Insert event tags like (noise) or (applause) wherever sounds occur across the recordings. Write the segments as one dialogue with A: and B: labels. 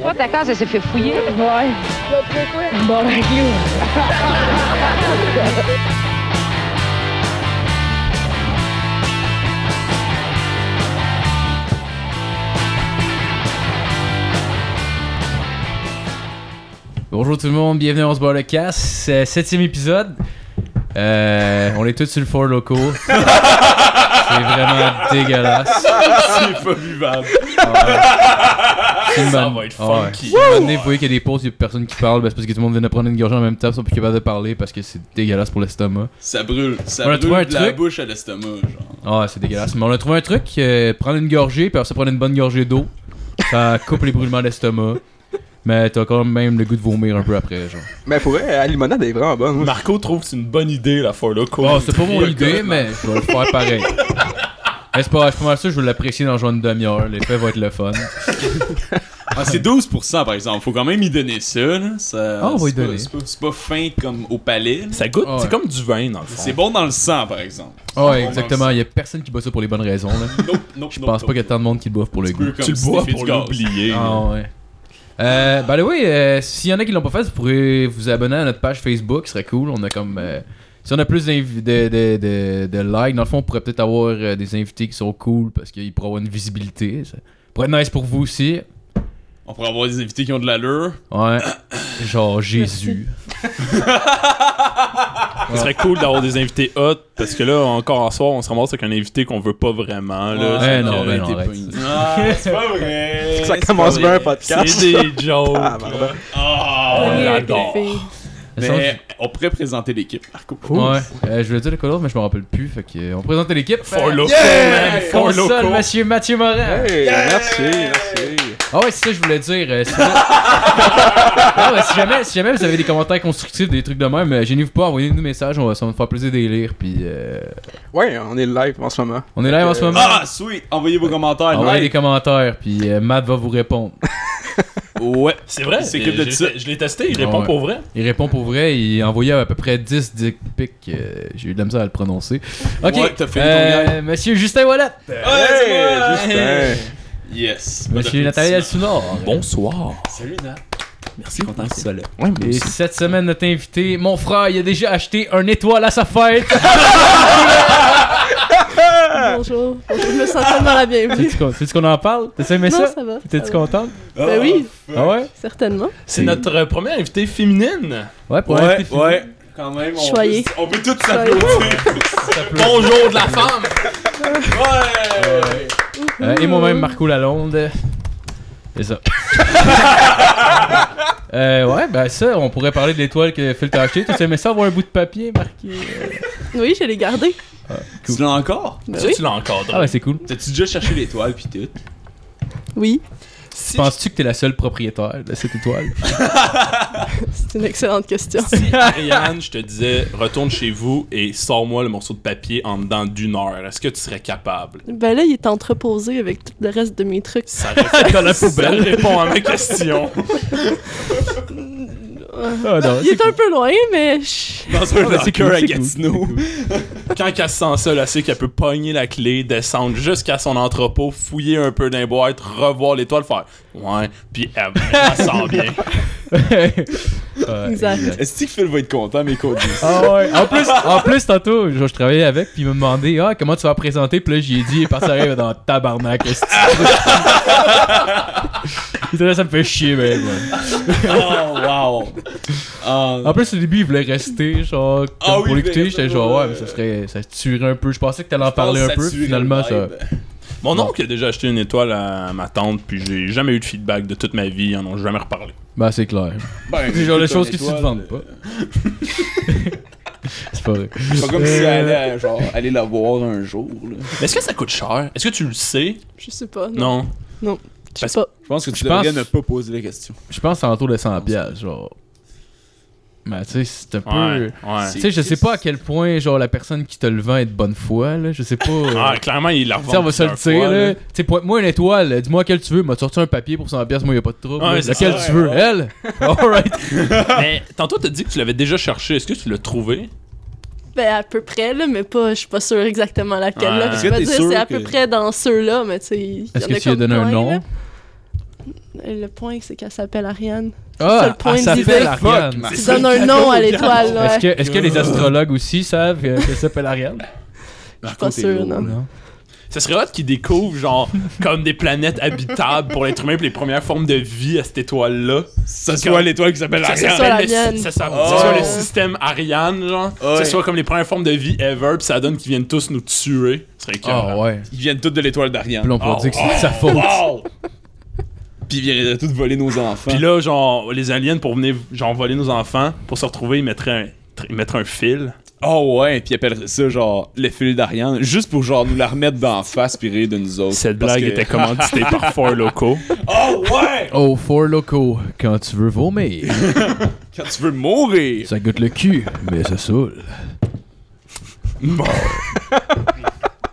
A: Toi, ta case, elle s'est fait fouiller.
B: Ouais. Bon, ben, you.
C: Bonjour tout le monde, bienvenue à On se boit le casse, c'est septième épisode. Euh, on est tous sur le four locaux.
D: (laughs)
C: c'est vraiment dégueulasse.
D: C'est pas buvable.
C: Une
D: Ça
C: bonne-
D: va être
C: Ah ouais.
D: funky.
C: Un moment donné, vous voyez qu'il y a des pauses, il y a personne qui parle, ben, c'est parce que tout le monde vient de prendre une gorgée en même temps, ils sont plus capables de parler parce que c'est dégueulasse pour l'estomac.
D: Ça brûle. Ça
C: On a
D: brûle
C: trouvé un
D: de la
C: truc.
D: bouche à l'estomac, genre.
C: Ah, c'est dégueulasse. Mais on a trouvé un truc, euh, prendre une gorgée, puis après ça prendre une bonne gorgée d'eau. Ça coupe les brûlements d'estomac. Mais t'as quand même le goût de vomir un peu après, genre.
E: Mais pour vrai, la limonade est vraiment bonne.
D: Marco trouve que c'est une bonne idée, la foire loco.
C: Bon, Ah, c'est pas mon idée, mais je vais le faire pareil. Mais c'est pas, je suis pas mal sûr, que je vais l'apprécier dans genre une demi-heure. L'effet va être le fun.
D: Ah, c'est 12% par exemple. Faut quand même y donner ça, là. Ça,
C: Ah, on va
D: c'est
C: y donner.
D: pas- C'est pas, c'est pas fin comme au palais. là.
F: Ça goûte,
C: Ah ouais.
F: c'est comme du vin dans le fond.
D: C'est bon dans le sang, par exemple.
C: Ah ouais, exactement. Il y a personne qui boit ça pour les bonnes raisons. Là. Je pense pas qu'il y a tant de monde qui le boive pour le goût.
F: Tu le bois pour l'oublier. là.
C: Ah ouais. Euh, bah oui, euh, s'il y en a qui l'ont pas fait, vous pourrez vous abonner à notre page Facebook, ce serait cool. On a comme euh, si on a plus d'invi- de, de, de, de likes, dans le fond, on pourrait peut-être avoir euh, des invités qui sont cool parce qu'ils pourraient avoir une visibilité. Ça pourrait être nice pour vous aussi.
D: On pourrait avoir des invités qui ont de l'allure.
C: Ouais, genre Jésus.
F: Ce serait cool d'avoir des invités hot parce que là, encore en soir, on se ramasse avec un invité qu'on veut pas vraiment. Là,
C: Ouais,
F: C'est
C: non,
F: que-
C: ben
F: t'es
C: non, arrête.
F: pas une-
D: Ah, c'est pas vrai.
C: Ben,
E: Ça commence bien un podcast.
F: C'est des jokes.
E: Ah, pardon.
D: Ah,
F: On
B: Oui, avec
F: l'adore.
B: les filles.
D: Mais on pourrait présenter l'équipe, Marco.
C: Ouais, euh, je voulais dire le color, mais je me rappelle plus. Fait que, euh, on présente l'équipe.
F: Four locaux, man. Four
C: Console,
F: locaux.
C: monsieur Mathieu Morin.
E: Hey, merci, merci.
C: Ah ouais, c'est ça que je voulais dire. euh, sinon- (laughs) Ah ouais, si, jamais, si jamais vous avez des commentaires constructifs, des trucs de même, euh, gênez-vous pas, envoyez-nous des messages, on va, ça va nous faire plaisir de les lire. Puis euh,
E: Ouais, on est live en ce moment.
C: on est live en ce moment.
D: Ah, sweet. Envoyez vos commentaires.
C: Envoyez des
D: like.
C: commentaires, puis euh, Matt va vous répondre.
D: Ouais.
F: C'est vrai,
D: C'est
F: c'est
D: que de ça.
F: je l'ai testé, il répond
C: Ah Ouais.
F: pour vrai.
C: Il répond pour vrai, il a envoyé à peu près 10 dick pics. euh, J'ai eu de la misère à le prononcer. Ok,
D: Ouais, t'as fait ton
C: euh, monsieur Justin Wallet,
D: Ouais, c'est moi.
E: Hey,
D: Yes.
C: monsieur Nathalie Alsunor.
F: Bonsoir.
D: Salut, Nat.
F: Merci, content que tu sois là.
C: Et cette semaine, notre invité, mon frère, il a déjà acheté un étoile à sa fête.
B: Bonjour. Bonjour. Je me sens tellement la bienvenue.
C: (laughs) Sais-tu qu'on sais-tu qu'on en parle? T'as aimé
B: Non,
C: ça?
B: ça va.
C: T'es-tu
B: ça va.
C: contente?
B: Ben oui,
C: Ah ouais?
B: certainement.
F: C'est notre euh, première invitée féminine.
C: Ouais, pour un
D: Ouais,
C: invité féminin.
D: ouais. Quand même, on peut,
B: Choyé.
D: on peut tout s'applaudir.
F: Bonjour de la femme.
D: (laughs) Ouais.
C: Euh, et moi-même, Marco Lalonde. C'est (laughs) ça. euh, ouais, ben ça, on pourrait parler de l'étoile que Phil t'a acheté. T'as aimé ça avoir un bout de papier marqué? euh,
B: Oui, je l'ai gardé.
D: Tu l'as encore?
B: Ben
F: Ça,
B: oui.
F: tu l'as encadré.
C: Ah ouais, c'est cool.
D: T'as-tu déjà cherché l'étoile pis tout?
B: Oui,
F: Si-
C: Penses-tu que t'es la seule propriétaire de cette étoile?
B: c'est une excellente question.
F: si, Ariane, je te disais, retourne chez vous et sors-moi le morceau de papier en dedans d'une heure. Est-ce que tu serais capable?
B: Ben là, il est entreposé avec tout le reste de mes trucs.
F: Ça répond, dans la poubelle. Ça répond à ma question.
C: Ah non,
B: Il est un peu loin, mais je-
D: Dans
C: Ah,
D: un
C: ben, c'est
D: locker
C: cool,
D: à
C: c'est cool,
D: Gatineau.
F: Quand elle se sent seule, elle sait qu'elle peut pogner la clé, descendre jusqu'à son entrepôt, fouiller un peu dans les boîtes, revoir l'étoile, faire ouais, puis elle, elle sent bien.
C: (laughs) Ouais,
B: Exact.
D: Est-ce que Phil va être content, mes coachs?
C: Ah ouais. En plus, en plus tantôt, genre, je travaillais avec, puis il m'a demandé ah, comment tu vas la présenter, puis là, j'y ai dit, parce que ça arrive dans tabarnak. qu'est-ce que (laughs) tu- Il était là, ça me fait chier, ben, mais ouais.
D: (laughs) Oh, wow. Ah,
C: En plus, au début, il voulait rester, genre, comme
D: Ah oui,
C: pour l'écouter,
D: mais-
C: j'étais genre, ouais, mais ça serait, ça se tuerait un peu. Je pensais que t'allais en
D: je pense
C: parler
D: que
C: un
D: ça
C: peu,
D: tue
C: finalement,
D: le
C: ça.
D: vibe.
F: Mon oncle a déjà acheté une étoile à ma tante, puis j'ai jamais eu de feedback de toute ma vie, ils en ont jamais reparlé.
C: Bah, c'est
D: (laughs)
C: clair.
D: Ben,
C: C'est genre les
D: écoute,
C: choses
D: ton
C: que tu
D: étoile,
C: te vantes
D: euh,
C: pas. (laughs) C'est pas vrai.
D: C'est pas comme si
C: Euh,
D: elle allait, genre, aller la voir un jour. là.
F: Mais est-ce que ça coûte cher? Est-ce que tu le sais?
B: je sais pas. Non,
F: Non.
B: je sais pas.
D: Je pense que tu
C: Je
D: devrais
C: pense-
D: ne pas poser la question.
C: Je pense que c'est autour de 100$, piastres, genre. Mais tu sais, c'est un peu.
F: Ouais, ouais.
C: Tu sais, je sais pas à quel point, genre, la personne qui te le vend est de bonne foi, là. Je sais pas. euh,
F: Ah, clairement, il la
C: tu sais, on va se le
F: plusieurs
C: dire,
F: fois,
C: là. Tu sais, pointe-moi une étoile, euh, dis-moi quelle tu veux, m'a sorti un papier pour 100$, piastres, moi, y a pas de trouble.
F: Ah,
C: là.
F: ouais, c'est
C: Laquelle
D: ça,
C: tu
D: ouais,
C: veux,
D: ouais.
C: elle Alright.
F: Mais tantôt, t'as dit que tu l'avais déjà cherché. Est-ce que tu l'as trouvé?
B: Ben, à peu près, là, mais pas, je suis pas sûre exactement laquelle.
F: Ouais.
B: Là. Je peux
D: Est-ce que
B: pas
D: t'es
B: dire
D: sûr
B: c'est à
D: que-
B: peu près dans ceux-là, mais tu sais. il y
C: Est-ce
B: en
C: que
B: a
C: tu lui as
B: comme
C: donné un
B: plein,
C: nom
B: là. Le point, c'est qu'elle s'appelle Ariane. ça,
C: Ah,
B: le point
C: elle
B: de
C: s'appelle
B: l'idée.
C: Ariane.
E: Fuck,
B: Tu donnes un nom à l'étoile, là.
C: Est-ce que, est-ce que les astrologues aussi savent que- qu'elle s'appelle Ariane?
B: Je suis pas sûr, non.
F: Ce serait hot qu'ils découvrent, genre, comme des planètes habitables pour l'être humain, pour les premières formes de vie à cette étoile-là.
D: Ça soit l'étoile qui s'appelle
F: Ça
D: Ariane.
B: soit
F: s'appelle le,
B: la mienne.
F: sy- ça s'appelle-
D: Oh.
F: ça soit le système Ariane, genre.
D: Ouais.
F: Ça soit comme les premières formes de vie ever, pis ça donne qu'ils viennent tous nous tuer. Ce
C: Ah
F: serait écœurant.
C: ouais.
D: Ils viennent toutes de l'étoile
C: Puis
D: d'Ariane.
C: on pourrait
F: Oh,
C: dire que c'est
D: Ah,
C: de sa faute.
D: Wow! Puis ils viendraient toutes voler nos enfants.
F: Pis là, genre, les aliens, pour venir, genre, voler nos enfants, pour se retrouver, ils mettraient un, tr- ils mettraient un fil.
D: Oh ouais, puis ils appelleraient ça genre le fil d'Ariane, juste pour genre nous la remettre d'en face puis rire de nous autres.
F: Cette
D: Parce
F: blague
D: que-
F: était commanditée (laughs) par Four Loco.
D: (laughs) Oh ouais!
C: Oh, four loco, quand tu veux vomir,
D: Quand tu veux mourir!
C: ça goûte le cul, mais ça saoule.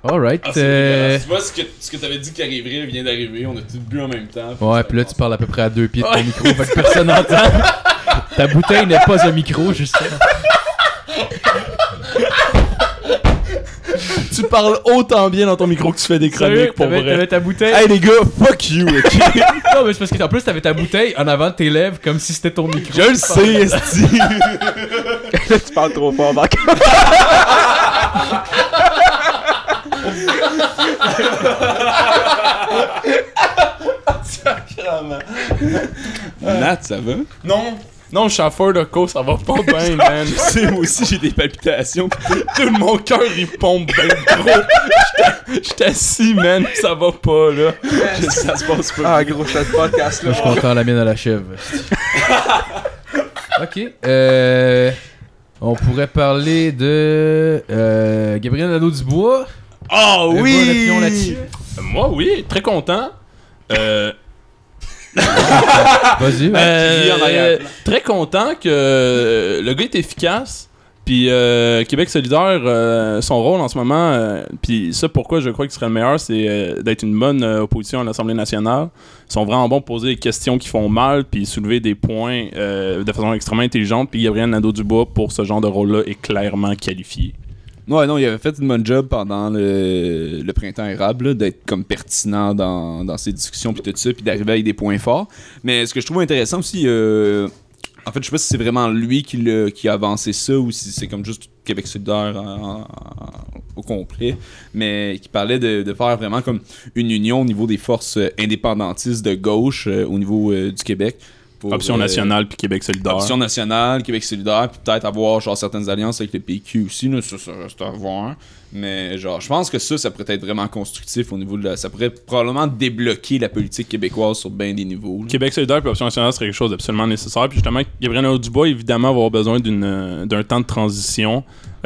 C: Alright.
D: Ah, c'est
C: euh,
D: dégueulasse. Tu vois, ce que, ce que t'avais dit qui arriverait vient d'arriver, on a tout bu en même temps.
C: Ouais, puis là, tu parles à peu près à deux pieds de ton micro, fait que personne n'entend. Ta bouteille n'est pas un micro, justement.
F: tu parles autant bien dans ton micro que tu fais des chroniques, pour
C: T'avais-
F: vrai.
C: T'avais ta bouteille.
F: les gars, fuck you, ok?
C: Non, mais c'est parce que en plus, t'avais ta bouteille en avant de tes lèvres comme si c'était ton micro.
E: (laughs)
F: Je le sais, esti.
E: Là, tu parles trop fort, Marc.
D: Nat, ça va?
F: Non, non, je suis à Four Loco, (laughs) ça va pas bien, man.
D: Tu sais, moi aussi j'ai des palpitations.
F: Tout (laughs) mon cœur il pompe ben gros. J'étais assis, man, pis ça va pas, là.
D: (laughs) ça se passe pas.
E: Ah, gros, ce podcast-là.
C: Moi, je suis content, la mienne à la (laughs) chèvre. ok. Euh, on pourrait parler de euh, Gabriel Nadeau-Dubois.
F: Oh
C: Avez-vous une opinion là-dessus?
F: Moi, oui, très content. Euh,
C: Vas-y. ouais.
F: euh,
D: en arrière.
F: très content que euh, le gars est efficace. Puis euh, Québec solidaire, euh, son rôle en ce moment, euh, puis ça pourquoi je crois qu'il serait le meilleur, c'est euh, d'être une bonne euh, opposition à l'Assemblée nationale. Ils sont vraiment bons pour poser des questions qui font mal, puis soulever des points euh, de façon extrêmement intelligente. Puis Gabriel Nadeau-Dubois, pour ce genre de rôle-là, est clairement qualifié.
D: Ouais, non, il avait fait une bonne job pendant le, le printemps érable, là, d'être comme pertinent dans, dans ses discussions puis tout ça, puis d'arriver avec des points forts. Mais ce que je trouve intéressant aussi, euh, en fait, je sais pas si c'est vraiment lui qui, l'a- qui a avancé ça ou si c'est comme juste Québec solidaire en- en- au complet, mais qui parlait de, de faire vraiment comme une union au niveau des forces euh, indépendantistes de gauche euh, au niveau euh, du Québec. pour,
F: Option
D: euh,
F: nationale, puis Québec solidaire.
D: Option nationale, Québec solidaire, puis peut-être avoir genre certaines alliances avec le PQ aussi, là, ça, ça reste à voir. Mais genre, je pense que ça, ça pourrait être vraiment constructif au niveau de la. Ça pourrait probablement débloquer la politique québécoise sur bien des niveaux. là.
F: Québec solidaire puis Option nationale serait quelque chose d'absolument nécessaire. Puis justement, Gabriel Dubois, évidemment, va avoir besoin d'une, euh, d'un temps de transition.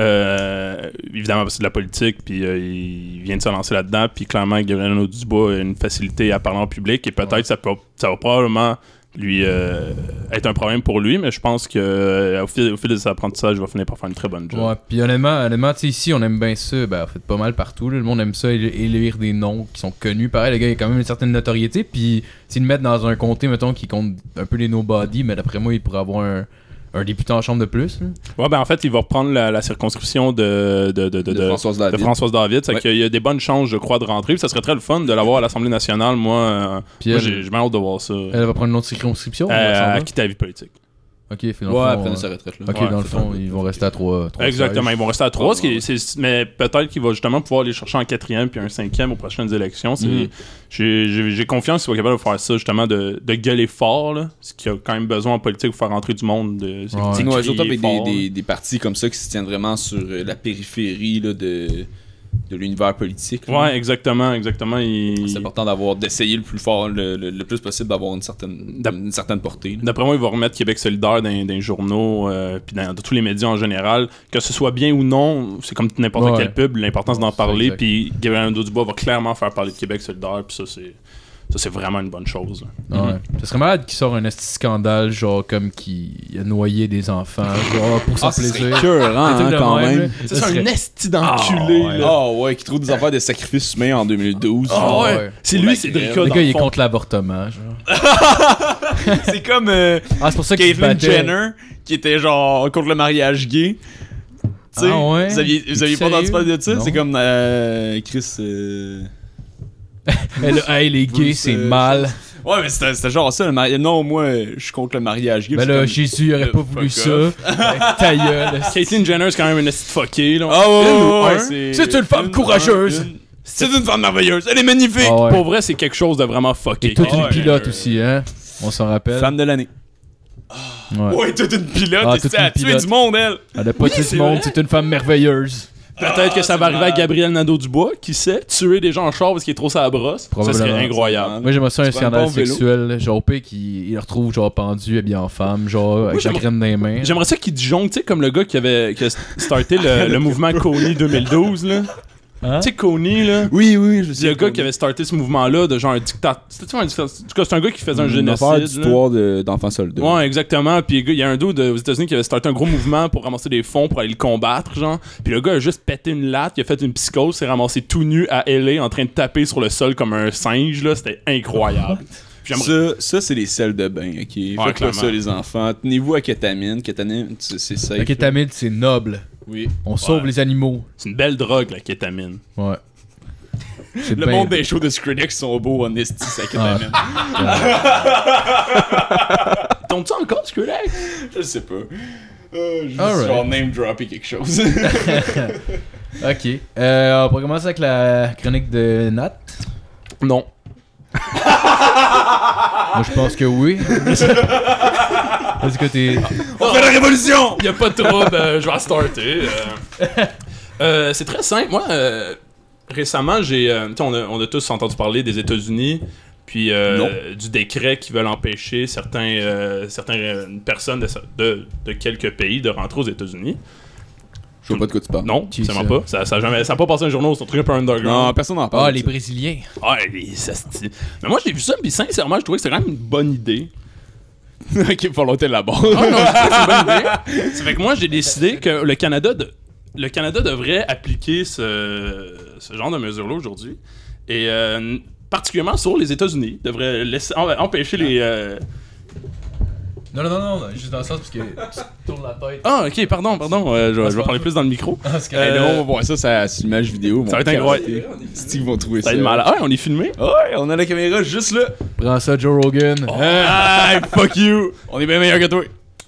F: Euh, évidemment, parce que c'est de la politique, puis euh, il vient de se lancer là-dedans. Puis clairement, Gabriel Dubois a une facilité à parler en public et peut-être ça, peut, ça va probablement lui euh, être un problème pour lui, mais je pense que euh, au, fil, au fil de ses apprentissages, il va finir par faire une très bonne job.
C: Ouais, puis honnêtement, honnêtement tu sais, ici, on aime bien ça. Ben, en fait, pas mal partout. là. Le monde aime ça, éle- élire des noms qui sont connus. Pareil, le gars, il a quand même une certaine notoriété. Puis, s'il le mettent dans un comté, mettons, qui compte un peu les nobody, mais d'après moi, il pourrait avoir un, un député en chambre de plus. là.
F: Ouais, ben en fait, il va reprendre la, la circonscription de, de, de, de-
D: De,
F: de-
D: Françoise David.
F: de Françoise David. C'est
D: Ouais.
F: qu'il y a des bonnes chances, je crois, de rentrer. Puis ça serait très le fun de l'avoir à l'Assemblée nationale. Moi, euh,
C: Puis,
F: moi,
C: elle,
F: j'ai Euh, j'ai bien hâte de voir ça. Euh,
C: elle va prendre une autre circonscription.
F: à
C: elle va
F: quitter la vie politique.
C: ok, fait dans le
D: Ouais,
C: fond,
D: après
C: euh,
D: sa retraite. Là.
C: Ok,
F: Ouais,
C: dans le
F: c'est
C: fond,
F: ça.
C: ils vont rester à 3.
F: Exactement, ils vont rester à trois, ce qui
D: Ouais,
F: est- c'est- mais peut-être qu'il va justement pouvoir aller chercher en quatrième puis un cinquième aux prochaines élections. C'est-
D: Mhm.
F: j'ai- J'ai j'ai confiance qu'il va être capable de faire ça, justement, de, de gueuler fort, là, ce qu'il y a quand même besoin en politique pour faire rentrer du monde. De, c'est-
C: Ouais.
F: c'est
D: Nous,
F: crier
D: surtout avec des,
F: fort,
D: des, des partis comme ça qui se tiennent vraiment sur euh, la périphérie là, de, de l'univers politique.
F: là.
D: là.
F: Ouais, exactement, exactement. il-
D: Ah, C'est important d'avoir d'essayer le plus fort, le, le- le plus possible d'avoir une certaine,
F: D'ab-
D: une certaine portée. là.
F: D'après moi, il va remettre Québec solidaire dans, dans les journaux, euh, puis dans, dans tous les médias en général. Que ce soit bien ou non, c'est comme n'importe
C: Ouais.
F: quel pub, l'importance d'en
C: C'est
F: parler.
C: exact.
F: Puis Gabriel Dubois va clairement faire parler de Québec solidaire, puis ça, c'est. Ça, c'est vraiment une bonne chose. là.
C: Ah Ouais. Ce serait malade qu'il sorte un esti scandale, genre comme qu'il a noyé des enfants, genre pour son
D: Ah, ça serait
C: plaisir.
D: écœurant,
C: Un truc
D: hein,
C: de
D: quand même.
C: là. Ça serait-
F: esti
D: Ah ouais, qui trouve des affaires de sacrifices humains en 2012.
F: Ah ouais.
C: Ah ouais.
F: C'est
D: Pour
F: lui,
D: la
F: c'est
D: grève.
F: Dricot.
C: Le
F: dans
C: gars, il est
F: fond.
C: contre l'avortement. genre.
D: C'est
C: (laughs)
D: comme euh,
C: Ah, c'est pour ça qu'il se
D: Caitlyn
C: battait.
D: Jenner qui était genre contre le mariage gay. Tu sais,
C: Ah ouais?
D: Vous aviez, vous aviez pas
C: Sérieux?
D: entendu parler de ça?
C: Non.
D: C'est comme euh, Chris. euh,
C: Elle, hey, les gays,
D: Bruce,
C: c'est
D: euh,
C: mal.
D: Ouais, mais c'était c'était genre ça, le mariage. Non, moi, je suis contre le mariage gay.
C: Ben
D: puis
C: là,
D: comme-
C: Jésus, il aurait pas
D: Fuck
C: voulu
D: off.
C: ça. Ben, Ta gueule.
F: Caitlyn Jenner, c'est quand même une petite fuckée, là.
D: Ah ouais,
F: Une
D: ouais,
F: ou
D: ouais,
F: un.
D: c'est-
C: C'est une femme courageuse.
D: une- C'est une femme merveilleuse. Elle est magnifique.
C: Ah ouais.
F: Pour vrai, c'est quelque chose de vraiment fucké.
C: Et toute
D: Ah
C: une
D: ouais.
C: pilote aussi, hein. On s'en rappelle.
D: Femme de l'année.
C: Ouais.
D: Ouais, toute une pilote.
C: Ah,
D: et
C: toute
D: c'est à
C: une
D: tuer
C: pilote.
D: du monde, elle.
C: Elle a pas
D: Oui,
C: tué
D: c'est
C: tout le monde,
D: vrai.
C: c'est une femme merveilleuse.
F: Peut-être que ça
D: c'est
F: va arriver à
D: malade.
F: Gabriel Nadeau-Dubois, qui sait, tuer des gens en char parce qu'il est trop sur la brosse. Ça serait
C: Probablement.
F: incroyable.
C: Moi, j'aimerais ça un
D: Tu prends un
C: scandale
D: bon vélo.
C: sexuel. là. Genre, au pire, qu'il il le retrouve, genre, pendu, habillé en femme, genre, avec la
F: j'aimerais-
C: graine dans les mains.
F: J'aimerais ça qu'il disjongle, tu sais, comme le gars qui avait qui a starté le, le mouvement Coney 2012, là.
C: Hein?
F: Tu sais, Coney, là.
D: Oui, oui, je
F: C'est le gars qui avait starté ce mouvement-là de genre un dictateur. C'était-tu un dictateur? En tout cas, c'est un gars qui faisait un génocide. là.
D: d'histoire de- d'enfants soldats.
F: Ouais, exactement. Puis le gars, il y a un dude euh, aux États-Unis qui avait starté un gros mouvement pour ramasser des fonds pour aller le combattre, genre. Puis le gars a juste pété une latte, il a fait une psychose, s'est ramassé tout nu à LA en train de taper sur le sol comme un singe, là. C'était incroyable. Puis j'aimerais-
D: Ça, ça c'est les selles de bain, ok? Faites pas
F: clairement.
D: ça, les enfants. Tenez-vous à kétamine. Kétamine, c'est c'est safe.
C: La kétamine, c'est noble.
D: Oui.
C: On sauve les animaux.
F: C'est une belle drogue, la kétamine.
C: Ouais. C'est
D: Le
C: bien-
D: monde des shows de Skrillex sont beaux en esti, ça kétamine. (laughs)
F: Tombe-tu encore, Skrillex?
D: Je sais pas. Euh, je
C: Alright.
D: suis genre name dropper quelque (laughs) chose.
C: Ok. Euh, on pourrait commencer avec la chronique de Nat.
F: Non.
C: Moi, je pense que (laughs) oui. Est-ce que t'es.
D: On fait la révolution!
F: (laughs) Y a pas de trouble, euh, je vais starter. euh. Euh, c'est très simple. Moi, euh, récemment, j'ai. euh, tu sais, on, a, on a tous entendu parler des États-Unis, puis euh,
D: Non.
F: du décret qui veulent empêcher certains, euh, certaines euh, personnes de, de- de quelques pays de rentrer aux États-Unis.
D: Je vois pas de quoi tu parles.
F: Non,
C: Qui
F: absolument
C: ça?
F: pas. Ça n'a ça a jamais- ça a pas passé un journal, c'est un truc un peu underground.
D: Non, personne n'en parle.
C: Ah,
D: de
C: les
D: ça.
C: Brésiliens.
F: Ah, et ça se dit. Mais moi, j'ai vu ça, puis sincèrement, je trouvais que c'était quand même une bonne idée.
D: (laughs) ok, faut l'hôtel là-bas.
F: Ah non, je trouve que (laughs) c'est une bonne idée. Ça fait que moi, j'ai décidé que le Canada, de- le Canada devrait appliquer ce, ce genre de mesures-là aujourd'hui. Et euh, n- particulièrement sur les États-Unis, devrait laisser- em- empêcher les. euh,
C: Non, non, non, non, juste dans le sens, parce que tu tournes la tête. (laughs)
F: Ah, ok, pardon, pardon, euh, je, je vais parler plus dans le micro.
C: Parce que-
F: Euh,
D: Hey, Eh, là, on va voir ça, ça sur l'image vidéo.
F: Ça va être incroyable.
D: Steve vont trouver ça.
F: Ça va être mal. Ah, on est filmé?
D: Ouais, on a la caméra juste là.
C: Euh, Prends ça, Joe Rogan.
F: Ah, fuck you!
D: On est bien meilleur que toi.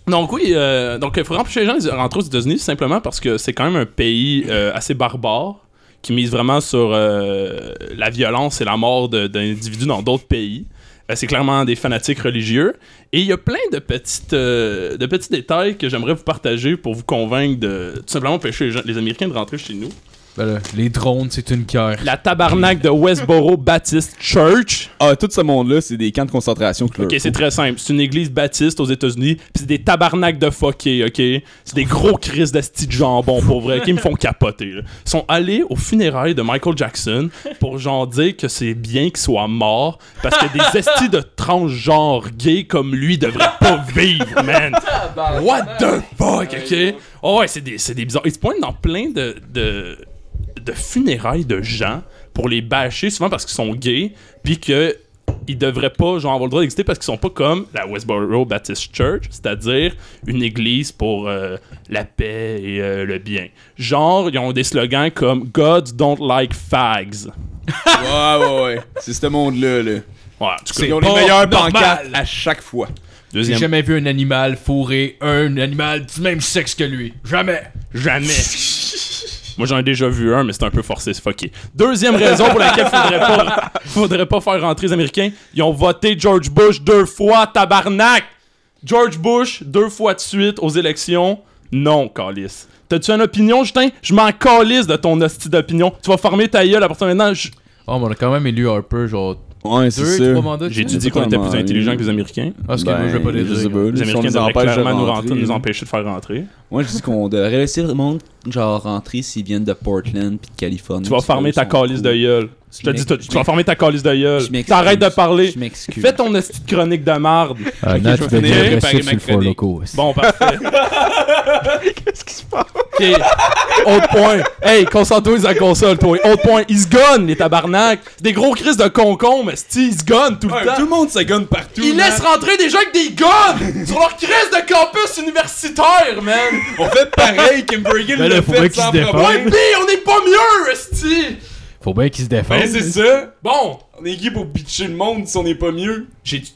F: Donc oui, euh, donc il faut empêcher les gens de rentrer aux États-Unis simplement parce que c'est quand même un pays euh, assez barbare qui mise vraiment sur euh, la violence et la mort de- d'individus dans d'autres pays. Euh, c'est clairement des fanatiques religieux. Et il y a plein de, petites, euh, de petits détails que j'aimerais vous partager pour vous convaincre de tout simplement empêcher les, gens- les Américains de rentrer chez nous.
C: Ben là, les drones, c'est une cœur.
F: La tabarnak de Westboro Baptist Church.
D: Ah, tout ce monde-là, c'est des camps de concentration.
F: Ok, c'est très simple. C'est une église baptiste aux États-Unis. Puis c'est des tabarnaks de fuckés, ok? C'est des gros crises d'asti de jambon, pour vrai, qui me font capoter. là. Ils sont allés au funérailles de Michael Jackson pour genre dire que c'est bien qu'il soit mort parce que des estis de transgenres gays comme lui devraient pas vivre, man! What the fuck, ok? Oh ouais, c'est des, c'est des bizarres. Ils se pointent dans plein de, de, de funérailles de gens pour les bâcher, souvent parce qu'ils sont gays, puis que ils devraient pas genre avoir le droit d'exister parce qu'ils sont pas comme la Westboro Baptist Church, c'est-à-dire une église pour euh, la paix et euh, le bien. Genre, ils ont des slogans comme God don't like fags.
D: Ouais, ouais, ouais. C'est ce monde-là, là.
F: Ouais, en tout cas,
D: Ils ont les
F: pas
D: meilleures
F: normal.
D: pancartes à chaque fois.
C: J'ai
F: Deuxième.
C: jamais vu un animal fourrer un animal du même sexe que lui. Jamais.
F: (laughs) Jamais. Moi, j'en ai déjà vu un, mais c'était un peu forcé, c'est fucké. Deuxième raison pour laquelle faudrait (laughs) pas, faudrait pas faire rentrer les Américains, ils ont voté George Bush deux fois, tabarnak! George Bush, deux fois de suite aux élections, non, Calis. T'as-tu une opinion, Justin? Je m'en calisse de ton hostie d'opinion. Tu vas former ta gueule à partir de maintenant. Je-
C: Oh, mais on a quand même élu Harper, genre,
D: Ouais,
C: deux, trois mandats. de
F: J'ai
C: suite.
F: dit qu'on était
D: totalement,
F: plus
D: oui.
F: intelligents que les Américains.
C: Ah, excuse-moi, je vais pas les
D: Ben, je sais
C: dire.
D: pas,
F: Les
D: si on
F: Américains
D: nous
F: devraient
D: empêche de
F: clairement nous,
D: rentrer.
F: rentrer- nous empêcher de faire rentrer.
D: Moi, je dis qu'on devrait laisser le monde, genre, rentrer s'ils viennent de Portland puis de Californie.
F: Tu vas former ta calisse de gueule. Je te
D: Je
F: dis,
D: m'ex-
F: tout, tu vas former ta calisse de
D: Je
F: gueule.
D: m'excuse.
F: T'arrêtes de parler.
D: Je m'excuse.
F: Fais ton hostie de chronique de marde.
C: Ah, Nat,
D: je vais
C: tu vas
D: finir
C: dire agressif
D: par
C: sur
D: ma
C: le four
D: chronique.
C: loco. aussi.
F: Bon, parfait. (laughs) Qu'est-ce qui se passe? Ok. Autre point. Hey, concentre-toi sur la console, toi. Autre point. Ils se gonnent, les tabarnak. C'est des gros crises de concombre, mais ils se gonnent tout le temps.
D: Tout le monde se gonne partout.
F: Ils laissent rentrer des gens avec des guns sur leur crise de campus universitaire, man!
D: On fait pareil, Kimbergill
C: Ben là,
D: le
C: faudrait
D: fait
F: Ah
C: qu'ils
D: sans
C: se défendent.
F: Ouais, pis on n'est pas mieux, esti!
C: Faut bien qu'ils se défendent.
D: Ben, c'est ça. Bon, on est qui pour pitcher le monde si on n'est pas mieux? J'ai dit,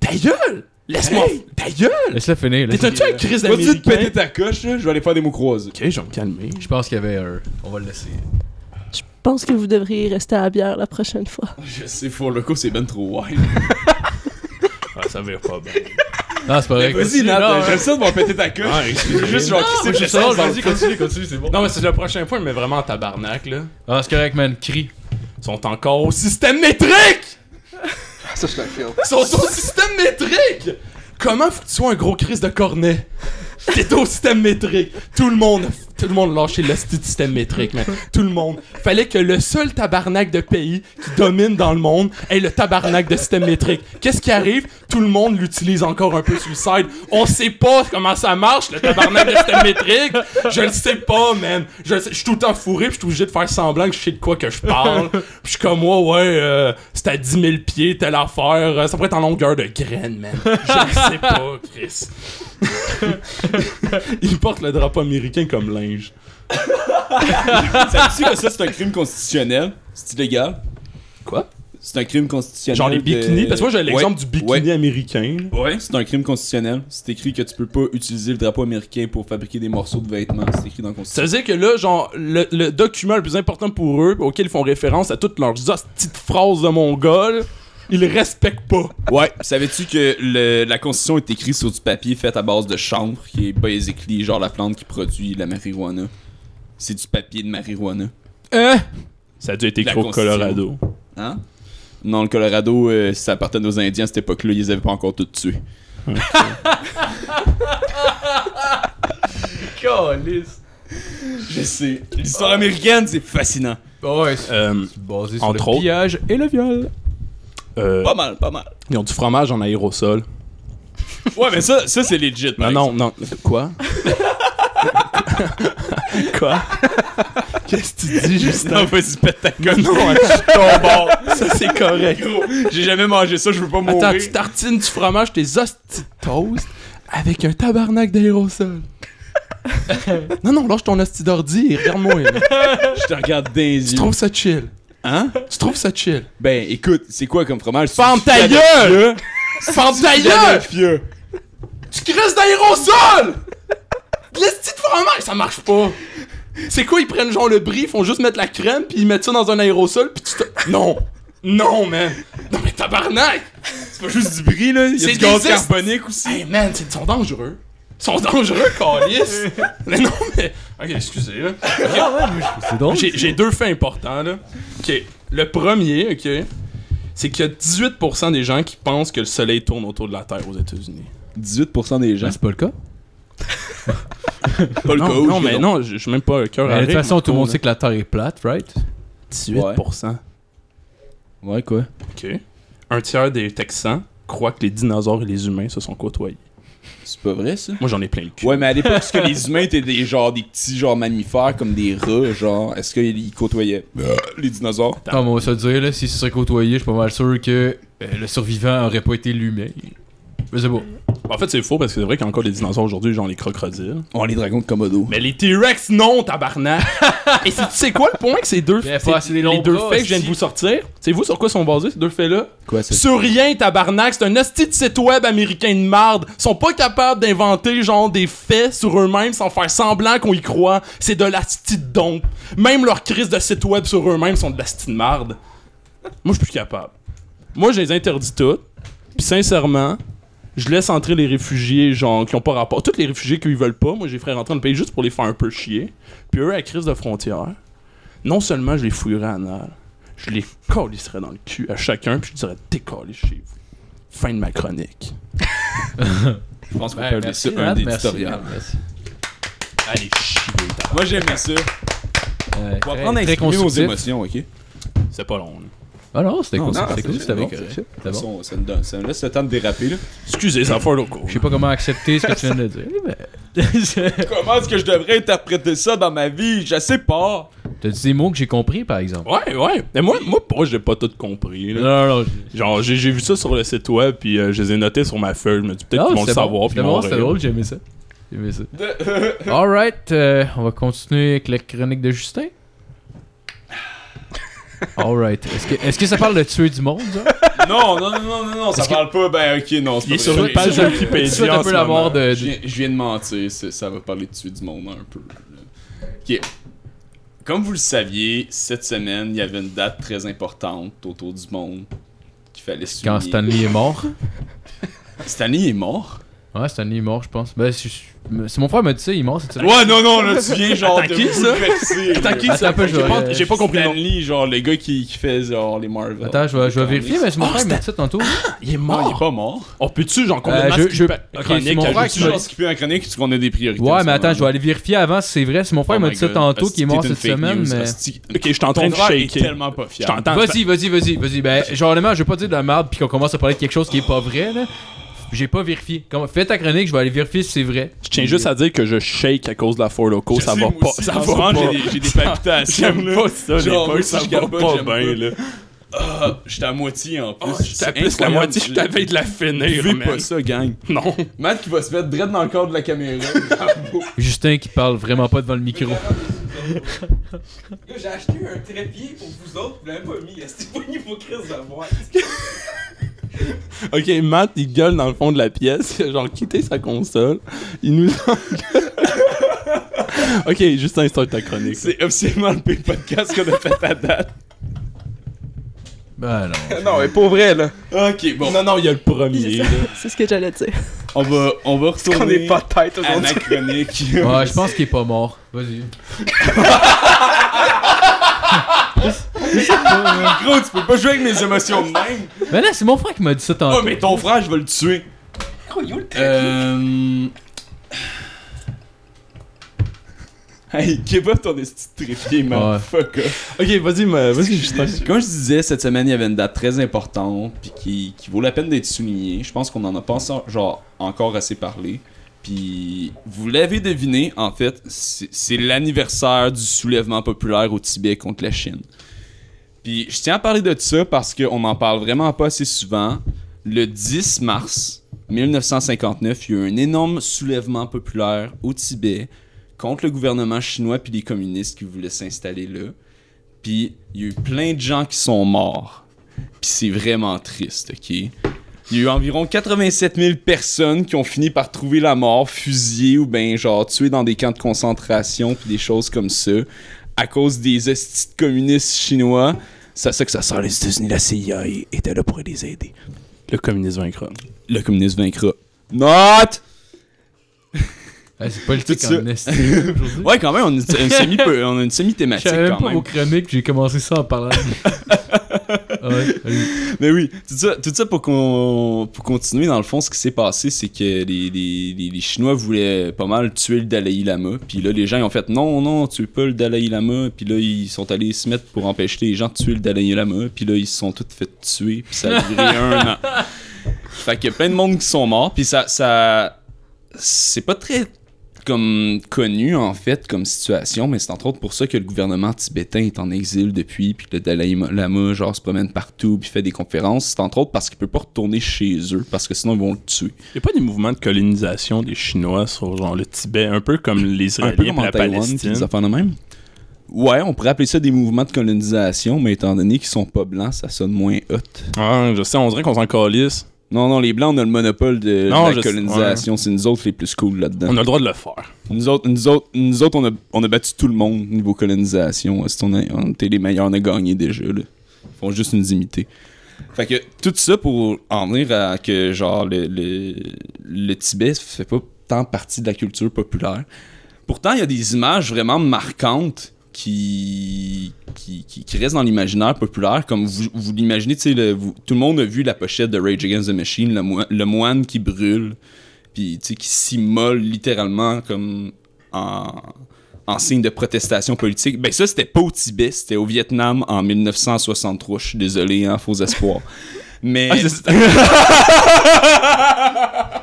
D: ta gueule! Laisse-moi! Ta gueule!
C: Laisse-le finir. laisse-le
F: T'es-tu un Chris
D: Vas-tu te péter
F: d'Américain?
D: ta coche, là? Je vais aller faire des mots croisés.
F: Ok, je vais me calmer.
C: Je pense qu'il y avait un. On va le laisser.
B: Je pense que vous devriez rester à la bière la prochaine fois.
D: Je sais, Four Loco, c'est ben trop wild.
F: Ah, ça vire pas bien.
C: Non, c'est pas vrai.
D: Vas-y,
C: Non,
D: Nat, euh,
C: ouais.
D: j'aime ça de m'en péter ta coche.
F: Ah,
D: Je veux juste, genre,
C: Moi,
D: crisser
C: je
D: le
C: suis sage,
D: sens dans le
C: vas-y, continue, continue, c'est bon.
F: Non, mais c'est le prochain point, mais vraiment en tabarnak, là.
C: Ah, c'est correct, man. Crie.
F: Ils sont encore au système métrique!
E: Ça, je la feel.
F: Ils sont au système métrique! Comment faut que tu sois un gros Chris de cornet? (laughs) T'es au système métrique! Tout le monde, tout le monde lâché le sti de système métrique, man. Tout le monde. Fallait que le seul tabarnak de pays qui domine dans le monde ait le tabarnak de système métrique. Qu'est-ce qui arrive? Tout le monde l'utilise encore un peu suicide. On sait pas comment ça marche, le tabarnak de système métrique. Je le sais pas, man. Je le sais- je suis tout le temps fourré, puis je suis obligé de faire semblant que je sais de quoi que je parle. Puis je suis comme, ouais, ouais, euh, c'est à 10 000 pieds, telle affaire. euh, ça pourrait être en longueur de graine, man. Je le sais pas, Chris. Il porte le drapeau américain comme linge.
D: Savais-tu que ça, c'est un crime constitutionnel? C'est illégal?
F: Quoi?
D: C'est un crime constitutionnel.
F: Genre les
D: de-
F: bikinis. Parce que moi, j'ai l'exemple
D: Ouais,
F: du bikini
D: ouais.
F: américain.
D: Ouais, c'est un crime constitutionnel. C'est écrit que tu peux pas utiliser le drapeau américain pour fabriquer des morceaux de vêtements. C'est écrit dans la
F: Ça
D: constitution.
F: veut dire que là, genre, le, le document le plus important pour eux, auquel ils font référence à toutes leurs petites phrases de mongol, ils le respectent pas.
D: Ouais, savais-tu que le- la constitution est écrite sur du papier fait à base de chanvre, qui est basically genre la plante qui produit la marijuana. C'est du papier de marijuana.
F: Hein? Ça a dû être
D: La
F: écrit au
D: Constitution.
F: Colorado.
D: Hein? Non, le Colorado, euh, ça appartenait aux Indiens à cette époque-là, ils les avaient pas encore tous (laughs) tués.
C: Calice.
D: Je sais. L'histoire américaine, c'est fascinant.
C: Ouais, c'est
F: Euh,
C: basé sur
F: Entre
C: le
F: autres.
C: pillage et le viol.
F: euh,
D: Pas mal, pas mal.
F: ils ont du fromage en aérosol.
D: Ouais, mais ça, ça c'est legit.
F: Ah Non, non, non. (laughs) Quoi? Quoi? Qu'est-ce que tu dis, Justin?
D: Non, vas-y, pète ta gueule.
F: ton bord. Ça, c'est correct.
D: Gros, J'ai jamais mangé ça, je veux pas mourir.
F: Attends, tu tartines du fromage, tes hosties de toast avec un tabarnak (laughs) d'aérosol. non, non, lâche ton hostie d'ordi et regarde-moi. là.
D: je te regarde dans les
F: Tu
D: yeux.
F: trouves ça chill.
D: Hein?
F: Tu trouves ça chill.
D: Ben, écoute, c'est quoi comme fromage?
F: Ferme ta (laughs) gueule! Ferme ta gueule!
D: Philadelphia.
F: Tu crisses d'aérosol! De L'hostie de fromage, ça marche pas. C'est quoi, ils prennent genre le brie, ils font juste mettre la crème, puis ils mettent ça dans un aérosol, puis tu te... (laughs) Non! Non, man! Non, mais tabarnak!
D: C'est pas juste du bris, là. Il y a
F: C'est
D: du gaz
F: des est-
D: carbonique aussi.
F: Hey man, c'est- ils sont dangereux. Ils sont dangereux, (laughs) calice. mais non, mais. Ok, excusez, là.
C: C'est drôle.
F: J'ai j'ai deux faits importants, là. Ok, le premier, ok, c'est qu'il y a 18% des gens qui pensent que le soleil tourne autour de la Terre aux États-Unis.
D: 18% des gens.
C: Ben, c'est pas le cas.
D: pas le
F: Non,
D: cas où
F: non,
D: je
F: mais
D: l'ai.
F: non, je suis même pas un cœur à
C: Mais de toute
F: rire,
C: façon, tout le monde
F: là.
C: sait que la terre est plate, right?
F: 18%.
D: Ouais, quoi.
F: Ok. Un tiers des Texans croient que les dinosaures et les humains se sont côtoyés.
D: C'est pas vrai, ça?
F: Moi, j'en ai plein le cul.
D: Ouais, mais à l'époque, est-ce que les humains étaient des, genre, des petits genre mammifères comme des rats, genre, est-ce qu'ils côtoyaient euh, les dinosaures?
C: Non, mais on va se le dire, là, s'il se serait côtoyé, je suis pas mal sûr que euh, le survivant aurait pas été l'humain. Mais c'est bon.
F: En fait, c'est faux parce que c'est vrai qu'il y a encore des dinosaures aujourd'hui, genre les crocodiles.
D: Oh, les dragons de Komodo.
F: Mais les T-Rex, non, tabarnak! (laughs) Et c'est- tu sais quoi le point que ces deux,
C: Il y avait
F: ces-
C: Ben, pas assez des
F: les
C: longs
F: deux
C: bras,
F: faits que je viens de
C: si.
F: vous sortir, c'est vous sur quoi sont basés ces deux faits-là?
D: Quoi, c'est
F: Sur rien, tabarnak, c'est un hostie de site web américain de marde. Ils sont pas capables d'inventer, genre, des faits sur eux-mêmes sans faire semblant qu'on y croit. C'est de la hostie de dompe. Même leurs crises de site web sur eux-mêmes sont de la hostie de marde. Moi, je suis plus capable. Moi, je les interdis toutes. Puis sincèrement, je laisse entrer les réfugiés, genre, qui ont pas rapport. Tous les réfugiés qu'ils veulent pas, moi, je les ferai rentrer dans le pays juste pour les faire un peu chier. Puis eux, à la crise de frontières, non seulement je les fouillerai à nerfs, je les colisserai dans le cul à chacun, puis je dirais décoller chez vous. Fin de ma chronique.
D: Je pense qu'on
C: Ben,
D: peut appeler
C: merci,
D: ça un
C: Nat, merci,
D: éditorial.
C: Nat, merci.
F: Allez, chier, t'as-
D: Moi, j'aimais ça.
C: Euh,
D: Pour
C: très-
D: apprendre à
C: très
D: exprimer nos
C: constructif.
D: émotions, ok?
F: C'est pas long. là.
C: Ah non, c'était
D: Non,
C: cool,
D: non,
C: c'était
D: c'est-
C: cool, c'était
D: c'est
C: bon.
D: correct,
C: C'était
D: Ça,
C: bon.
D: on- ça me donne- ça me laisse le temps de déraper, là. (laughs)
F: Excusez, ça fait un loco.
C: Je sais pas comment accepter ce que tu viens de dire,
D: (laughs)
C: mais...
D: Comment est-ce que je devrais interpréter ça dans ma vie? Je sais pas.
C: T'as dit des mots que j'ai compris, par exemple.
F: Ouais, ouais. Mais moi, moi pour j'ai pas tout compris.
C: Non,
F: là.
C: non, non.
F: Genre, j'ai j'ai vu ça sur le site web, puis euh, je les ai notés sur ma feuille. Je me dis peut-être qu'ils vont le savoir, puis
C: C'était
F: ils vont
C: bon, c'était
F: rire.
C: drôle, j'ai aimé ça. J'ai aimé ça. (laughs) Alright, euh, on va continuer avec la chronique de Justin. Alright. Est-ce que, est-ce que ça parle de tuer du monde, ça?
D: Non, non, non, non, non, non, ça parle pas. Ben, ok, non, c'est
F: Il
D: pas
F: est sur
D: vrai.
F: une page
D: Je-
C: Tu
F: Wikipédia.
C: souhaites un
F: en
C: peu
F: ce
C: la
F: moment.
C: mort de.
D: Je viens, je viens de mentir, c'est- ça va parler de tuer du monde un peu. là. Ok. Comme vous le saviez, cette semaine, il y avait une date très importante autour du monde qu'il fallait
C: (laughs)
D: souligner.
C: Quand Stanley est mort.
D: Stanley est mort?
C: Ouais, Stanley est mort, je pense. Ben, c'est c'est mon frère m'a dit ça, il est mort cette semaine.
D: Ouais, non, non, là, tu viens genre
F: Attends,
D: de
F: qui, ça?
D: bouleverser, là.
F: T'as qui
C: Attends
F: ça
C: un peu, je
F: J'ai
C: vais-
F: pas, j'ai pas compris. le nom.
D: Stanley, genre le gars qui, qui fait genre les Marvel.
C: Attends, je vais, je vais vérifier, mais c'est mon
F: Oh,
C: frère m'a
F: c'était-
C: dit ça tantôt.
F: Il est
D: Non, il est
F: mort.
D: pas mort.
F: On peut-tu, genre, complètement
C: Euh, je- je-
F: skipper-
C: ok,
F: chronique,
C: c'est mon
F: à
D: On
C: frère
D: va
F: juste-
C: qui m'a-
D: genre skipper en chronique parce qu'on a des priorités. en
C: Ouais,
D: ce
C: mais attends,
D: moment.
C: je vais aller vérifier avant si c'est vrai. C'est mon frère
D: Oh
C: m'a
D: my
C: dit ça
D: God.
F: Ah,
C: tantôt qu'il est mort
D: Hostie,
C: cette
D: t'es une fake
C: semaine,
D: news,
C: mais. (laughs)
D: hostie.
F: Ok, je suis en train
D: Ton
F: de
D: frère est
F: shaker.
D: tellement pas
F: Je
D: fier.
F: t'entends.
C: Vas-y, vas-y, vas-y, vas-y. Ben, genre, honnêtement, je veux pas dire de la merde puis qu'on commence à parler de quelque chose qui est pas vrai, là. J'ai pas vérifié. Comme- Fais ta chronique, je vais aller vérifier si c'est vrai.
F: Je tiens juste à dire que je shake à cause de la Ford Loco.
D: Je
F: Ça
D: sais,
F: va
D: moi
F: pas.
D: aussi,
F: Ça
D: en ce
F: va
D: moment,
F: pas.
D: J'ai des, j'ai des palpitations.
F: J'aime
D: là.
F: pas ça, les
D: Genre,
F: bugs,
D: moi,
F: ça
D: je
F: va
D: capote,
F: pas Ah,
D: j'aime
F: bien, là.
D: pas. Ah, j'étais à moitié en plus.
F: Je
D: C'est
F: t'ai plus la
D: incroyable.
F: moitié, je t'avais de la finir,
D: Vivez
F: man.
D: pas ça, gang.
F: (laughs) Non.
D: Matt qui va se mettre direct dans le cadre de la (laughs) caméra.
C: Justin qui parle vraiment pas devant le micro.
A: Yo, j'ai acheté un trépied pour vous autres, vous l'avez pas mis, c'était pas une hypocrisie de moi.
F: Ok, Matt, il gueule dans le fond de la pièce. (laughs) il a Genre, quitter sa console. Il nous (laughs) Ok, juste un de ta chronique.
D: C'est absolument le pire podcast qu'on a fait à date.
C: Ben non.
E: (laughs) Non, mais pour vrai, là.
D: Ok, bon.
F: Non, non, il y a le premier.
B: C'est ce que j'allais dire.
D: On va, on va
E: Qu'on
D: retourner
E: est pas tête
D: à la
E: aujourd'hui.
D: chronique.
C: Ouais, je pense qu'il est pas mort. Vas-y.
D: Gros, tu peux pas jouer avec mes émotions de même.
C: Mais Ben là, c'est mon frère qui m'a dit ça
D: Oh,
C: tantôt.
D: mais ton frère, je vais le tuer. Euh. Hey, give up ton esti de trépied, man.
C: Ouais.
D: Fuck off.
F: Ok, vas-y, mais- vas-y, Justin.
D: Comme je disais, cette semaine, il y avait une date très importante puis qui, qui vaut la peine d'être soulignée. Je pense qu'on en a pas en- genre, encore assez parlé. Puis, vous l'avez deviné, en fait, c'est c'est l'anniversaire du soulèvement populaire au Tibet contre la Chine. Puis, je tiens à parler de ça parce qu'on n'en parle vraiment pas assez souvent. Le 10 mars 1959, il y a eu un énorme soulèvement populaire au Tibet contre le gouvernement chinois puis les communistes qui voulaient s'installer là. Puis il y a eu plein de gens qui sont morts. Puis c'est vraiment triste, ok? Il y a eu environ 87 000 personnes qui ont fini par trouver la mort, fusillées ou ben genre tuées dans des camps de concentration puis des choses comme ça à cause des hosties de communistes chinois. C'est à ça que ça sert les États-Unis, la CIA était là pour les aider.
F: Le communisme vaincra.
D: Le communisme vaincra. Not!
C: Ah, c'est politique
D: Tout ça.
C: en esti,
D: (laughs)
C: aujourd'hui.
D: Ouais, quand même, on a une, une semi- on a une
C: Je
D: semi-thématique
C: savais même
D: Ah, quand
C: pas
D: même.
C: vos chroniques, j'ai commencé ça en
D: (laughs)
C: parlant. de- ouais, allez.
D: Mais oui, tout ça, tout ça pour, qu'on, pour continuer, dans le fond, ce qui s'est passé, c'est que les, les- les- les Chinois voulaient pas mal tuer le Dalai Lama. Puis là, les gens ils ont fait non, non, tuez pas le Dalai Lama. Puis là, ils sont allés se mettre pour empêcher les gens de tuer le Dalai Lama. Puis là, ils se sont tous fait tuer. Puis ça a duré un an. Fait qu'il y a plein de monde qui sont morts. Puis ça. ça c'est pas très comme connu en fait comme situation, mais c'est entre autres pour ça que le gouvernement tibétain est en exil depuis, puis que le Dalai Lama genre se promène partout, puis fait des conférences. C'est entre autres parce qu'il peut pas retourner chez eux, parce que sinon ils vont le tuer.
F: Y a pas des mouvements de colonisation des Chinois sur genre le Tibet, un peu comme les
D: Un
F: Israéliens
D: peu
F: et
D: comme en
F: la
D: Taïwan, puis des
F: Palestine.
D: affaires de même. Ouais, on pourrait appeler ça des mouvements de colonisation, mais étant donné qu'ils sont pas blancs, ça sonne moins hot.
F: Ah, je sais, on dirait qu'on s'en calisse.
D: Non, non, les blancs, on a le monopole de
F: Non,
D: la
F: je-
D: colonisation. C'est nous autres les plus cool là-dedans.
F: On a le droit de le faire.
D: Nous autres, nous autres, nous autres on, a, on a battu tout le monde niveau colonisation. hein, Si on, a, on était les meilleurs, on a gagné déjà. Là. Ils font juste nous imiter. Fait que tout ça pour en venir à que genre le, le, le Tibet fait pas tant partie de la culture populaire. Pourtant, il y a des images vraiment marquantes qui, qui, qui, qui restent dans l'imaginaire populaire. Comme vous, vous l'imaginez, tu sais, le- vous- tout le monde a vu la pochette de Rage Against the Machine, le, moi- le moine qui brûle, puis tu sais, qui s'immole littéralement comme en, en signe de protestation politique. Ben ça, c'était pas au Tibet, c'était au Vietnam en 1963. Je suis désolé, hein,
F: (laughs)
D: faux espoir.
F: Ah,
D: Mais... (laughs)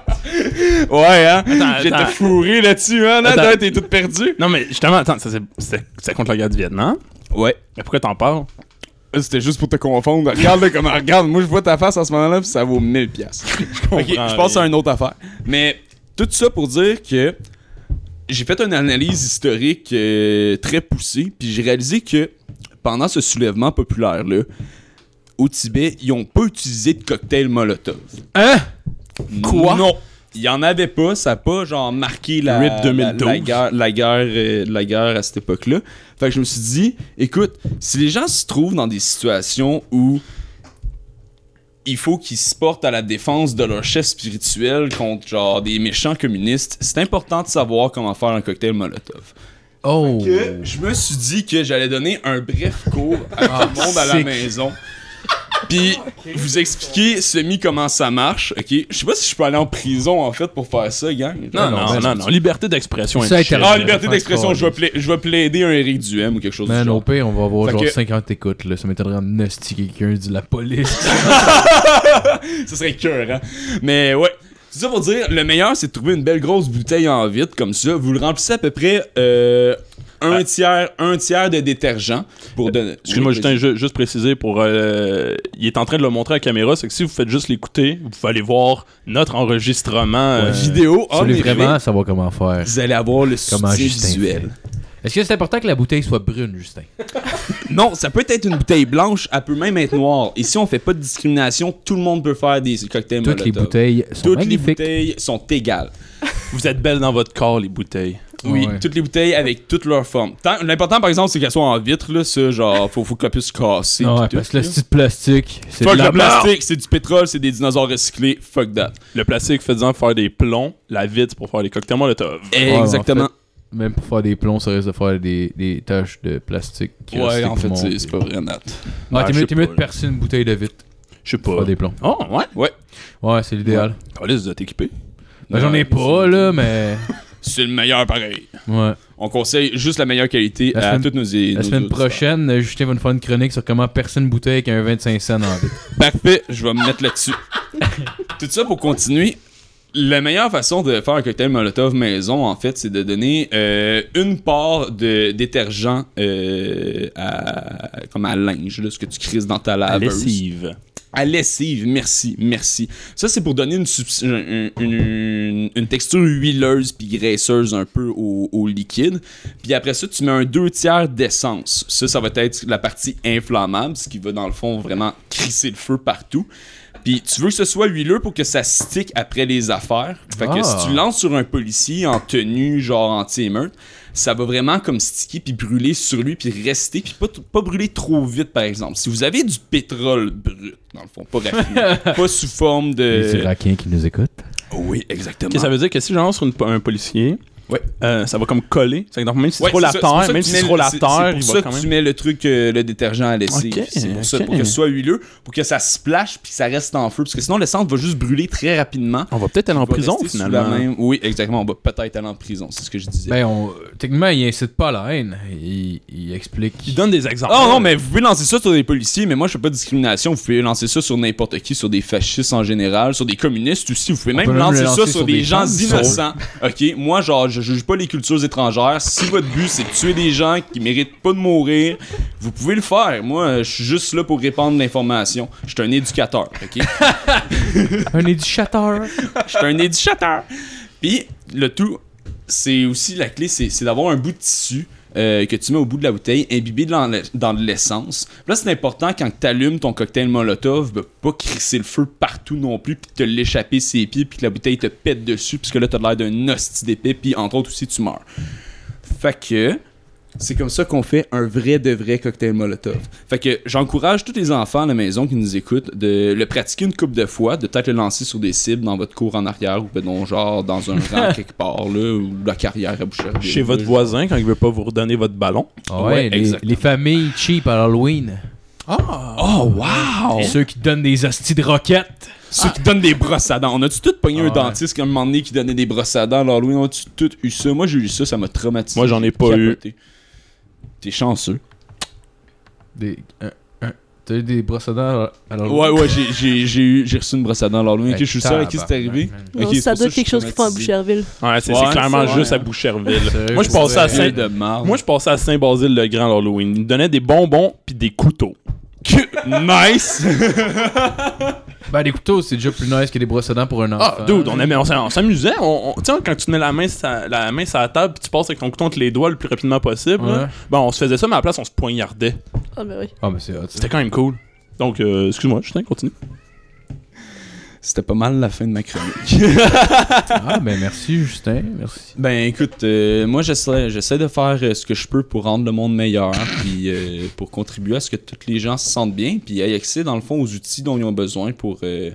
D: ouais, hein?
F: Attends,
D: J'étais
F: attends.
D: fourré là-dessus, hein? là,
F: Attends.
D: toi, t'es tout perdu.
F: Non, mais justement, attends, ça, c'est- c'était c'était contre la guerre du Vietnam.
D: Ouais.
F: Mais pourquoi t'en parles
D: C'était juste pour te confondre. Regarde-le comment. Regarde, moi je vois ta face en ce moment-là, puis ça vaut 1000 pièces. ok, (laughs) je passe à une autre affaire. Mais tout ça pour dire que j'ai fait une analyse historique euh, très poussée, puis j'ai réalisé que pendant ce soulèvement populaire-là, au Tibet, ils ont pas utilisé de cocktail Molotov.
C: Hein?
D: Quoi? Non. Il y en avait pas, ça a pas genre marqué la,
F: RIP
D: la-
F: 2012.
D: la guerre, la, guerre, euh, la guerre à cette époque-là. Fait que je me suis dit, écoute, si les gens se trouvent dans des situations où il faut qu'ils se portent à la défense de leur chef spirituel contre genre des méchants communistes, c'est important de savoir comment faire un cocktail Molotov.
C: Oh.
D: Que Euh, je me suis dit que j'allais donner un bref cours à tout le monde à la
C: sick.
D: maison. Puis vous expliquer semi comment ça marche, ok? Je sais pas si je peux aller en prison en fait pour faire ça, gang.
F: Non, non, Ah, non, non, Liberté d'expression.
C: Ça
F: et
C: intéresse.
F: shit.
D: Ah,
C: Je
D: liberté
C: pense
D: d'expression,
C: pas,
D: je vais pla- je vais plaider un Eric Duhem ou quelque chose
C: Man,
D: du
C: au
D: genre.
C: pire, on va avoir
D: Fait
C: genre
D: que-
C: 50 écoutes, là. Ça m'étonnerait en esti que quelqu'un dit la police.
D: Ça serait cœur, hein? Mais ouais. C'est ça pour dire, le meilleur, c'est de trouver une belle grosse bouteille en vitre comme ça. Vous le remplissez à peu près euh,
C: Ah.
D: un, tiers, un tiers de détergent
C: Euh,
D: pour donner.
F: Excuse-moi,
D: Oui,
F: Justin, ju- juste préciser pour. euh, il est en train de le montrer à la caméra, c'est que si vous faites juste l'écouter, vous pouvez aller voir notre enregistrement. euh,
D: vas-y. vidéo,
C: Tu
D: en
C: voulais
D: effet,
C: vraiment savoir comment faire.
D: vous allez avoir le
C: Comment
D: soutien
C: Justin
D: visuel.
C: fait. Est-ce que c'est important que la bouteille soit brune, Justin?
D: Non, ça peut être une bouteille blanche, elle peut même être noire. Ici, on fait pas de discrimination, tout le monde peut faire des cocktails
C: Toutes les
D: Molotov.
C: bouteilles sont
D: Toutes les
C: magnifiques.
D: bouteilles sont égales.
F: Vous êtes belle dans votre corps, les bouteilles.
D: Oui,
C: Ah Ouais.
D: toutes les bouteilles avec toutes leurs formes. Tant- L'important, par exemple, c'est qu'elles soient en vitre, là, ça, genre, faut, faut qu'elles puissent casser.
C: Non,
D: pis
C: Ah ouais,
D: tout,
C: parce que le
D: là.
C: style plastique, c'est de
D: Fuck
C: la
D: le
C: merde.
D: plastique, c'est du pétrole, c'est des dinosaures recyclés, fuck that.
F: Le plastique faisant faire des plombs, la vitre pour faire des cocktails Molotov.
C: Ah, en
D: Exactement.
C: Même pour faire des plombs, ça risque de faire des, des taches de plastique. qui
D: ouais,
C: restent
D: en fait,
C: écumées.
D: c'est c'est pas vrai, Nat.
C: Ah,
F: Ouais,
C: t'es
F: je
C: mieux,
F: sais
C: t'es mieux
F: pas,
C: de
F: là.
C: percer une bouteille de vite.
F: Je sais
C: Pour
F: pas.
C: faire des plombs.
F: Oh, ouais.
D: Ouais.
C: Ouais, c'est l'idéal.
F: Allez, vous êtes équipés.
C: Ben, J'en ai pas, là,
D: (laughs)
C: mais.
D: Euh, C'est le meilleur pareil.
C: Ouais.
D: On conseille juste la meilleure qualité
C: La
D: à
C: semaine-
D: toutes nos
C: La semaine prochaine, euh, Justin va nous faire une chronique sur comment percer une bouteille avec un 25 cents
D: Euh,
C: en vitre.
D: Parfait, je vais me mettre là-dessus. Tout ça pour continuer. La meilleure façon de faire un cocktail Molotov maison, en fait, c'est de donner euh, une part de détergent euh, à, comme à linge, là, ce que tu crises dans ta
F: La
D: laveuse.
F: lessive.
D: À lessive, merci, merci. Ça, c'est pour donner une, subs- une, une- une texture huileuse puis graisseuse un peu au, au liquide. Puis après ça, tu mets un deux tiers d'essence. Ça, ça va être la partie inflammable, ce qui va, dans le fond, vraiment crisser le feu partout. Puis tu veux que ce soit huileux pour que ça stick après les affaires. Fait que
C: Ah.
D: si tu lances sur un policier en tenue genre anti-émeute, ça va vraiment comme sticker puis brûler sur lui puis rester puis pas, t- pas brûler trop vite par exemple. Si vous avez du pétrole brut dans le fond,
F: (laughs)
D: pas raffiné, pas sous forme
C: Les
D: de
C: Irakiens qui nous écoutent.
D: Oui, exactement.
F: Ok, ça veut dire que si je lance sur une- un policier,
D: Ouais.
F: euh, ça va comme coller. C'est que donc, même si c'est
D: Ouais,
F: trop la
D: ça, pour ça
F: terre,
D: que
F: même
D: tu
F: si
D: mets
F: c'est
D: le-
F: trop la
D: c'est- c'est
F: terre,
D: pour
F: il
D: ça
F: va
D: que
F: quand
D: tu
F: même.
D: mets le truc euh, le détergent à lessive.
F: Ok,
D: c'est pour ça
F: ok.
D: pour que ce soit huileux, pour que ça splash puis ça reste en feu parce que sinon le centre va juste brûler très rapidement.
F: On va peut-être aller en
D: Va
F: prison
D: rester sous la
F: finalement.
D: même- Oui, exactement, on va peut-être aller en prison, c'est ce que je disais.
C: Ben, on... techniquement, il incite pas à la haine. Il, il explique.
F: Il donne des exemples.
D: Oh non, mais vous pouvez lancer ça sur des policiers, mais moi je fais pas de discrimination. Vous pouvez lancer ça sur n'importe qui, sur des fascistes en général, sur des communistes aussi. Vous pouvez même,
C: peut même
D: lancer,
C: le lancer
D: ça sur
C: sur
D: des,
C: des
D: gens
C: gens qui sont-
D: innocents. ok, moi genre, je juge pas les cultures étrangères. Si votre but c'est de tuer des gens qui méritent pas de mourir, vous pouvez le faire. Moi, je suis juste là pour répandre l'information. Je suis un éducateur. Ok,
C: Un (laughs) éducateur.
D: je suis un éducateur. Puis le tout, c'est aussi la clé, c'est c'est d'avoir un bout de tissu euh, que tu mets au bout de la bouteille, imbibé de l'en- dans de l'essence. Puis Là, c'est important quand tu allumes ton cocktail Molotov, de pas crisser le feu partout non plus, puis te l'échapper ses pieds, puis que la bouteille te pète dessus, puisque là, t'as l'air d'un hostie d'épée, puis entre autres aussi, tu meurs. Fait que. C'est comme ça qu'on fait un vrai de vrai cocktail Molotov. Fait que j'encourage tous les enfants à la maison qui nous écoutent de le pratiquer une coupe de fois, de peut-être le lancer sur des cibles dans votre cour en arrière ou ben non, genre dans
F: (laughs)
D: un rang quelque part là ou la carrière à Boucherville.
F: Chez
D: là,
F: votre
D: genre.
F: voisin, quand il veut pas vous redonner votre ballon.
C: Ah ouais,
D: Ouais,
C: les,
D: exactement.
C: les familles cheap à Halloween.
D: Oh wow!
C: Ceux qui donnent des hosties de roquettes.
D: Ceux qui donnent des brosses à dents. On a-tu tout pogné
C: Ah
D: un
C: ouais.
D: dentiste qui, à un moment donné qui donnait des brosses à dents? Alors Louis, on a-tu tout eu ça? Moi j'ai eu ça, ça m'a traumatisé.
F: Moi, j'en ai
D: J'ai
F: pas eu.
D: capoté. T'es chanceux.
C: Des. un- un- T'as eu des brosses à dents à Halloween?
D: Ouais, ouais, j'ai- j'ai j'ai eu- j'ai reçu une brosse à dents à Louis. Ok, je suis le seul à qui c'est
C: Tabarnak,
D: arrivé.
C: man.
D: Ok,
B: Non,
D: c'est
B: ça
D: pour
B: doit
D: que
B: être
D: je
B: quelque
D: suis
B: chose qu'ils font à
D: traumatisé.
B: Boucherville.
F: Ouais, c'est
D: Ouais,
F: c'est clairement
D: c'est
F: juste
D: vrai.
F: à Boucherville.
C: Sérieux,
F: Moi, je pensais à
D: Vieux
F: Saint-
D: de marde.
F: Moi, je passais à Saint-Basile-le-Grand l'Halloween. (laughs) Ils me donnaient des bonbons puis des couteaux.
D: nice!
C: Ben, des couteaux, c'est déjà plus nice que des brosses à dents pour un enfant.
F: Ah, dude, on, aimait- on s'am- on s'amusait. On, on- tu sais, quand tu mets la main, sa- la main sur la table puis tu passes avec ton couteau entre les doigts le plus rapidement possible, là,
C: Ouais.
F: ben, on se faisait ça, mais à la place, on se poignardait.
B: Ah, ben oui.
C: Ah, mais c'est hot. ça.
F: C'était quand même cool. Donc, euh, excuse-moi, Justin, continue.
D: C'était pas mal la fin de ma chronique.
C: Ah, ben merci, Justin. Merci.
D: ben écoute, euh, moi j'essaie j'essaie de faire euh, ce que je peux pour rendre le monde meilleur, puis euh, pour contribuer à ce que toutes les gens se sentent bien, puis aient accès dans le fond aux outils dont ils ont besoin pour euh,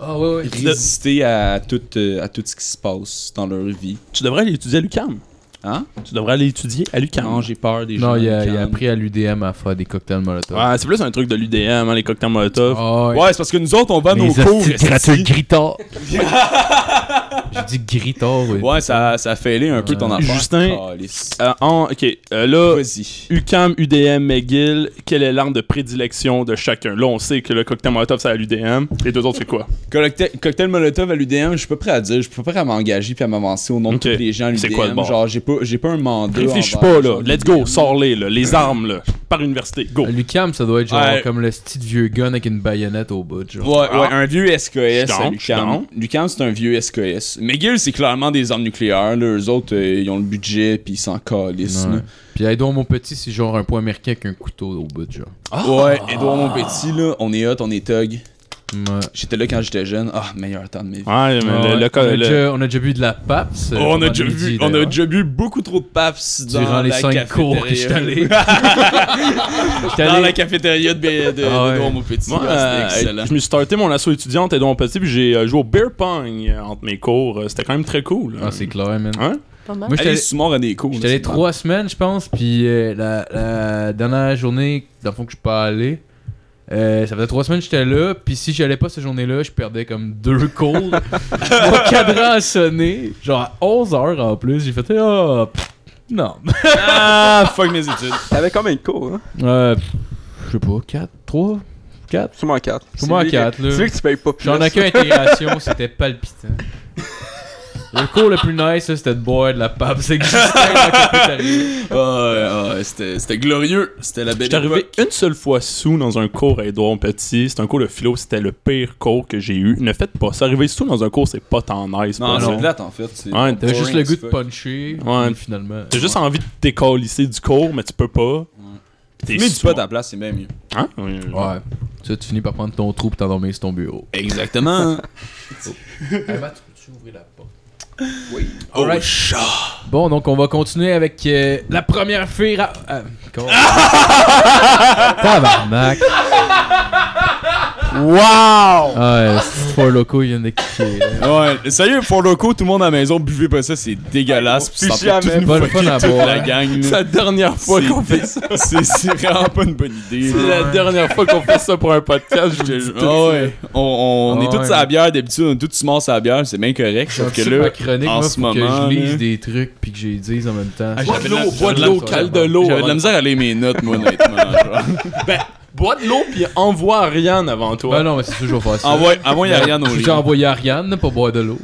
C: Ah, ouais, ouais.
D: résister à tout, euh, à tout ce qui se passe dans leur vie.
F: Tu devrais aller étudier à l'UCAM.
D: Hein?
F: Tu devrais aller étudier à l'UCAM.
D: Quand j'ai peur des gens.
C: Non, il a,
D: qui
C: il a
D: en-
C: appris à l'UDM à faire des cocktails molotov.
F: Ouais, c'est plus un truc de l'UDM, hein, les cocktails Molotov.
C: Ah,
D: Ouais, c'est parce que nous autres, on va
C: Les
D: nos cours.
C: hosties de gratteux
D: esti. (laughs)
C: gritard. J'ai dit gritard, oui.
D: Ouais, ça, ça a fêlé un peu ton affaire.
F: Euh, Justin-
D: Calisse.
F: Euh, en- ok, euh, là,
D: Vas-y.
F: UCAM, UDM, McGill, quelle est l'arme de prédilection de chacun Là, on sait que le cocktail Molotov, c'est à l'UDM. Les deux autres, c'est quoi
D: Cocktail, cocktail Molotov à l'UDM, je suis pas prêt à dire, je suis pas prêt à m'engager puis à m'avancer au nom
F: Ok.
D: de tous les gens à l'UDM.
F: C'est quoi le bord?
D: Genre, j'ai pas, j'ai pas un mandat.
F: Réfléchis
D: envers
F: pas,
D: les
F: là.
D: gens de
F: Let's go,
D: l'UDM.
F: sors-les, là. Les armes, là. Par université, go.
C: À Lucam, ça doit être genre
D: Ouais.
C: comme le style vieux gun avec une baïonnette au bout. Genre.
D: Ouais,
F: Ah.
D: ouais, un vieux SKS
F: Je suis
D: à
F: down, je suis
D: Lucam.
F: down.
D: Lucam, c'est un vieux SKS. McGill, c'est clairement des armes nucléaires. Là. Eux autres, euh, ils ont le budget puis ils s'en calissent.
C: Ouais.
D: là.
C: Puis Edouard mon petit, c'est genre un point américain avec un couteau au bout, genre.
D: Ouais, Edouard mon petit, là, on est hot, on est thug.
C: Ouais.
D: J'étais là quand j'étais jeune. Ah, meilleur temps de mes vies.
F: Ouais, mais
C: Ouais.
F: le, le,
C: on, a
F: le-
C: déjà, on a déjà bu de la PAPS. euh,
D: Oh, on, a déjà vu, on a déjà bu beaucoup trop de paps
C: Durant
D: dans
C: les
D: la
C: cinq
D: cafétéria.
C: cours que j'étais
D: (laughs)
C: allé.
D: dans la cafétéria de, B- de, de
C: Ah ouais.
D: Edouard Maupetit.
F: Moi,
D: Ah,
F: euh,
D: c'était excellent.
F: je me suis starté mon assaut étudiante et donc petit, puis j'ai euh, joué au beer pong euh, entre mes cours. Euh, C'était quand même très cool.
C: Ah, c'est clair, man.
F: Hein?
B: Pas
C: Moi,
B: mal.
C: j'étais
D: Allez,
C: allé-
D: souvent, on a des cours.
C: j'étais allé trois semaines, je pense. Puis euh, la, la dernière journée, dans le fond, que je suis pas allé. euh, ça faisait trois semaines que j'étais là, puis si j'allais pas cette journée-là, je perdais comme deux (laughs) cours. Mon cadran a sonné, genre à 11h en plus. J'ai fait, ah, pff, non.
D: Ah, fuck mes
C: (laughs)
D: études.
E: T'avais combien de cours, hein?
C: Euh, pff, je sais pas, 4, 3, 4.
E: Sûrement 4.
C: Sûrement quatre, là.
E: C'est lui que tu payes pas plus.
C: J'en ai qu'un intégration, c'était palpitant. Le cours le plus nice, là, c'était de boire de la pape. C'est existant dans la cafétéria.
D: Ah, ah, c'était c'était glorieux. C'était la belle
F: J'étais
D: époque.
F: arrivé une seule fois sous dans un cours à Édouard Petit. C'était un cours de philo, c'était le pire cours que j'ai eu. Ne faites pas ça. Arriver sous dans un cours, c'est pas tant nice.
D: Non,
C: Ah,
F: pas
D: c'est
F: ça.
D: plate en fait. c'est-
F: Ouais,
C: T'avais juste
D: boring
C: le
D: as
C: goût de
D: fuck.
C: puncher,
F: Ouais.
C: puis finalement.
F: T'as juste envie de décalisser du cours, mais tu peux pas. T'es
D: Mais du
F: sous.
D: pot à la place, c'est bien mieux.
F: Hein? Oui, oui.
C: Ouais. Tu sais, tu finis par prendre ton trou pis t'endormir sur ton bureau.
D: Exactement. oh,
C: Alright.
D: chat.
C: Bon, donc on va continuer avec euh, la première fille. ra- euh,
D: (laughs)
C: comment- Tabarnak.
D: Wow!
C: Ah, c'est fort locaux, il vient de kicker. là.
D: (laughs) Ouais, sérieux, pour locaux, tout le monde à la maison, buvez pas ça, c'est dégueulasse.
E: Puis jamais.
D: toute
C: Pas le fun à boire.
D: la gang.
F: C'est la dernière fois qu'on fait
D: ça. (laughs) C'est c'est vraiment pas une bonne idée.
F: C'est la dernière fois qu'on fait ça pour un podcast. je vous le dis tout de
D: Ah
F: suite.
D: ouais. On, on
C: Ah
D: est tous
C: ouais.
D: à la bière d'habitude, on est tous morts à la bière, c'est bien correct.
C: Sauf
D: Sauf que
C: ma
D: là,
C: chronique,
D: en
C: moi,
D: ce
C: faut que
D: moment,
C: je lise
D: là-
C: des trucs puis que je les dise en même temps.
D: Ah,
F: Bois de
D: j'avais de
F: l'eau,
D: la-
F: bois de
D: j'avais de
F: l'eau,
D: la-
F: cale de l'eau.
D: j'avais de la misère à lire mes notes, moi,
C: (laughs)
D: honnêtement. genre.
F: Ben, bois de l'eau puis envoie Ariane avant toi.
C: Ben non, mais c'est toujours facile.
D: Envoie, envoie Ariane au
C: Je
D: lit.
C: t'ai envoyé à Ariane pour boire de
F: (laughs)
C: l'eau.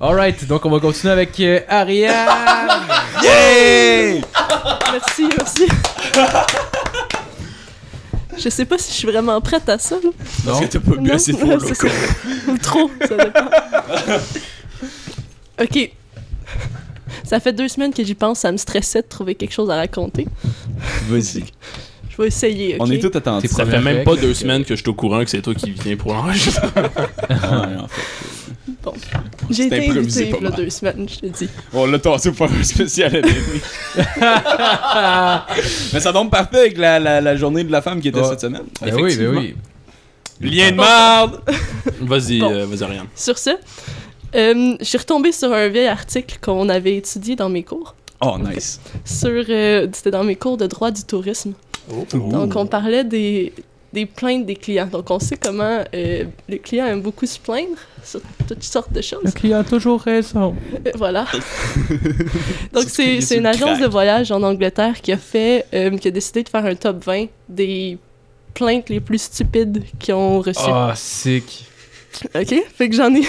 C: Alright, donc on va continuer avec euh, Ariane.
D: Yeah!
B: Merci, merci. (laughs) Je sais pas si je suis vraiment prête à ça, là.
C: non,
D: Parce que t'as pas bu
B: Non,
D: assez pour
B: c'est
D: locaux.
B: ça. (laughs) Trop, ça dépend. OK. Ça fait deux semaines que j'y pense, ça me stressait de trouver quelque chose à raconter.
D: Vas-y.
B: Je vais essayer, OK?
D: On est tous attentifs.
F: Ça fait
C: Première
F: même pas
C: règle, c'est
F: deux
C: que-
F: semaines que je suis au courant que c'est toi qui viens pour l'enregistrer.
D: Ouais, en fait.
B: J'ai
D: c'est
B: été
D: improvisé
B: invitée,
D: pas
B: là,
D: mal.
B: deux semaines, je te dis.
D: On l'a tassé pour faire un spécial
C: (laughs)
D: à l'ennemi. Mais ça tombe parfait avec la, la, la journée de la femme qui était
C: Ouais.
D: cette semaine.
C: Ben oui, ben oui.
D: (laughs) Lien de marde!
F: Vas-y,
B: Bon.
F: euh, vas-y Ariane.
B: Sur ce, euh, je suis retombée sur un vieil article qu'on avait étudié dans mes cours.
D: Oh, nice.
B: Sur, euh, c'était dans mes cours de droit du tourisme. Donc, on parlait des, des plaintes des clients. Donc, on sait comment euh, les clients aiment beaucoup se plaindre sur toutes sortes de choses.
C: client a toujours raison.
B: Euh,
D: (laughs)
B: voilà. Donc,
D: Surtout qu'il
B: c'est
D: est
B: c'est
D: sur
B: une
D: le
B: agence
D: crack.
B: de voyage en Angleterre qui a fait, euh, qui a décidé de faire un top 20 des plaintes les plus stupides qu'ils ont reçues.
C: Ah, sick.
B: (laughs) OK? Fait que j'en ai.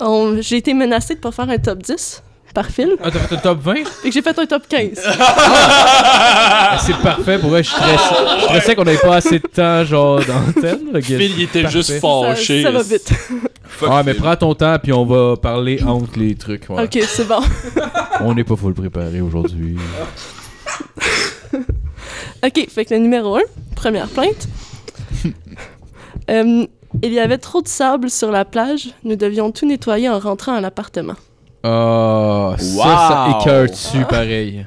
B: On- J'ai été menacée de pas faire un top 10 par fil.
C: Ah, t'as fait le top 20?
B: Fait que j'ai fait un top 15.
C: Ah, c'est parfait, pour vrai, je suis très- je suis très sûr qu'on n'avait pas assez de temps, genre, d'antenne. le
F: Phil, il était juste
C: Parfait.
B: ça,
F: fâché.
B: ça va vite.
C: Ouais, mais prends ton temps, puis on va parler entre les trucs. ouais.
B: Ok, c'est bon.
C: On n'est pas full préparé aujourd'hui.
B: OK, fait que le numéro 1, première
C: (laughs)
B: plainte. Euh, il y avait trop de sable sur la plage. Nous devions tout nettoyer en rentrant à l'appartement.
C: Ah, ça, ça
D: Wow.
C: écœure-tu, pareil.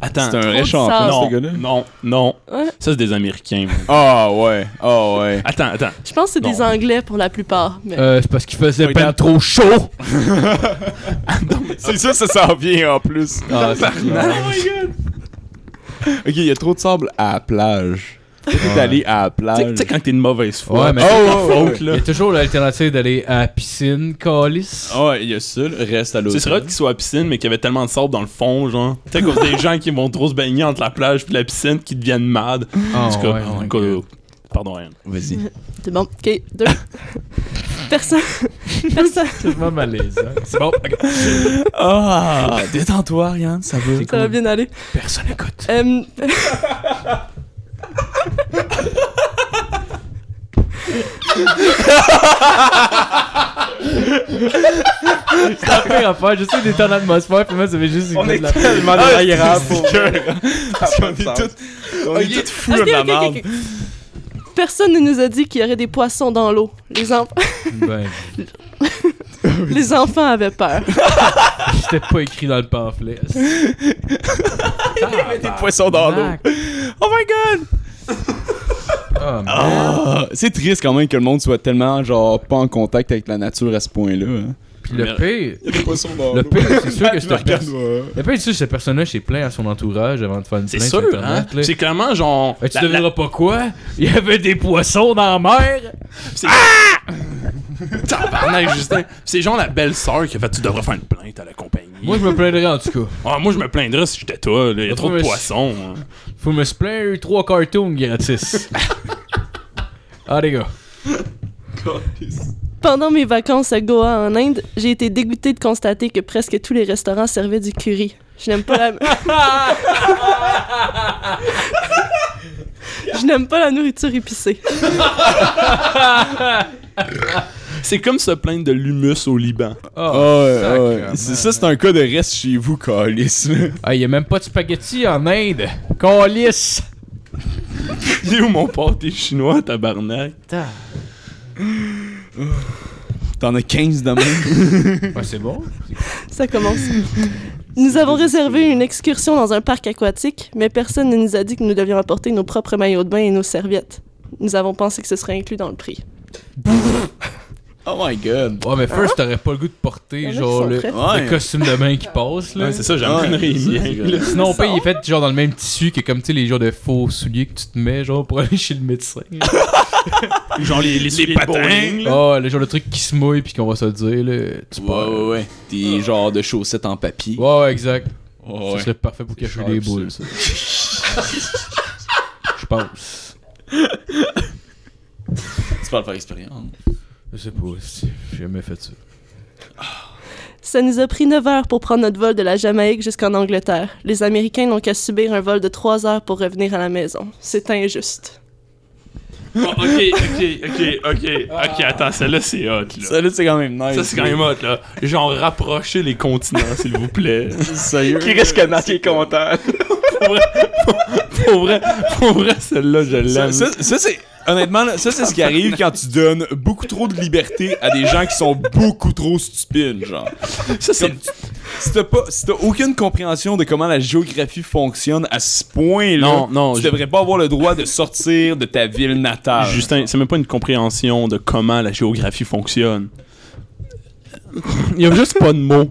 F: Attends.
D: Ah, C'est un
B: Trop
D: vrai
B: de
D: champion,
B: sable.
D: ce gars-là.
F: Non, non, non.
B: Ouais.
F: Ça, c'est des Américains. man.
D: Ah ouais, ah ouais.
F: attends, attends.
B: Je pense que c'est des
F: Non.
B: Anglais pour la plupart. Mais...
C: Euh, c'est parce qu'il faisait
D: Oui,
C: pas
D: dans-
C: trop chaud.
D: C'est ça, ça s'en vient en plus.
C: Ah, c'est
D: Ok, il y a trop de sable à la (laughs) plage. T'es
C: Ouais.
D: allé à
F: Tu
D: la
F: sais-
D: plage.
F: tu sais, quand t'es de mauvaise foi.
C: Ouais, Ah, mais
D: Oh, ouais, ouais.
C: il y a toujours l'alternative d'aller à la piscine, calice.
D: Ah ouais, il y a ça, le reste à l'autre.
F: C'est serait qu'il soit à la piscine, mais qu'il y avait tellement de sable dans le fond, genre. Tu sais, comme des gens qui vont trop se baigner entre la plage et la piscine qui deviennent mad.
C: Ah,
F: En
D: Oh,
F: tout cas,
C: ouais,
F: en
C: my
F: tout cas,
C: God.
F: pardon, Ryan.
D: Vas-y.
B: C'est bon. OK,
C: (laughs)
B: deux. Personne. Personne.
C: C'est vraiment malaisant. (laughs) C'est bon, ok.
D: Ah, détends-toi, Ariane, ça va.
B: Ça va bien aller.
C: personne écoute.
B: Euh,
C: C'est la pire affaire. Je sais que t'es en atmosphère, puis moi, ça fait juste
A: On
C: écouter
A: est
C: de la
A: tellement
D: Ah,
A: délirant
D: c'est
A: pour
D: sûr. (laughs)
E: (laughs)
A: Parce
D: qu'on est tous- On est tous fous
B: ok,
D: de la
B: ok, ok,
D: merde.
B: ok. Personne ne nous a dit qu'il y aurait des poissons dans l'eau. Les, enf-
C: Ben,
B: les enfants avaient peur.
C: c'était pas écrit dans le pamphlet.
D: Il y a des poissons dans l'eau. Oh my god!
C: Oh, man.
D: Ah, c'est triste quand même que le monde soit tellement, genre, pas en contact avec la nature à ce point-là. hein.
C: Puis le pire,
D: Il y a des poissons dans
C: le
D: l'eau.
C: pire, c'est
D: (laughs)
C: sûr que
D: Tu me
C: cette
D: regardes,
C: personne.
D: ouais.
C: Le pire, c'est sûr que cette personne-là, c'est plein à son entourage avant de faire une
F: C'est
C: plainte
F: sûr,
C: sur
F: hein?
C: Internet, là.
F: C'est clairement genre.
C: Euh, tu
F: la- la-
C: devineras pas quoi? Il y avait des poissons dans la mer!
F: c'est- Tabarnak, Justin. Puis C'est genre la belle-sœur qui a fait Tu devrais faire une plainte à la compagnie.
C: Moi, je me plaindrais en tout cas.
F: Ah, moi, je me plaindrais si j'étais toi. là. Il y a
C: Moi,
F: trop de
C: je-
F: poissons. hein.
C: Faut me se plaindre trois cartoons gratis. ah, les gars.
B: Pendant mes vacances à Goa en Inde, j'ai été dégoûtée de constater que presque tous les restaurants servaient du curry. Je n'aime pas la Je n'aime pas la nourriture épicée.
F: C'est comme se plaindre de l'humus au Liban.
D: Ah
C: Ah,
D: ouais,
C: Sacrement.
D: ouais. C'est- Ça, c'est un cas de reste chez vous, Calis.
C: ah, y a même pas de spaghettis en Inde. Calice!
F: Il est où mon pâté chinois, tabarnak?
D: T'en as 15 demain.
C: Ouais, c'est bon.
B: Ça commence. Nous avons réservé une excursion dans un parc aquatique, mais personne ne nous a dit que nous devions apporter nos propres maillots de bain et nos serviettes. Nous avons pensé que ce serait inclus dans le prix.
D: (laughs) oh my god.
C: Ouais, mais first, t'aurais pas le goût de porter,
B: Il y en a qui
C: genre,
B: sont
C: le,
B: prêts.
C: le
D: Ouais.
C: costume de bain qui passe, là.
F: Ouais, c'est ça, j'en
D: Ouais.
F: ai rien.
C: Sinon, on paye, il est fait genre dans le même tissu que comme tu sais, les genres de faux souliers que tu te mets genre pour (laughs) aller chez le médecin.
B: (laughs)
F: Genre les, les, les patins. là.
C: Ah, le genre de truc qui se mouille puis qu'on va se le dire là. Tu
D: Ouais,
C: perds.
D: ouais, ouais.
F: Ah.
D: Des genres de chaussettes en papier.
C: Ouais, ouais, exact.
D: Ouais,
C: Ça
D: ouais.
C: serait parfait pour cacher
D: sharp,
C: les boules, ça. Je pense.
D: Tu parles par expérience.
C: Je sais pas si j'ai jamais fait ça.
B: Ça nous a pris 9 heures pour prendre notre vol de la Jamaïque jusqu'en Angleterre. Les Américains n'ont qu'à subir un vol de 3 heures pour revenir à la maison. C'est injuste.
F: Bon, Ah, ok, ok, ok, ok. Ok, attends, celle-là, c'est hot, là.
D: Ça, là, c'est quand même nice.
F: Ça, c'est quand même hot, là. Genre, rapprochez les continents, s'il vous plaît. (laughs)
D: Sérieux.
E: Qui risque que Nat est content?
F: Pour vrai, pour vrai celle-là, je
D: Ça,
F: l'aime.
D: ça, ça, c'est. Honnêtement, là, ça, c'est ce qui arrive quand tu donnes beaucoup trop de liberté à des gens qui sont beaucoup trop stupides, genre.
F: Ça, c'est.
D: Comme- Si t'as pas, si t'as aucune compréhension de comment la géographie fonctionne à ce point-là,
F: Non, non,
D: tu
F: je-
D: devrais pas avoir le droit de sortir de ta ville natale.
F: Ah, Justin, c'est même pas une compréhension de comment la géographie fonctionne. Il y a juste pas de mots.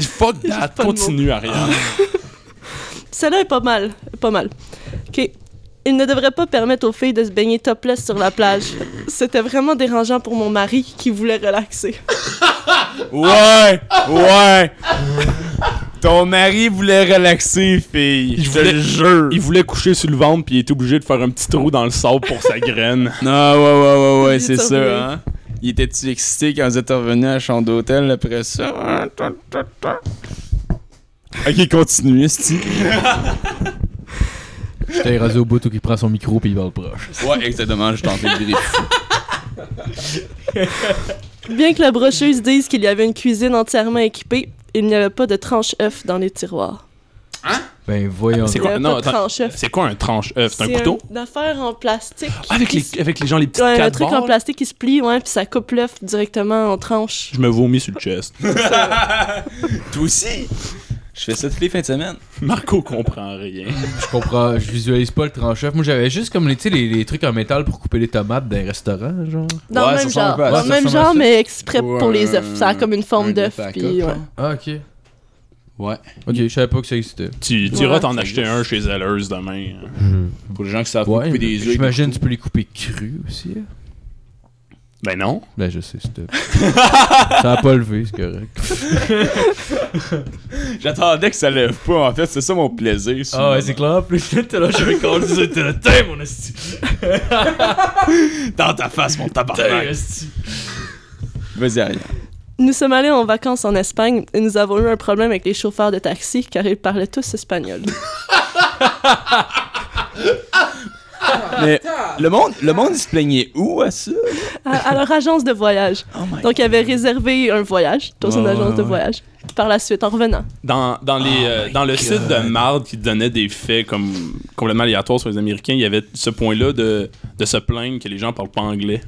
F: Fuck that,
B: pas de
F: continue, Ariane.
B: Celle-là est pas mal. Pas mal. OK. Il ne devrait pas permettre aux filles de se baigner topless sur la plage. C'était vraiment dérangeant pour mon mari qui voulait relaxer.
D: Ouais, ouais. Ton mari voulait relaxer, fille.
F: Il
D: Je te
F: voulait-
D: le jure.
F: Il voulait coucher sur le ventre, puis il était obligé de faire un petit trou dans le sable pour sa graine.
D: Non, ouais, ouais, ouais, ouais,
B: Il
D: c'est
B: est revenu.
D: ça, hein. Il était-tu excité quand vous êtes revenu à la chambre d'hôtel après ça? Ok, continue, Esti.
C: J'étais rasé au bout où il prend son micro puis il va le proche.
D: Ouais, exactement, je tentais de griffe.
B: Bien que la brocheuse dise qu'il y avait une cuisine entièrement équipée, il n'y avait pas de tranche œuf dans les tiroirs.
C: Ben voyons.
F: C'est
B: Il n'y
F: quoi
B: avait
F: Non,
B: pas de
F: attends.
B: tranche œuf.
F: C'est quoi un tranche œuf C'est un couteau
B: Une affaire en plastique.
F: Ah, avec
B: qui
F: les, avec les gens, les petites
B: Ouais, un
F: quatre
B: truc en
F: barres?
B: plastique qui se plie, ouais, puis ça coupe l'œuf directement en tranches.
F: Je me vomis sur le chest. (laughs)
D: Toi aussi Je fais ça toutes les fins de semaine.
F: Marco comprend rien.
C: Je comprends, je visualise pas le tranchef. Moi j'avais juste comme les, tu sais, les, les trucs en métal pour couper les tomates d'un restaurant, genre.
B: Dans
D: Ouais,
B: le
D: ça ressemble un
B: même genre,
D: peu à
B: dans
C: ça.
B: le
C: Ça
B: même
C: ressemble à
B: genre
C: ça.
B: mais exprès
D: Ou
B: pour les
D: un-
B: œufs. Ça a comme une
D: un
B: forme d'œuf,
D: œuf à
B: puis
D: coque,
B: ouais.
C: Ah ok.
D: Ouais.
C: Ok, je savais pas que ça existait.
F: Tu tu
B: Ouais.
F: iras t'en acheter un chez Zellers demain.
D: hein. Pour les gens qui savent pas
C: Hmm. Ouais.
D: couper
C: mais
D: des œufs.
C: J'imagine tu peux les couper crus aussi. hein.
F: Ben non.
C: Ben je sais, c'était. (laughs) ça a pas levé, c'est correct.
D: J'attendais que ça lève pas, en fait, c'est ça mon plaisir.
C: Ah ouais, c'est clair. Plus j'étais là, j'avais collé sur le thème, mon esti.
F: Oh
D: Dans ta face, mon tabarnak. Vas-y, Ariane.
B: Nous sommes allés en vacances en Espagne et nous avons eu un problème avec les chauffeurs de taxi car ils parlaient tous espagnol.
D: (laughs) Mais
A: Ah,
D: le monde, le monde, il se plaignait où à ça?
B: à, à leur agence de voyage.
D: Oh my
B: Donc, ils avaient réservé un voyage dans une
D: Ouais,
B: agence
D: ouais,
B: de
D: ouais.
B: voyage. Par la suite, en
D: Ah,
B: revenant.
F: Dans, dans, les, euh,
C: Oh
F: dans le site de Marde qui donnait des faits comme complètement aléatoires sur les Américains, il y avait ce point-là de, de se plaindre que les gens parlent pas anglais.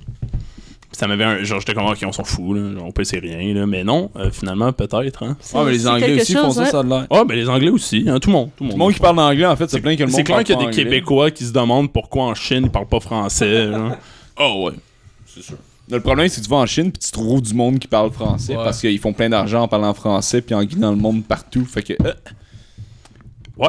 F: Ça m'avait un. Genre, j'étais comme, ok, on s'en fout, là, genre, on peut, c'est rien, là. Mais non, euh, finalement, peut-être, hein.
B: C'est-
D: Ah, mais les
B: c'est
D: Anglais
B: quelque
D: aussi font
B: chose,
D: ça,
B: ouais.
D: ça a de l'air.
F: Ah, ben les Anglais aussi, hein, tout le monde. Tout le
D: Le
F: monde.
D: monde qui parle anglais, en fait, se plaint que le monde
F: c'est clair
D: parle
F: qu'il y a
D: pas
F: des
D: anglais.
F: Québécois qui se demandent pourquoi en Chine ils parlent pas
D: (laughs)
F: français. genre.
D: Oh ouais, c'est sûr. Le problème, c'est que tu vas en Chine puis tu trouves du monde qui parle français
C: Ouais.
D: parce qu'ils font plein d'argent en parlant français puis en guidant le monde partout. Fait que. euh,
F: Ouais.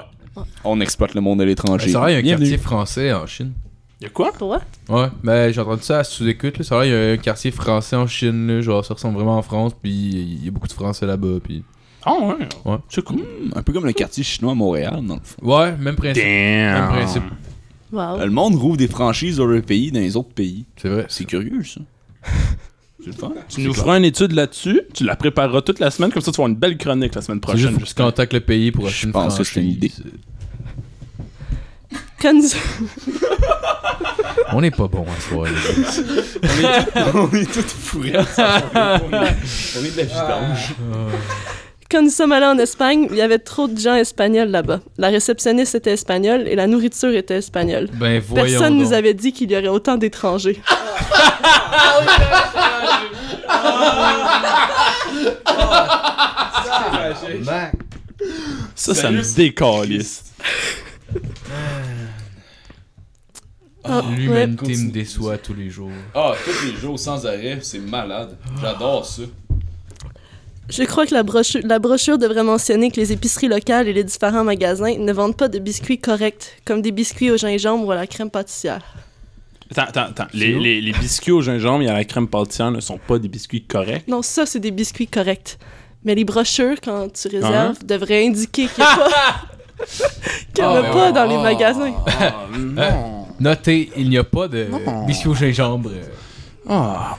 D: On exploite le monde à l'étranger.
C: Ah, C'est vrai, il y a un
D: Bienvenue.
C: quartier français en Chine.
F: Il y a quoi
B: Pour vrai?
C: Ouais, ben j'ai entendu ça à sous-écoute, là. C'est vrai, il y a un quartier français en Chine, là. Genre, ça ressemble vraiment en France, puis il y a beaucoup de Français là-bas, puis.
F: Ah, ouais.
C: Ouais.
F: C'est cool.
D: Un peu comme le quartier chinois à Montréal, dans le fond.
C: Ouais, même principe. Même principe.
F: Damn.
B: Wow.
D: Le monde rouvre des franchises dans leur pays, dans les autres pays.
C: C'est vrai.
D: C'est curieux, (laughs) ça. C'est le fun.
F: Tu nous feras une étude là-dessus, tu la prépareras toute la semaine, comme ça tu vas avoir une belle chronique la semaine
C: C'est
F: prochaine.
C: juste
F: jusqu'à-
C: contacte le pays pour
D: Je
C: acheter une
D: pense que c'est une
C: franchise.
B: Quand nous...
C: On n'est pas bon à ce soir, les gars.
D: On est tous fourrés. On est de la vidange.
B: Quand nous sommes allés en Espagne, il y avait trop de gens espagnols là-bas. La réceptionniste était espagnole et la nourriture était espagnole.
C: Ben voyons.
B: Personne nous
C: donc.
B: avait dit qu'il y aurait autant d'étrangers.
A: ah, j'ai-
F: Ça, ça me décalisse.
B: Ah, ouais.
C: L'humanité me
D: Continue.
C: déçoit tous les jours.
D: Ah, tous les jours sans arrêt, c'est malade. J'adore ça.
B: Je crois que la, brochu- la brochure devrait mentionner que les épiceries locales et les différents magasins ne vendent pas de biscuits corrects, comme des biscuits au gingembre ou à la crème pâtissière.
F: Attends, attends, attends. Les, les- les biscuits au gingembre et à la crème pâtissière ne sont pas des biscuits corrects.
B: Non, ça, c'est des biscuits corrects. Mais les brochures, quand tu
C: Ah, hein?
B: réserves, devraient indiquer
C: (laughs)
B: qu'il n'y a pas, qu'il y en a
C: Ah,
B: pas
C: ouais.
B: dans les magasins.
F: Ah, non.
C: Euh, Notez, il n'y a pas de biscuits au gingembre. euh,
F: Ah.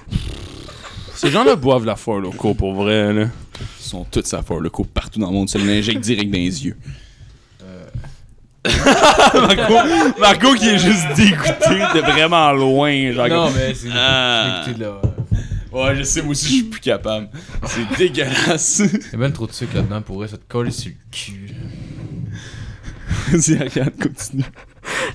F: Ces gens-là boivent la foire locaux pour vrai,
D: (laughs)
F: là.
D: Ils sont tous à faire le coup partout dans le monde. Ça l'injecte direct dans les yeux. Marco, Marco qui est juste dégoûté de vraiment loin. Genre
C: Non,
D: comme-
C: mais c'est.
D: Ah.
C: écoutez, là.
D: Ouais, je sais, moi aussi, je suis plus (laughs) capable. C'est dégueulasse.
C: Il y a ben trop de sucre là-dedans pour vrai, ça te colle sur le cul.
D: Vas-y, Ariane, continue.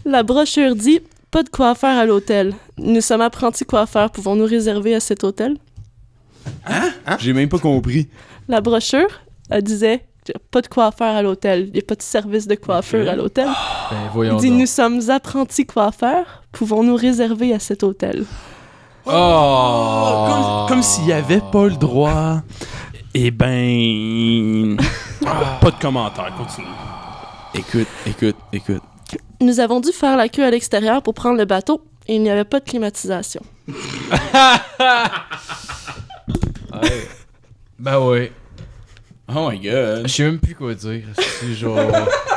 B: La brochure dit pas de coiffeur à l'hôtel. Nous sommes apprentis coiffeurs, pouvons-nous réserver à cet hôtel
D: J'ai même pas compris.
B: La brochure elle disait pas de coiffeur à l'hôtel, il n'y a pas de service de coiffeur à l'hôtel.
C: Ben
B: Il
C: voyons.
B: dit
C: donc.
B: nous sommes apprentis coiffeurs, pouvons-nous réserver à cet hôtel
C: Oh!
F: Comme s'il n'y avait pas le droit. Eh
D: (laughs)
F: ben. pas de commentaire, continue.
D: Écoute, écoute, écoute.
B: Nous avons dû faire la queue à l'extérieur pour prendre le bateau et il n'y avait pas de climatisation.
C: Ouais. Ben ouais.
D: Oh my god.
C: Je sais même plus quoi dire. C'est
F: (laughs)
C: genre.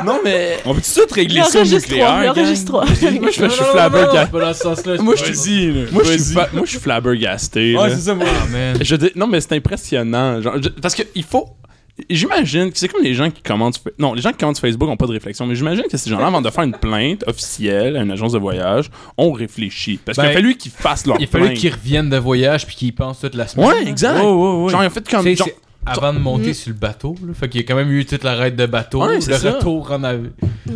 F: Non, mais.
D: On peut-tu tout régler
B: Il
D: ça au
B: enregistre trois, il
D: nucléaire, gang?
B: enregistre trois.
F: Moi, je,
C: Non,
F: je suis
C: non, non, non,
F: flabbergasté.
C: c'est pas dans ce sens-là.
F: Ah, ben, Moi, je
C: c'est
F: te
C: pas-
F: dis, là. Moi, je suis fa- moi, je suis flabbergasté.
D: Ouais,
F: là.
D: c'est ça, moi.
C: Ah, man.
F: Je dis, non, mais c'est impressionnant. genre, je- parce que il faut. J'imagine que c'est comme les gens qui commandent. sur Fa- Non, les gens qui commandent sur Facebook n'ont pas de réflexion, mais j'imagine que ces gens-là, avant de faire une plainte officielle à une agence de voyage, ont réfléchi. Parce qu'il
C: Ben,
F: a fallu qu'ils fassent leur
C: Il a
F: plainte.
C: fallu qu'ils reviennent de voyage puis qu'ils pensent toute la semaine.
F: Ouais, exact.
C: Ouais, ouais, ouais.
F: Genre, ils ont fait
C: Tu
F: comme.
C: sais,
F: genre-
C: c'est avant de monter sur le bateau, là. Fait qu'il y a quand même eu toute la raide de bateau,
F: Ouais,
C: le
F: c'est ça.
C: retour en avion.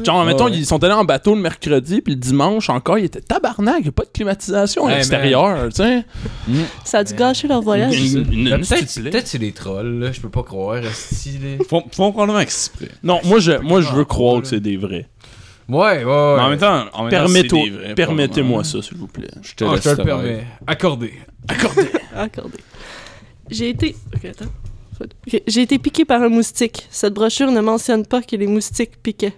F: Genre,
C: Ouais,
F: mettons,
C: ouais.
F: ils sont allés en bateau le mercredi, puis le dimanche encore, ils étaient tabarnak, il a pas de climatisation à
C: Hey,
F: l'extérieur, tu sais.
B: Ça a dû gâcher leur voyage.
F: Une- une- une
D: Ben,
F: petite
C: Ben, Peut-être
F: plaie.
C: peut-être c'est des trolls, là. Je peux pas croire. esti, là.
D: Font, font probablement exprès.
F: Non, moi, je, moi, je veux
C: Ah,
F: croire
C: ouais.
F: que c'est des vrais.
C: (laughs) Ouais, ouais, ouais.
D: Mais en même temps, en même temps,
F: Permettez-
D: c'est des vrais,
F: Permettez-moi ça, s'il vous plaît.
D: probablement. Je te,
C: Ah,
D: laisse
C: je te le
D: travailler.
C: permets. Accordé.
B: Accordé. J'ai été. Ok, attends. Ok, J'ai été piqué par un moustique. Cette brochure ne mentionne pas que les moustiques piquaient.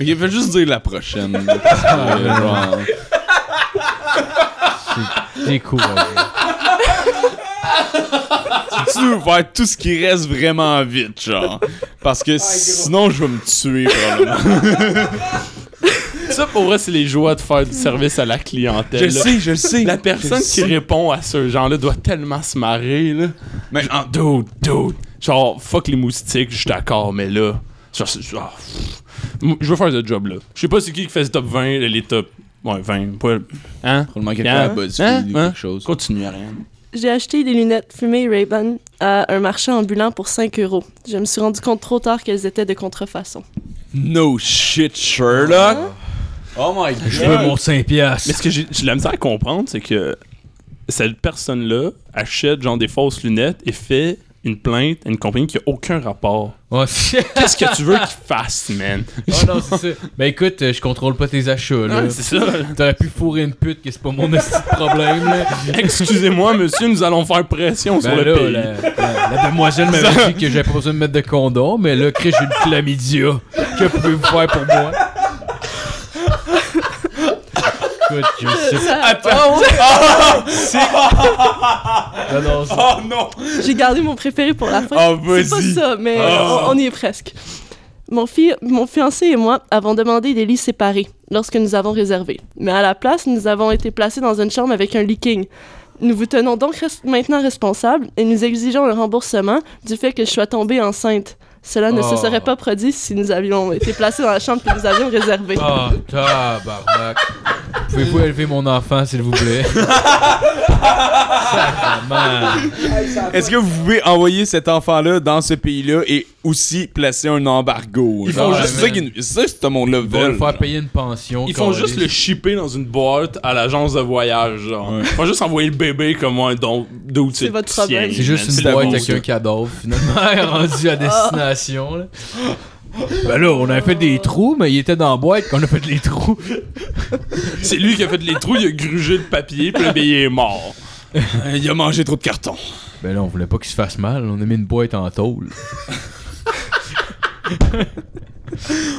D: Ok, fais juste dire la (laughs) prochaine. là, parce que, genre,
C: T'es cool.
D: tu veux faire tout ce qui reste vraiment vite, genre. Parce que sinon, je vais me tuer, probablement.
F: (laughs) Ça, pour vrai, c'est les joies de faire du service à la clientèle. là.
D: je sais.
F: La personne qui répond à ce genre-là doit tellement se marrer, là.
D: Mais en-
F: Ah, Dude, dude. Genre, fuck les moustiques, je suis d'accord, mais là. Genre, c'est- genre, pff. Moi, je veux faire ce job-là. Je sais pas c'est qui qui fait ce top 20, les top. Ouais, 20. Pas... Hein?
D: probablement quelqu'un
F: Hein?
D: à Buzzfeed
F: Hein?
D: ou
F: Hein?
D: quelque chose.
F: Continue, Ariane.
B: J'ai acheté des lunettes fumées Ray-Ban à un marchand ambulant pour 5 euros. Je me suis rendu compte trop tard qu'elles étaient de contrefaçon.
D: No shit, Sherlock. Oh my god.
C: (laughs) Je veux mon 5
F: Mais
C: piastres.
F: ce que j'ai j'ai de la misère à comprendre, c'est que cette personne-là achète genre des fausses lunettes et fait une plainte à une compagnie qui a aucun rapport.
C: Oh, (laughs) c'est-
F: Qu'est-ce que tu veux qu'il fasse, man?
C: oh non, c'est ça. Ben écoute, euh, je contrôle pas tes achats, là.
F: Ouais, c'est ça.
C: T'aurais pu fourrer une pute, que c'est pas mon esti de problème, là.
F: Excusez-moi, monsieur, nous allons faire pression sur
C: Ben
F: le
C: là,
F: pays.
C: la, la- la demoiselle (laughs) m'avait dit que j'avais pas besoin de mettre de condom, mais là, Chris, j'ai une chlamydia. Que pouvez-vous faire pour moi? Écoute, je sais Ah pas. Non, non, c'est-
D: Oh non!
B: (laughs) J'ai gardé mon préféré pour la fin.
D: Oh,
B: C'est pas
D: vas-y.
B: ça, mais
D: Ah.
B: on, on y est presque. Mon, fi- mon fiancé et moi avons demandé des lits séparés lorsque nous avons réservé. Mais à la place, nous avons été placés dans une chambre avec un lit king. Nous vous tenons donc res- maintenant responsables et nous exigeons le remboursement du fait que je sois tombée enceinte. Cela ne se
D: Ah.
C: Oh.
B: serait pas produit si nous avions été placés dans la chambre que nous avions réservée.
C: Ah, tabarnak. Pouvez-vous élever mon enfant, s'il vous (laughs) plaît? Sacrement.
D: Est-ce que vous pouvez envoyer cet enfant-là dans ce pays-là et aussi placer un embargo?
F: Ils
D: genre?
F: font
D: C'est
F: juste-
D: ça qu'ils- c'est ça que ce monde-là
C: Ils veulent
D: veut.
C: faire payer une pension.
F: Ils font
C: câlisse.
F: juste le shipper dans une boîte à l'agence de voyage, genre. Ils font juste envoyer le bébé comme un don d'où
B: C'est votre problème.
C: C'est juste une boîte avec un cadavre, finalement, (laughs) rendu à destination. Là. Ben là, on a fait des trous, mais il était dans la boîte qu'on a fait les trous.
F: C'est lui qui a fait les trous, il a grugé le papier, puis le bébé est mort.
D: (laughs) Il a mangé trop de carton.
C: Ben là, on voulait pas qu'il se fasse mal, on a mis une boîte en tôle.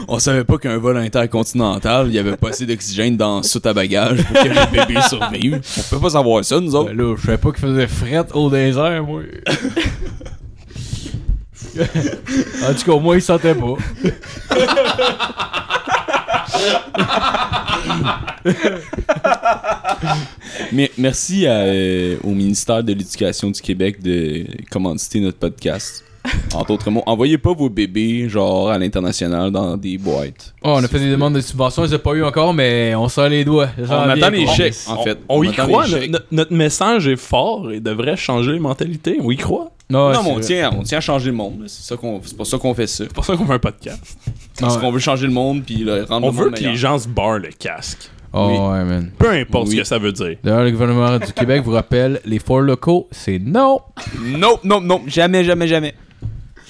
D: On savait pas qu'un vol intercontinental, il y avait pas assez d'oxygène dans soute à bagages pour que le (laughs) bébé survive. On peut pas savoir ça, nous autres.
C: Ben là, je savais pas qu'il faisait frette au désert,
D: (laughs)
C: moi. en tout cas, moi, il sentait pas.
D: Mais merci à, euh, au ministère de l'Éducation du Québec de commanditer notre podcast. En d'autres mots, envoyez pas vos bébés, genre, à l'international dans des boîtes.
C: Oh, on a fait des demandes de subventions, ils ont pas eu encore, mais on sort les doigts. J'en
D: On attend
C: viens
D: les
C: pas.
D: chèques, en fait.
F: On, y
D: attend
F: croit,
D: les
F: no-
D: chèques.
F: no- notre message est fort et devrait changer les mentalités. On y croit.
C: Non,
D: non, mais on
C: c'est
D: tient, on tient à changer le monde. là. C'est ça qu'on, c'est pour ça qu'on fait ça.
F: C'est pour ça qu'on fait un podcast.
D: Parce
C: Ouais.
D: qu'on veut changer le monde puis le rendre
F: On
D: le
F: veut
D: monde
F: que
D: meilleur.
F: les gens se barrent le casque.
C: Oh,
D: Oui.
C: ouais, man.
F: Peu importe
D: Oui.
F: ce que ça veut dire.
C: D'ailleurs, le gouvernement du Québec vous rappelle, les fours locaux, c'est non.
D: Non, non, non, jamais, jamais, jamais.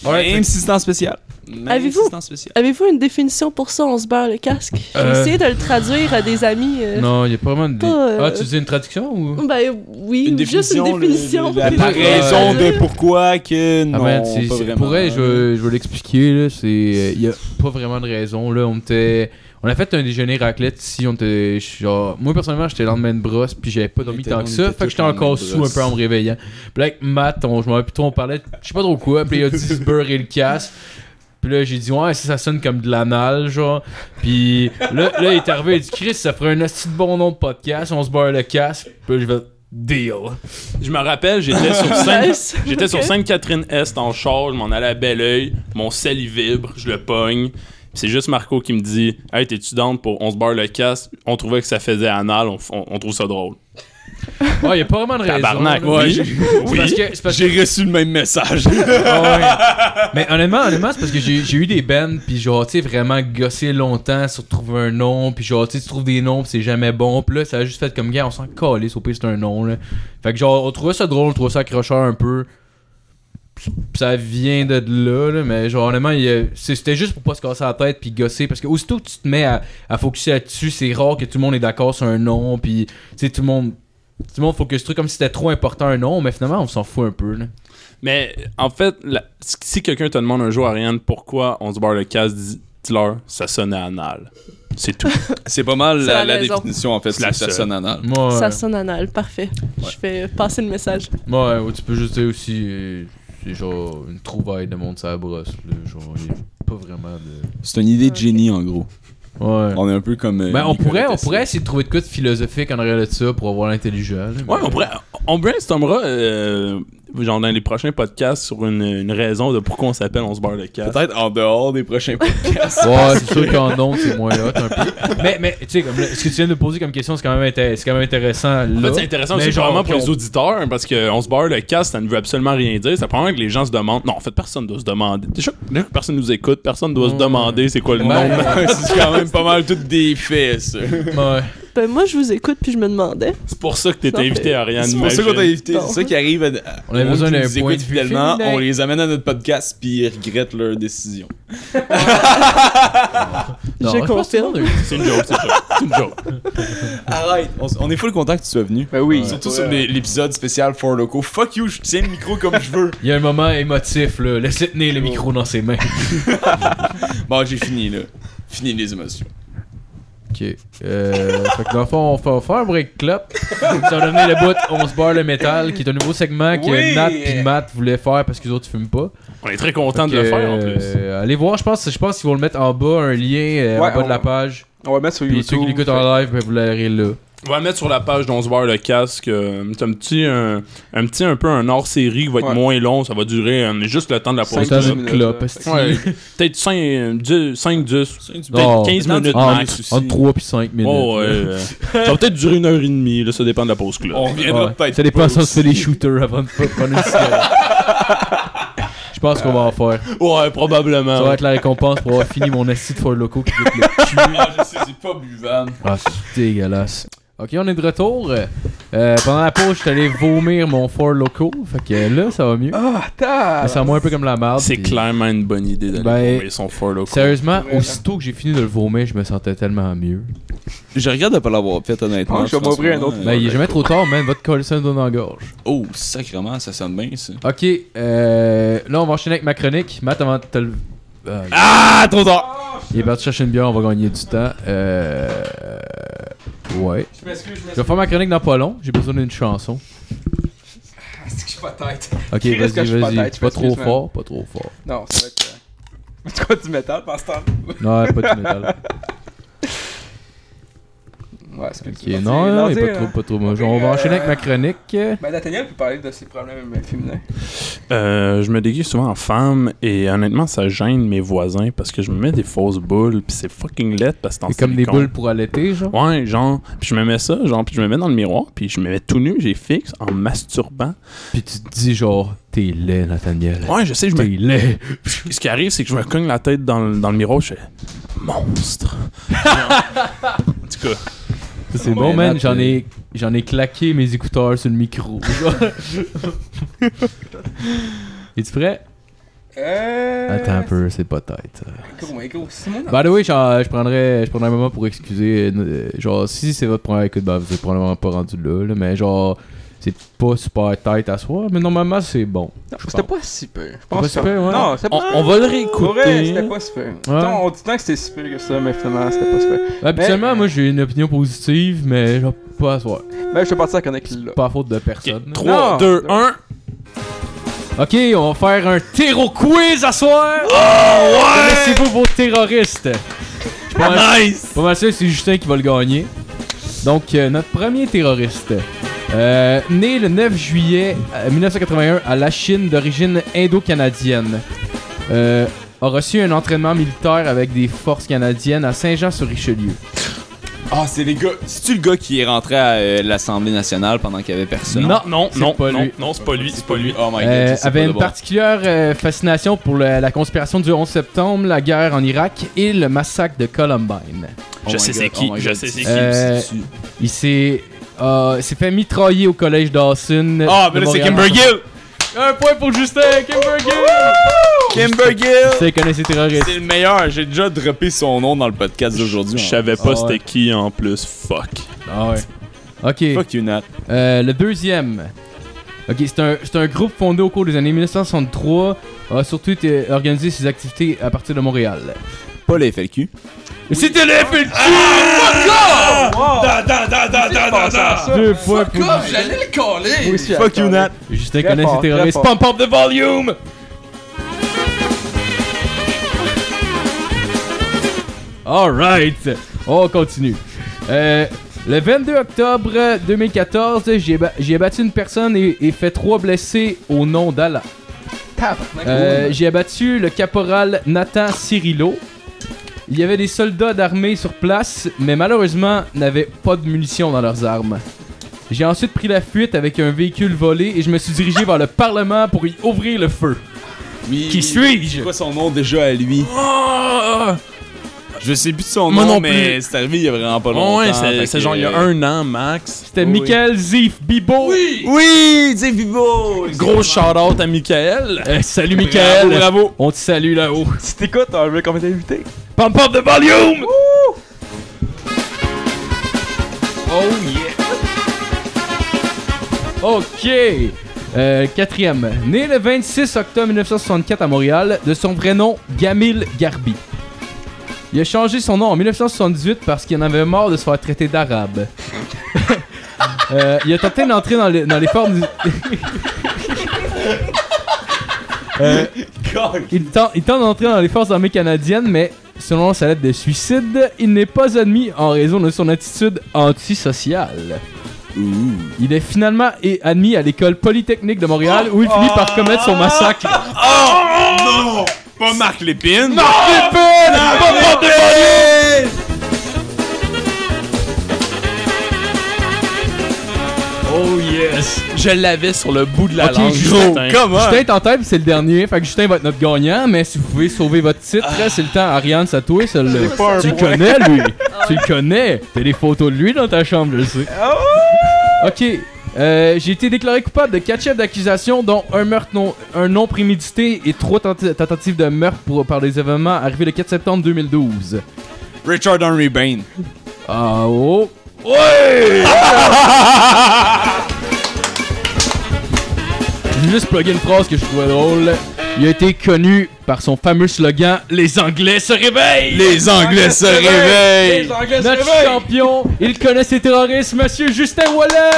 C: Ouais,
D: Même si c'est en spécial. Même
B: Avez-vous-
D: si c'est en spécial.
B: Avez-vous une définition pour ça, on se beurre le casque? J'ai
C: Euh.
B: essayé de le traduire à des amis. euh,
C: Non, il a pas vraiment de.
B: Pas, euh,
C: Ah, tu dis une traduction ou.
B: Ben oui,
D: Une
B: juste une
D: définition, le-
B: définition.
D: le- la
B: Puis-
D: raison
B: (laughs)
D: de pourquoi que
C: Ah,
D: non,
C: man, c'est-
D: pas
C: c'est-
D: vraiment.
C: pour elle, je, veux- je vais l'expliquer, là. C'est. euh, Il y a pas vraiment de raison, là. On était. On a fait un déjeuner raclette ici. On était. je suis Genre, moi, personnellement, j'étais le lendemain de brosse, puis j'avais pas dormi
D: était-
C: tant
D: on
C: que ça.
D: était
C: Fait que
D: tous
C: j'étais
D: le lendemain
C: encore
D: de
C: sous un
D: brosse.
C: peu en me réveillant. Puis là, avec Matt, on- je m'en rappelle plus trop, on parlait. de- Je sais pas trop quoi. Puis il a dit se beurrer le casse. Puis là, j'ai dit, ouais, ça, ça sonne comme de l'anal, genre. Puis là, là, il est arrivé, il dit, Chris, ça ferait un assez bon nom de podcast, on se beurre le casse. Puis là, je vais, Deal.
F: Je me rappelle, j'étais (laughs) sur
B: Ben,
F: scène.
B: Nice.
F: J'étais sur
B: Ok.
F: Sainte-Catherine-Est en char, je m'en allais à Belleuil, mon sel il vibre, je le pogne. Puis C'est juste Marco qui me dit Hey, t'es-tu down pour On se barre le casque On trouvait que ça faisait anal, on, on- on trouve ça drôle.
C: Ouais, y a pas vraiment de raison.
F: Tabarnak,
C: là.
F: oui.
C: Ouais, j'ai- c'est
F: Oui.
C: parce que- c'est parce que-
D: J'ai reçu le même message.
C: Ah ouais. Mais honnêtement, honnêtement, c'est parce que j'ai j'ai eu des bands, puis genre, tu sais, vraiment gossé longtemps sur trouver un nom, puis genre, tu sais, tu trouves des noms, puis c'est jamais bon, puis là, ça a juste fait comme, gars, on s'en calisse, au pire, c'est un nom, là. Fait que genre, on trouvait ça drôle, on trouvait ça accrocheur un peu. Pis Ça vient de là, là, mais genre, honnêtement, il y a- c'est- c'était juste pour pas se casser la tête puis gosser. Parce que aussitôt que tu te mets à, à focuser là-dessus, c'est rare que tout le monde est d'accord sur un nom, puis tu sais, tout le monde. Tout le monde focus truc comme si c'était trop important un nom, mais finalement, on s'en fout un peu, là.
F: Mais en fait, la- si quelqu'un te demande un jour, Ariane, pourquoi on se barre le casque, dis- dis-leur, ça sonnait anal. C'est tout.
D: C'est pas mal
B: C'est
D: la,
B: la
D: la
B: raison.
D: définition, en fait.
F: C'est la
D: ça
F: seule.
D: sonne anal.
C: Moi,
B: Ça
C: euh,
B: sonne anal, parfait. Je vais passer le message.
C: Ouais, ou tu peux juste dire aussi, euh, c'est genre une trouvaille de monde ça brosse. Là, genre, il y a pas vraiment de.
D: C'est une idée de
B: Ok.
D: génie, en gros.
C: Ouais.
F: Ah,
D: On est un peu comme. euh,
C: Ben, on
D: Nikola
C: pourrait, on
D: Tesla.
C: pourrait essayer de trouver de quoi de philosophique en arrière de ça pour avoir l'intelligent.
F: Ouais, on, pourrait- on brainstormera, euh, genre dans les prochains podcasts, sur une, une raison de pourquoi on s'appelle On se barre le casque.
D: Peut-être en dehors des prochains podcasts.
C: Ouais, c'est sûr qu'en ondes, c'est moins hot un peu. Mais, mais tu sais, comme le- ce que tu viens de poser comme question, c'est quand même, inté- c'est quand même intéressant.
F: En
C: Là.
F: fait, c'est intéressant
C: Mais
F: aussi
C: genre,
F: probablement pour
C: qu'on-
F: les auditeurs hein, parce qu'on se barre le casque, ça ne veut absolument rien dire. C'est probablement que les gens se demandent. Non, en fait, personne doit se demander. Déjà, déjà que personne nous écoute, personne doit se
C: Ouais.
F: demander c'est quoi le
C: Ben, (laughs)
F: nom.
D: c'est quand même pas mal toutes des faits, ça.
C: Ouais.
B: Ben moi, je vous écoute puis je me demandais.
F: C'est pour ça que t'es
B: Ça fait-
F: invité, Ariane.
D: C'est pour ça qu'on t'a
F: imagine.
D: invité. C'est ça qui arrive. À...
C: On a
D: aux
C: besoin
D: gens qui
C: d'un
D: nous
C: point
D: écoutent
C: de vue
D: fidèlement,
C: féminin.
D: On les amène à notre podcast, puis ils regrettent leur décision.
C: Non,
B: Je
C: pense que c'est
B: confirme.
C: bon,
F: C'est une joke, c'est une joke. C'est une joke.
D: Arrête. On, s- on est full content que tu sois venu.
E: Ben oui.
D: Surtout sur l'é- l'épisode spécial Fort Loco. Fuck you, je tiens le micro comme je
F: (laughs)
D: veux.
C: Il y a un moment émotif, là. Laisse tenir le micro dans ses mains.
D: Bon, j'ai fini, là. Fini les émotions.
C: Ok. Euh, fait que dans le fond, on fait, on fait un break club. Ça va devenir le bout On se barre le métal, qui est un nouveau segment que
A: Oui.
C: Nat et Matt voulaient faire parce que les autres ils fument pas.
F: On est très content de le
C: Fait que,
F: faire en plus.
C: euh, allez voir, je pense, je pense qu'ils vont le mettre en bas, un lien euh,
E: Ouais,
C: en bas de
E: on-
C: la page.
E: On va mettre sur
C: Puis
E: YouTube.
C: ceux qui l'écoutent en live, ben, vous l'aurez là.
F: On va mettre sur la page d'On se barre le casque euh, c'est un petit, un, un petit un peu un hors-série qui va être
E: Ouais.
F: moins long. Ça va durer euh, juste le temps de la pause.
E: Cinq
C: C'est dans
E: dix
C: une
E: minutes,
C: clope.
E: là.
C: esti.
F: Ouais, Peut-être 5, 10,
C: Non.
F: peut-être 15 minutes
C: Ah,
F: max.
C: entre- entre 3 puis 5 minutes.
F: Oh, ouais,
C: là.
F: euh, ça va peut-être durer une heure et demie, là, ça dépend de la pause club.
D: On reviendra
C: Ouais.
D: peut-être.
C: Ça dépend
D: pas
C: si on se
D: aussi.
C: fait des shooters avant de pas prendre une cigarette. Je pense qu'on va en faire.
F: Ouais,
C: Ça
F: probablement.
C: va être la récompense pour avoir fini mon acide for loco qui goûte le
D: Ah, je sais, c'est pas buvable.
C: Ah, c'est dégueulasse. Ok, on est de retour. Euh, pendant la pause, je suis allé vomir mon Fort Loco. Fait que là, ça va mieux.
E: Ah,
C: Mais
E: attends!
C: ça moins un peu comme la merde.
F: C'est
C: puis-
F: clairement une bonne idée d'aller
C: Ben,
F: vomir son fort loco.
C: Sérieusement,
E: Vraiment.
C: aussitôt que j'ai fini de le vomir, je me sentais tellement mieux.
D: Je regarde de pas l'avoir fait, honnêtement.
E: Ah, je vais
D: Franchement,
E: m'ouvrir un autre.
D: euh,
C: Ben, il est jamais trop tard, man. Va te coller ça dans la gorge.
D: Oh, sacrément, ça sonne bien, ça.
C: Ok, euh, là, on va enchaîner avec ma chronique. Matt, avant de te le. Ah, il-
D: Ah, trop tard!
C: il est parti chercher une bière, on va gagner du temps. Euh. Ouais.
A: Je m'excuse, je
C: Je vais
A: m'excuse.
C: faire ma chronique dans pas long. J'ai besoin d'une chanson.
A: Ah, c'est que je suis pas tête.
C: Ok,
E: Qui
C: vas-y,
E: reste que je suis pas
C: vas-y.
E: tête, je
C: Pas trop
E: m'excuse, man.
C: fort, pas trop fort.
E: Non, ça va être. euh, (laughs) En tout cas, du métal, par ce temps.
C: Ouais, pas de métal.
E: Ouais, c'est que
C: Ok, non, non, il est pas trop, pas trop. moi. On va enchaîner avec ma chronique.
E: Ben, Nathaniel peut parler de ses problèmes euh, féminins.
F: Euh, je me déguise souvent en femme et honnêtement, ça gêne mes voisins parce que je me mets des fausses boules puis c'est fucking laid parce que t'en
C: C'est comme des
F: silicone.
C: boules pour allaiter, genre.
F: Ouais, genre, puis je me mets ça, genre, puis je me mets dans le miroir, puis je me mets tout nu, j'ai fixe, en masturbant.
C: Puis tu te dis, genre, t'es laid, Nathaniel.
F: Ouais, je sais, je me
C: T'es laid.
F: Puis ce qui arrive, c'est que je me cogne la tête dans, le- dans le miroir, je fais (laughs) monstre. en tout cas,
C: C'est
D: Ouais,
C: bon, man.
D: Matt,
C: J'en ai, j'en ai claqué mes écouteurs sur le micro. genre. Es-tu prêt?
E: Euh.
C: Attends un peu, c'est pas tête.
E: Gros, mais gros, c'est mon
C: By the way, genre, je prendrais, je prendrais un moment pour excuser. euh, genre, si c'est votre première écoute, ben, vous êtes probablement pas rendu là, là, mais genre, c'est pas super tête à soi, mais normalement, c'est bon.
E: Non,
C: je
E: C'était
C: pense.
E: pas si peu. Je
C: pas
E: pense
C: si
E: que-
C: peu, ouais.
E: Non, c'était
F: on,
E: pas
F: on va le
E: Pour vrai,
F: réécouter.
E: c'était pas si peu. Putain, On dit tant que c'était si peu que ça, mais finalement, c'était pas si peu.
C: Habituellement,
E: Mais-
C: moi, j'ai une opinion positive, mais genre, pas à soi.
E: Ben, je te parti à Connect là.
C: Pas à faute de
F: Ok,
C: personne.
F: 3,
E: Non.
F: 2, 1.
C: Ok, on va faire un terreau quiz à soir! Oh ouais! Connaissez-vous vos terroristes? Je pense
F: Nice!
C: pas mal sûr que c'est Justin qui va le gagner. Donc, euh, notre premier terroriste. Euh, né le 9 juillet euh, 1981 à la Chine d'origine indo-canadienne. Euh, a reçu un entraînement militaire avec des forces canadiennes à Saint-Jean-sur-Richelieu.
D: Ah, c'est les gars. C'est-tu le gars qui est rentré à euh, l'Assemblée nationale pendant qu'il y avait personne?
C: Non,
F: non,
C: c'est
F: non,
C: pas
F: non,
C: lui.
F: non, c'est pas lui, c'est pas lui.
D: Oh my god.
C: Euh,
D: je sais
C: avait
D: pas
C: une
D: de bord.
C: particulière euh, fascination pour le- la conspiration du 11 septembre, la guerre en Irak et le massacre de Columbine.
D: Oh
F: Je
D: my
F: sais
D: God,
F: c'est qui,
D: oh my
F: je
D: God,
F: sais c'est
D: tu-
F: qui.
C: Euh,
D: tu- tu-
C: Il s'est euh, s'est fait mitrailler au collège Dawson.
F: Ah,
C: de
F: ben là, c'est
C: Montréal.
F: Kimber Gill!
C: Un point pour Justin, Kimber Gill!
D: Kimber Gill!
C: C'est connaît ses terroristes.
D: C'est le meilleur. J'ai déjà droppé son nom dans le podcast d'aujourd'hui.
F: Je savais
C: Ah
F: pas
C: ouais.
F: c'était qui en plus, fuck.
C: Ah ouais. Ok,
D: Fuck you, Nat.
C: euh, le deuxième. Ok, c'est un, c'est un groupe fondé au cours des années 1963, a surtout été- euh, organisé ses activités à partir de Montréal.
D: Pas les FLQ.
C: C'était le FLQ! Ah!
E: Ah!
A: Da, da, da, da, da, da, da.
C: Deux points
A: Fuck
C: pour
A: off, j'allais le
E: Moi
A: coller.
E: aussi,
D: Fuck you,
E: attends,
D: Nat.
C: Justin
E: Très
C: connaît
E: fort,
C: ses terroristes.
E: très
C: Pump up the volume! Alright! On continue. Euh, le 22 octobre 2014, j'ai ba- j'ai battu une personne et, et fait trois blessés au nom d'Allah. Euh, j'ai abattu le caporal Nathan Cirillo. Il y avait des soldats d'armée sur place, mais malheureusement n'avaient pas de munitions dans leurs armes. J'ai ensuite pris la fuite avec un véhicule volé et je me suis dirigé vers le Parlement pour y ouvrir le feu.
D: Oui.
C: Qui
D: C'est
C: suis-je
D: quoi son nom déjà à lui?
F: Ah!
D: Je sais plus de son
F: Moi
D: nom,
F: non
D: mais c'est arrivé il y a vraiment pas longtemps.
F: ouais,
D: fait
F: c'est
D: que- euh,
F: c'est genre il y a un an max.
C: C'était Michael Zif Bibo.
A: Oui.
D: Oui, dis Vivo!
F: Gros shout-out à Michael.
C: Euh, salut Michael.
D: Bravo, bravo.
C: On te salue là-haut.
E: Si t'écoutes, euh, on veut combien d'invités?
C: Pump up the volume. Oh yeah. Ok. Euh, quatrième. Né le 26 octobre 1964 à Montréal, de son vrai nom Gamil Garbi. Il a changé son nom en 1978 parce qu'il en avait marre de se faire traiter d'arabe. (laughs) Euh, il a tenté d'entrer dans, les- dans les formes du- (laughs) Euh,
A: Oh,
C: il, tente, il tente d'entrer dans les forces armées canadiennes, mais selon sa lettre de suicide, il n'est pas admis en raison de son attitude antisociale. Il est finalement é- admis à l'école polytechnique de Montréal où il finit par commettre son massacre.
D: Ah!
A: oh,
D: Non! Pas Marc Lépine!
C: Oh yes!
F: Je l'avais sur le bout de la
C: Ok,
F: langue.
C: gros,
F: putain.
D: Comment?
C: Justin est en tête, c'est le dernier. Fait que Justin va être notre gagnant, mais si vous pouvez sauver votre titre, là, c'est le temps. Ariane Satoué, celle-là.
E: Ah. C'est pas un
C: Tu le
E: point. Ah
C: connais,
E: (laughs)
C: lui. tu le connais. T'as des photos de lui dans ta chambre, je le sais. Ok. euh, j'ai été déclaré coupable de quatre chefs d'accusation, dont un meurtre non, un non prémédité et trois tenti- tentatives de meurtre pour- par des événements arrivés le 4 septembre 2012.
D: Richard Henry Bain.
C: Ah oh! Ouais! J'ai juste plugué une phrase que je trouvais drôle. Il a été connu par son fameux slogan Les Anglais se réveillent!
D: Les Anglais se réveillent!
A: Les Anglais se
C: Notre
A: réveillent.
C: champion, il connaît ses terroristes, Monsieur Justin Wallet!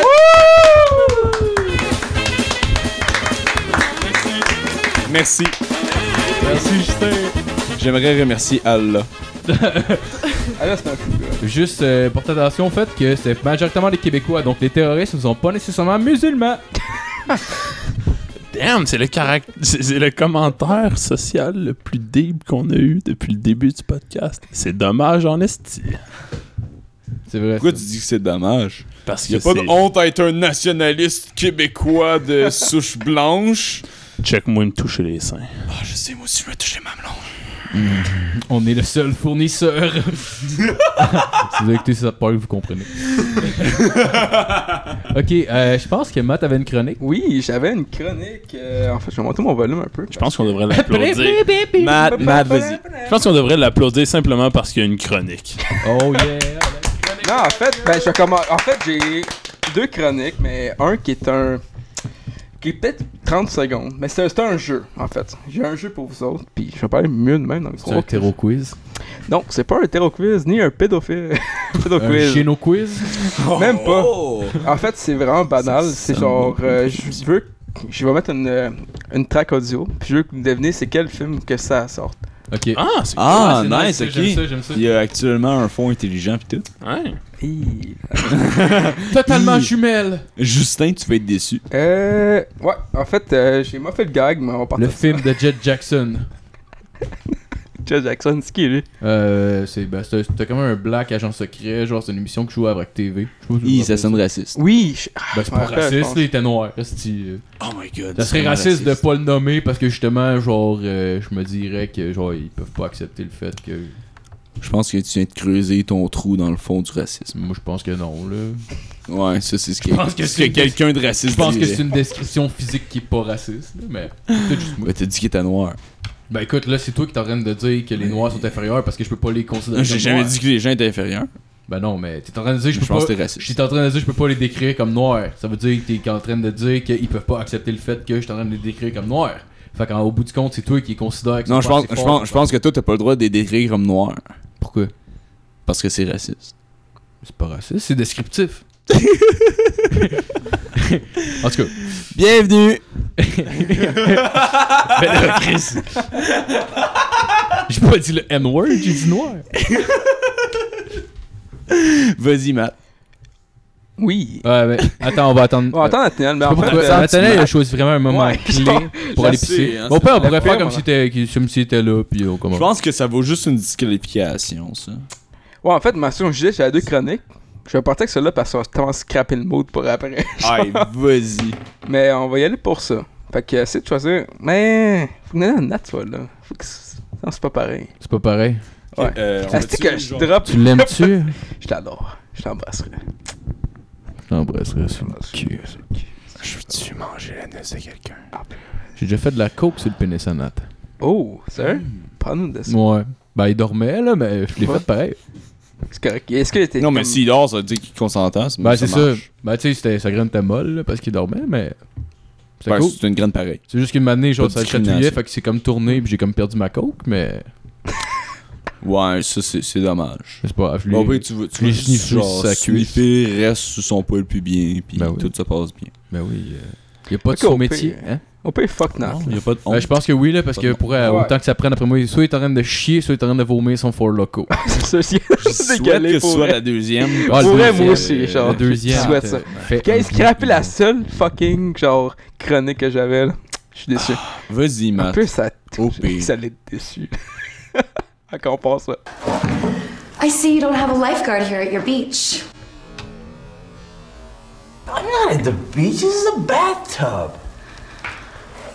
D: Merci. Merci, Justin. J'aimerais remercier Allah.
E: Ah là, c'est un fou, là.
C: Juste euh, porte attention au fait que c'est majoritairement des Québécois, donc les terroristes ne sont pas nécessairement musulmans.
F: Damn, c'est le caract- c'est c'est le commentaire social le plus deep qu'on a eu depuis le début du podcast. C'est dommage en esti.
C: C'est vrai.
D: Pourquoi tu dis que c'est dommage?
F: Parce
D: Y
F: que
D: a pas de
F: c'est-
D: honte à être un nationaliste québécois de (laughs) souche blanche.
F: check-moi me toucher les seins.
D: Ah, je sais, moi aussi, je vais toucher ma blonde.
C: On est le seul fournisseur. (laughs) si vous écoutez ça parle, vous (laughs) comprenez. ok, euh, je pense que Matt avait une chronique.
E: Oui, j'avais une chronique. euh, en fait, je vais monter mon volume un peu.
F: Je pense qu'on
D: (laughs)
F: devrait l'applaudir.
D: Matt, Matt, vas-y.
F: Je pense qu'on devrait l'applaudir simplement parce qu'il y a une chronique.
C: Oh yeah.
E: Non, en fait, ben, je commence. En fait, j'ai deux chroniques, mais un qui est un. qui est peut-être 30 secondes. Mais c'est un, c'est un jeu, en fait. J'ai un jeu pour vous autres, puis je vais parler mieux de même dans le
C: C'est un terreau quiz.
E: Non, c'est pas un terreau quiz, ni un pédophile. (laughs)
C: Un
E: pédoquiz.
C: chino Euh, quiz.
E: Même pas.
D: Oh!
E: En fait, c'est vraiment banal. C'est genre, euh, je veux, je vais mettre une, euh, une track audio, puis je veux que vous devinez c'est quel film que ça sorte.
C: Ok.
F: Ah, c'est
D: Ah,
C: c'est
D: nice, ok.
C: J'aime ça, j'aime ça.
D: Il y a actuellement un fond intelligent pis tout.
F: ouais.
E: Hi.
C: Totalement
D: Hi.
C: jumelle.
D: Justin, tu vas être déçu.
E: Euh. Ouais, en fait, euh, j'ai moi fait le gag, mais on va
C: Le
E: partir sur
C: film de Jet Jackson.
E: Joe Jackson, c'est qui lui
C: Euh, c'est ben, c'était- c'était comme un black agent secret, genre c'est une émission que je jouais à Vrac TV. Je sais pas si vous
D: Hi,
C: vous
D: ça
C: rappelez
D: sonne raciste.
E: Oui, je- ah,
C: Ben, c'est pas
E: Ouais, je
C: raciste,
E: pense.
C: là, il était noir. esti, euh.
D: Oh
C: (laughs)
D: my god.
C: Ça serait raciste de pas le nommer parce que justement, genre, euh, je me dirais que genre ils peuvent pas accepter le fait que.
D: Je pense que tu viens de creuser ton trou dans le fond du racisme.
C: Moi, je pense que non, là.
D: Ouais, ça, c'est ce que,
C: pense que
D: ce que
C: c'est-
D: quelqu'un de raciste
C: Je euh, pense que
D: dirait.
C: c'est une description physique qui est pas raciste, là, mais peut-être juste moi.
D: Ouais, t'as dit qu'il était noir.
C: Ben écoute, là, c'est toi qui t'es en train de dire que les noirs sont inférieurs parce que je peux pas les considérer.
D: J'ai
C: comme
D: jamais
C: noirs.
D: dit que les gens étaient inférieurs.
C: Ben non, mais t'es en train de dire que je
D: Je
C: peux
D: pense
C: pas.
D: que t'es raciste.
C: J'étais en train de dire que je peux pas les décrire comme noirs. Ça veut dire que t'es en train de dire qu'ils peuvent pas accepter le fait que je suis en train de les décrire comme noirs. Fait qu'au bout du compte, c'est toi qui considère que
D: Non,
C: c'est
D: je
C: pas
D: pense,
C: assez
D: je,
C: fort
D: pense,
C: pour
D: je pense que toi, t'as pas le droit de les décrire comme noirs.
C: Pourquoi
D: Parce que c'est raciste.
C: C'est pas raciste, c'est descriptif. (laughs) en tout cas,
D: Bienvenue!
C: ben là, Chris. J'ai pas dit le N-word, j'ai dit noir.
D: Vas-y, Matt.
E: oui.
C: Ouais, mais attends, on va attendre.
E: Bon, attends, Nathaniel, mais
C: Je sais
E: en
C: pas
E: fait,
C: pourquoi.
E: euh,
C: Nathaniel, il a choisi vraiment un moment
E: Ouais,
C: clé pour
D: (laughs) je
C: aller
D: sais,
C: pisser.
D: hein,
C: Bon,
D: c'est
C: père, on pourrait
E: pire,
C: faire comme
E: moi.
C: s'il était, comme s'il était là, puis on
D: Je
C: commence.
D: pense que ça vaut juste une disqualification, ça.
E: ouais, en fait, ma soeur, je disais, j'avais deux chroniques. Je vais partir avec celle-là parce qu'on va tellement scraper le mode pour après. (laughs)
D: Aïe, vas-y.
E: mais on va y aller pour ça. Fait que, euh, c'est de choisir. Mais. Faut que un Nat soit là. Faut que. c'est- Non, c'est pas pareil.
C: C'est pas pareil.
E: Ouais.
D: Euh, on
E: Ah, c'est
D: va-tu,
E: que je
D: genre-
E: drop.
C: Tu l'aimes-tu
E: (laughs)
C: (laughs)
E: Je l'adore. Je t'embrasserai.
C: Je t'embrasserai sur le
E: Sur
C: cul.
D: Je veux-tu manger la naisse de quelqu'un?
C: J'ai déjà fait de la coke sur le pénis à Nat.
E: Oh, sérieux?
D: Hmm.
E: Parle-nous de ça.
C: Ouais. Ben, il dormait, là, mais je l'ai
E: Ouais.
C: fait pareil.
E: C'est correct. Est-ce que t'es.
D: Non, mais
E: comme-
D: s'il dort, ça veut dire qu'il consentant.
C: Ben, c'est ça.
D: marche.
C: Ben, tu sais, c'était- sa graine était molle, là, parce qu'il dormait, mais. C'est
D: Ben,
C: cool.
D: C'est une graine pareille.
C: C'est juste qu'une matinée, genre,
D: Pas de
C: ça chatouillait,
D: discrimination.
C: fait que c'est comme tourné, puis j'ai comme perdu ma coke, mais.
D: Ouais, ça, c'est c'est dommage.
C: Je sais pas, je
E: Bah
C: l'ai.
D: Bon, ben, tu veux, tu
C: les
D: veux juste,
C: sniffer
D: genre,
C: sa cuisse.
D: sniffer, reste sous son poil pubien, puis
C: Ben oui.
D: tout se passe bien.
C: Ben oui. Y'a pas de
E: Ok,
C: son
E: on peut-
C: métier, hein?
E: On peut fuck Nat.
D: Il y a pas de honte.
C: Ben, je pense que oui, là, parce
D: Pas
C: que
D: de-
C: pour euh,
E: Ah, Ouais.
C: autant que ça prenne après moi, soit il est en train de chier, soit il est en train de vomir son Fort
E: (laughs)
C: Loco.
E: (laughs) C'est ça,
D: Je
E: c'est
D: souhaite
E: décalé
D: que ce
E: pour
D: soit
E: vrai.
D: la (laughs) deuxième.
C: Ah, le
E: Pour vrai,
C: deuxième,
E: moi aussi,
C: euh,
E: genre,
C: Le deuxième.
E: je souhaite ça. Quand il scrapait la seule fucking genre chronique que j'avais là, je suis déçu.
D: Vas-y,
E: Un
D: Matt. Oh,
E: peu ça,
D: Au pire.
E: ça l'est déçu. (laughs) Encore on pense là.
G: I see you don't have a lifeguard here at your beach.
H: I'm not at the beach. This is a bathtub.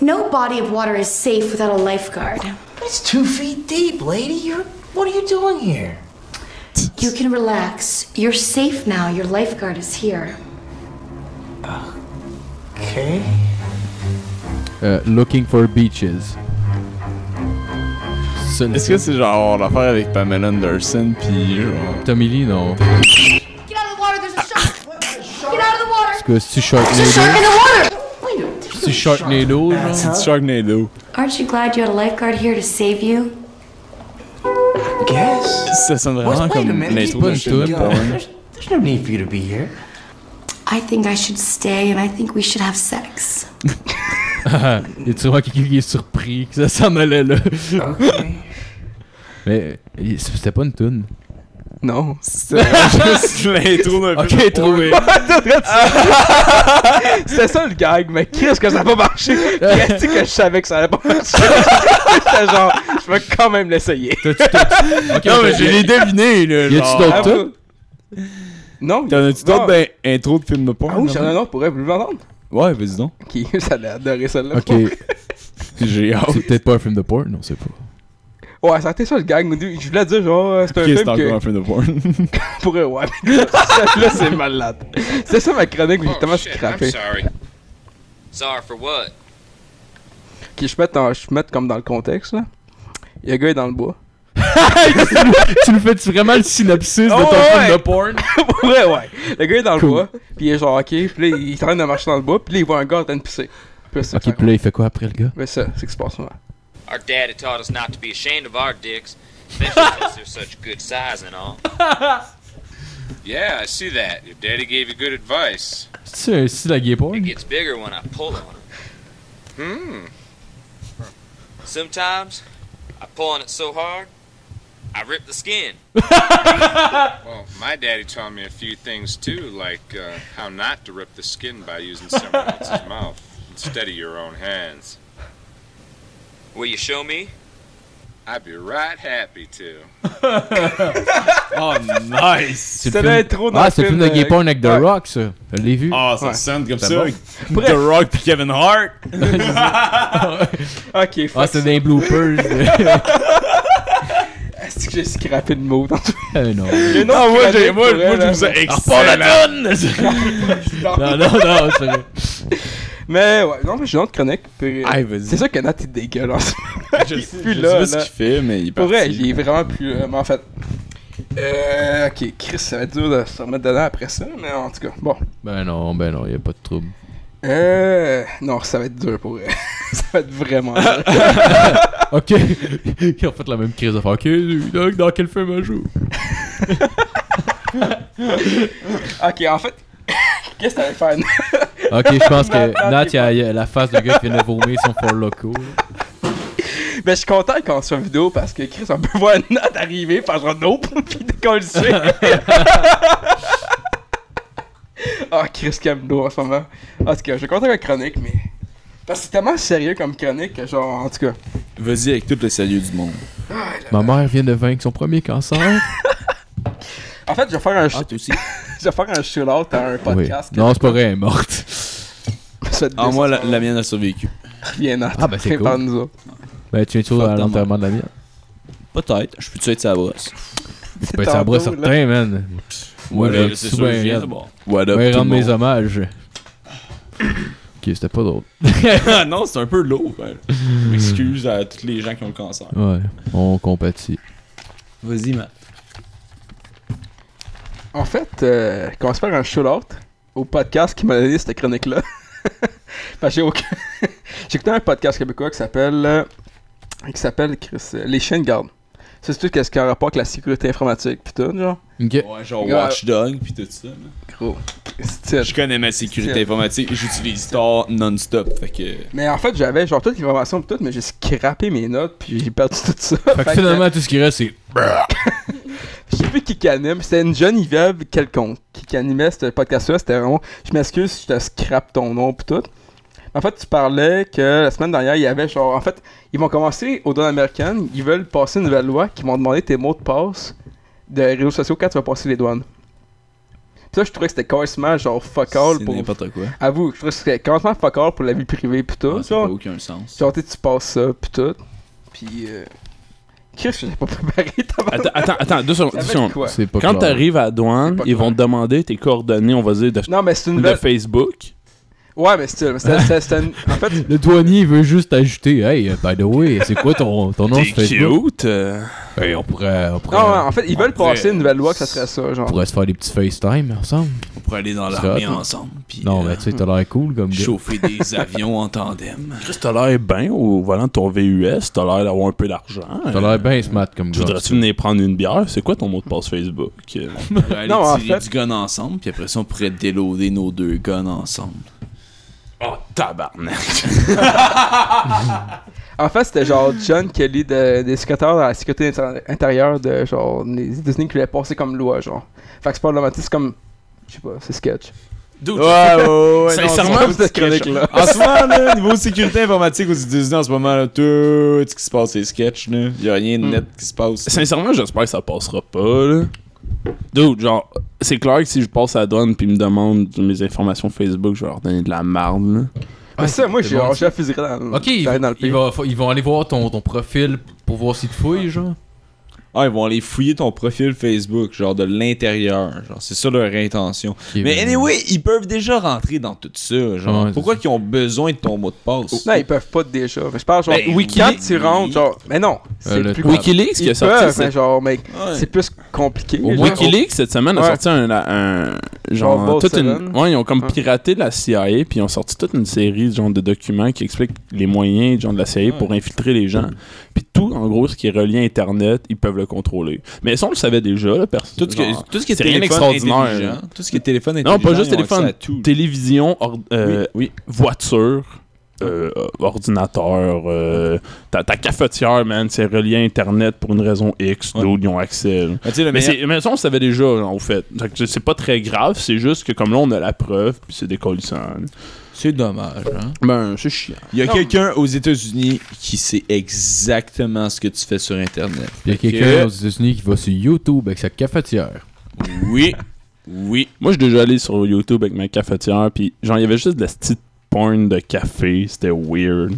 G: No body of water is safe without a lifeguard.
H: It's two feet deep, lady. You're. What are you doing here?
G: You can relax. You're safe now. Your lifeguard is here.
H: Okay.
C: Euh, looking for beaches. Ça,
D: Est-ce que c'est genre l'affaire avec Pamela Anderson, puis genre.
C: Tommy Lee, non?
G: Get out of the water.
H: Ah.
G: There's a shark. Get out of the water.
C: Que c'est-tu
G: There's a shark in
C: Sharknado?
G: the water.
C: C'est Sharknado,
D: Ah.
C: genre?
D: Sharknado.
G: Aren't you glad you had a lifeguard here to save you?
H: Guess.
D: Ça sonne vraiment
H: Wait, wait a
D: comme
H: minute.
D: l'intro
H: You
D: d'un
H: should
D: film
H: go.
D: porn.
H: There's, there's no need for you to be here.
G: I think I should stay and I think we should have sex.
C: Y'a-tu vraiment quelqu'un qui est surpris que ça s'en allait là?
H: Okay.
C: Mais euh, c'était pas une toune.
E: Non.
D: C'est juste l'intro d'un film.
C: (laughs) Ok, trouvé!
E: C'était ça le gag, mais qu'est-ce que ça a pas marché? Qu'est-ce que je savais que ça allait pas marcher? (laughs) J'étais genre, je vais quand même l'essayer.
C: T'as-tu t'as- Ok,
D: Non, mais
C: t'as-
D: je l'ai deviné, là.
C: Y'a-tu d'autres tunes?
E: Non.
D: T'en as-tu
E: non.
D: d'autres ben, intro de film de porn?
E: Ah oui,
D: non?
E: j'en ai un autre pour elle, vous l'entendre?
D: Ouais, vas-y donc.
E: Ok, (laughs) ça allait adorer celle-là.
C: Ok,
D: J'ai hâte.
C: c'est peut-être pas un film de porn, on sait pas.
E: Ouais, ça a été ça le gag. Je voulais dire genre, euh, c'est un
D: Ok,
E: film
D: c'est
E: que...
D: encore un film de porn.
E: Pour eux, ouais. là, (laughs) c'est malade. C'est ça ma chronique, j'ai tellement scrappé.
I: Oh, sorry. Sorry for what?
E: Ok, je mette, en- je mette comme dans le contexte, là. Il y a un gars il est dans le bois.
C: (laughs) tu nous fais-tu vraiment le synopsis
E: Oh,
C: de ton
E: ouais.
C: film de porn?
E: (laughs) Pour vrai, ouais. Le gars est dans le
C: Cool.
E: bois, puis il est genre, ok, puis là, il est en train de marcher dans le bois, puis là, il voit un gars en train de pisser. Puis là, c'est ça.
C: Ok, puis là, il fait quoi après le gars?
E: Mais ça, c'est que c'est pas ça.
I: Our daddy taught us not to be ashamed of our dicks, especially since they're such good size and all. yeah, I see that. Your daddy gave you good advice.
C: C'est-tu un style à gay
I: It
C: porn?
I: gets bigger when I pull on him. Hmm. Sometimes I pull on it so hard, I rip the skin.
J: Well, my daddy taught me a few things too, like uh, how not to rip the skin by using someone else's mouth instead of your own hands.
I: Will you show me?
J: I'd be right happy to.
D: Oh, (laughs) nice!
C: C'est
E: C'était
C: le film-
E: l'intro dans
C: Ah,
E: le
C: c'est le film de
E: film de-
C: Gay Porn avec The
E: Ouais.
C: Rock, ça. Je l'ai vu.
D: Ah, ça
E: Ouais.
D: sonne comme
C: C'est
D: ça.
C: bon.
D: The Rock puis Kevin Hart.
E: Ok,
C: Ah,
E: fuck.
C: c'est des bloopers. (laughs)
E: (laughs) Est-ce que j'ai scrappé de mots dans
C: Euh, non.
E: Le nom
D: Ah, moi,
E: scrappé
D: j'ai- moi,
E: pour
D: moi,
E: elle,
D: je
E: hein,
D: vous ai
C: Ah, pas
D: excellent.
C: la tonne! (laughs) non, non, non, c'est vrai.
E: Mais ouais, non, mais j'ai une autre chronique. puis, euh,
D: Aïe, vas-y.
E: C'est sûr que Nat est dégueulasse.
D: Je sais,
E: plus
D: je
E: là,
D: sais pas
E: là.
D: ce qu'il fait, mais il est
E: Pour
D: parti.
E: vrai, il est vraiment plus. euh, mais en fait. Euh, ok, Chris, ça va être dur de se remettre dedans après ça, mais en tout cas, bon.
C: Ben non, ben non, y'a pas de trouble.
E: Euh. Non, ça va être dur pour vrai. (laughs) ça va être
D: (laughs)
E: vraiment dur.
C: Ok. (laughs) Ils ont fait la même crise de faire. Ok, donc, dans quel film elle joue
E: ok, en fait. (laughs) Qu'est-ce que t'allais faire? Nat?
C: Ok, je pense que
E: Nat,
C: Nat,
E: il
C: il a, il a la face de gars qui vient de vomir son fort loco. là.
E: ben, je suis content qu'on soit en vidéo parce que Chris, on peut (laughs) voir Nat arriver, faire genre nope, (laughs) pis décoller. Ah, Chris Camdo en ce moment. En tout cas, je suis content avec chronique, mais. Parce que c'est tellement sérieux comme chronique que, genre, en tout cas.
D: Vas-y avec tout le sérieux du monde.
C: Ma mère vient de vaincre son premier cancer.
E: En fait, je vais faire un, sh-
D: Ah, toi aussi.
E: je vais faire un shout-out à un
C: Ah. Oui.
E: podcast. que-
C: Non, c'est pas vrai, elle est morte.
E: Ça te
D: Ah, moi, la, la mienne a survécu.
E: Bien, Nat.
C: Ah, ben, c'est cool.
E: Prépare-nous autres.
C: Ben, tu es toujours à
D: Fuck ta
C: l'enterrement de la mienne.
D: Peut-être. Je peux-tu être sa brosse?
C: Ben, ça bras
E: Tantôt, là.
C: certain, man. Moi,
D: Ouais,
C: je
D: c'est
C: suis
D: sûr, je
C: bien
D: viens
C: raide.
D: de bord. What up,
C: Ben,
D: tout le
C: rendre mes
D: monde?
C: hommages. Ok, c'était pas drôle.
D: Ah (laughs) non, c'est un peu lourd. (laughs) ben. Excuse à tous les gens qui ont le cancer.
C: Ouais, on compatit.
D: Vas-y, Matt.
E: En fait, euh, qu'on se faire un shout-out au podcast qui m'a donné cette chronique-là. (laughs) Parce que j'ai aucun... (laughs) j'ai écouté un podcast québécois qui s'appelle... euh, qui s'appelle, Chris, euh, Les Chiens de garde. Ça, C'est tout qu'est-ce qui a un rapport avec la sécurité informatique pis tout, genre.
C: Ok.
D: Ouais, genre
E: Gars.
D: Watchdog pis tout ça. là.
E: Gros. C'est-
D: Je connais ma sécurité
E: C'est-
D: informatique. J'utilise Tor non-stop. Fait que.
E: Mais en fait, j'avais genre toute l'information pis tout, mais j'ai scrappé mes notes pis j'ai perdu tout ça.
C: Fait que finalement, tout ce qui reste, c'est.
E: Je sais plus qui qu'anime, c'était une jeune Yvève quelconque qui qu'animait ce podcast-là. C'était vraiment, je m'excuse si je te scrape ton nom pis tout. En fait, tu parlais que la semaine dernière, il y avait genre, en fait, ils vont commencer aux données américaines, ils veulent passer une nouvelle loi qui vont demander tes mots de passe de réseaux sociaux quand tu vas passer les douanes. Pis ça, je trouvais que c'était carrément genre fuck all
D: c'est
E: pour.
D: n'importe quoi.
E: Avoue, je trouvais que c'était carrément fuck all pour la vie privée pis tout.
D: Ah, ça
E: genre.
D: n'a aucun sens.
E: Genre, tu sais, tu passes ça pis tout. Pis euh. Qu'est-ce que j'ai pas préparé (laughs)
F: Attends, attends, attends, deux secondes.
E: Ça
F: Deux
E: fait
F: secondes.
E: quoi?
C: C'est pas
F: Quand
C: clair.
F: t'arrives à la douane,
E: C'est pas
F: ils vont te demander tes coordonnées, on va dire, de,
E: Non, mais c'est une
F: de
E: nouvelle.
F: Facebook.
E: Ouais, mais still, c'était- c'était c'était une... En fait,
C: Le douanier veut juste ajouter Hey, euh, by the way, c'est quoi ton, ton nom sur Facebook
F: euh,
C: Hey, on pourrait, on pourrait,
E: non, Ah, ouais, en fait, ils veulent
D: pourrait-
E: passer une nouvelle loi que ça serait ça,
C: on
E: genre.
C: pourrait se faire des petits FaceTime ensemble.
D: On pourrait aller dans
C: C'est
D: l'armée
C: hot.
D: ensemble. Pis,
C: Non,
D: euh,
C: mais tu sais, t'as l'air cool comme gars.
D: Chauffer (laughs) des avions en tandem.
F: Chris, t'as l'air bien au volant de ton VUS, t'as l'air d'avoir un peu d'argent.
C: T'as l'air bien smart comme
F: Tu
C: gars.
F: voudrais-tu venir prendre une bière? C'est quoi ton mot de passe Facebook? Euh,
D: On pourrait aller
E: Non, en
D: tirer du
E: fait-
D: gun ensemble. Puis après ça, on pourrait déloader nos deux guns ensemble.
F: Oh, tabarnak!
E: En fait, c'était genre John Kelly, de, des secrétaires de la sécurité inter- intérieure de genre les États-Unis qui voulaient passer comme loi, genre. Fait que c'est pas le c'est comme. Je sais pas, c'est sketch.
F: Dude,
D: ouais, ouais.
F: Sincèrement,
E: c'est cette chronique-là.
D: En ce moment, là, niveau sécurité informatique aux États-Unis, en ce moment, là, tout ce qui se passe, c'est sketch. Là. Y a rien de net qui se passe.
F: sincèrement, j'espère que ça passera pas, là. Dude, genre, c'est clair que si je passe à la douane puis ils me demandent mes informations Facebook, je vais leur donner de la marde, là.
E: mais Ah, ça, moi,
C: Ah, c'est
E: j'ai
C: bon,
E: genre,
C: ça.
E: j'ai refusé dans,
C: Ok,
E: d'aller
C: ils,
E: dans le
C: ils
E: pays.
C: vont, ils vont aller voir ton, ton profil pour voir si te fouilles, genre.
D: Ah, ils vont aller fouiller ton profil Facebook, genre de l'intérieur. Genre, c'est ça leur intention.
C: Ok,
D: Mais
C: ben-
D: anyway, ils peuvent déjà rentrer dans tout ça. Genre,
C: Ouais,
D: pourquoi
C: c'est
D: qu'ils ont besoin de ton mot de passe
E: Non, ils peuvent pas déjà. Mais je parle genre,
D: Ben,
E: oui,
D: Wiki-
E: quand tu rentres, genre. Mais non, c'est
C: Euh, le
E: plus
C: tab.
E: compliqué.
F: Wikileaks qui a
E: Ils
F: sorti
E: peuvent,
F: cette-
E: mais genre, mec,
D: Ouais.
E: c'est plus compliqué.
C: Au
E: genre.
C: moins
F: Wikileaks cette semaine
E: Ouais.
F: a sorti un, un- genre
E: Genre Vault
F: toute une
E: Seven.
F: ouais ils ont comme
D: Ah.
E: Ouais.
F: piraté la CIA puis ils ont sorti toute une série genre de documents qui expliquent les moyens genre de la CIA pour infiltrer les gens puis tout en gros ce qui est relié à internet ils peuvent le contrôler mais ça on le savait déjà là, perso-
D: tout ce,
F: genre,
D: que, tout ce qui est,
F: c'est rien
D: téléphone
F: d'extraordinaire,
D: intelligent,
F: là.
D: Tout ce qui est téléphone
F: non
D: intelligent.
F: pas juste
D: ils ont accès
F: téléphone
D: à tout.
F: télévision ord- euh, oui. voiture euh, ordinateur, euh, ta, ta cafetière, man, c'est relié à Internet pour une raison X, d'autres ils ont accès.
D: Mais tu sais, le
F: mais,
D: meilleur-
F: c'est- mais ça, on le savait déjà, genre, au fait. Fait que C'est pas très grave, c'est juste que comme là, on a la preuve, puis c'est décollissant.
C: C'est dommage, hein?
F: Ben, c'est chiant.
D: Il y a
F: Non,
D: quelqu'un aux États-Unis qui sait exactement ce que tu fais sur Internet.
C: Il y a
D: Fait que-
C: quelqu'un aux États-Unis qui va sur YouTube avec sa cafetière.
D: Oui. Oui.
F: Moi, je suis déjà allé sur YouTube avec ma cafetière, puis genre, il y avait juste de la petite porn de café, c'était weird.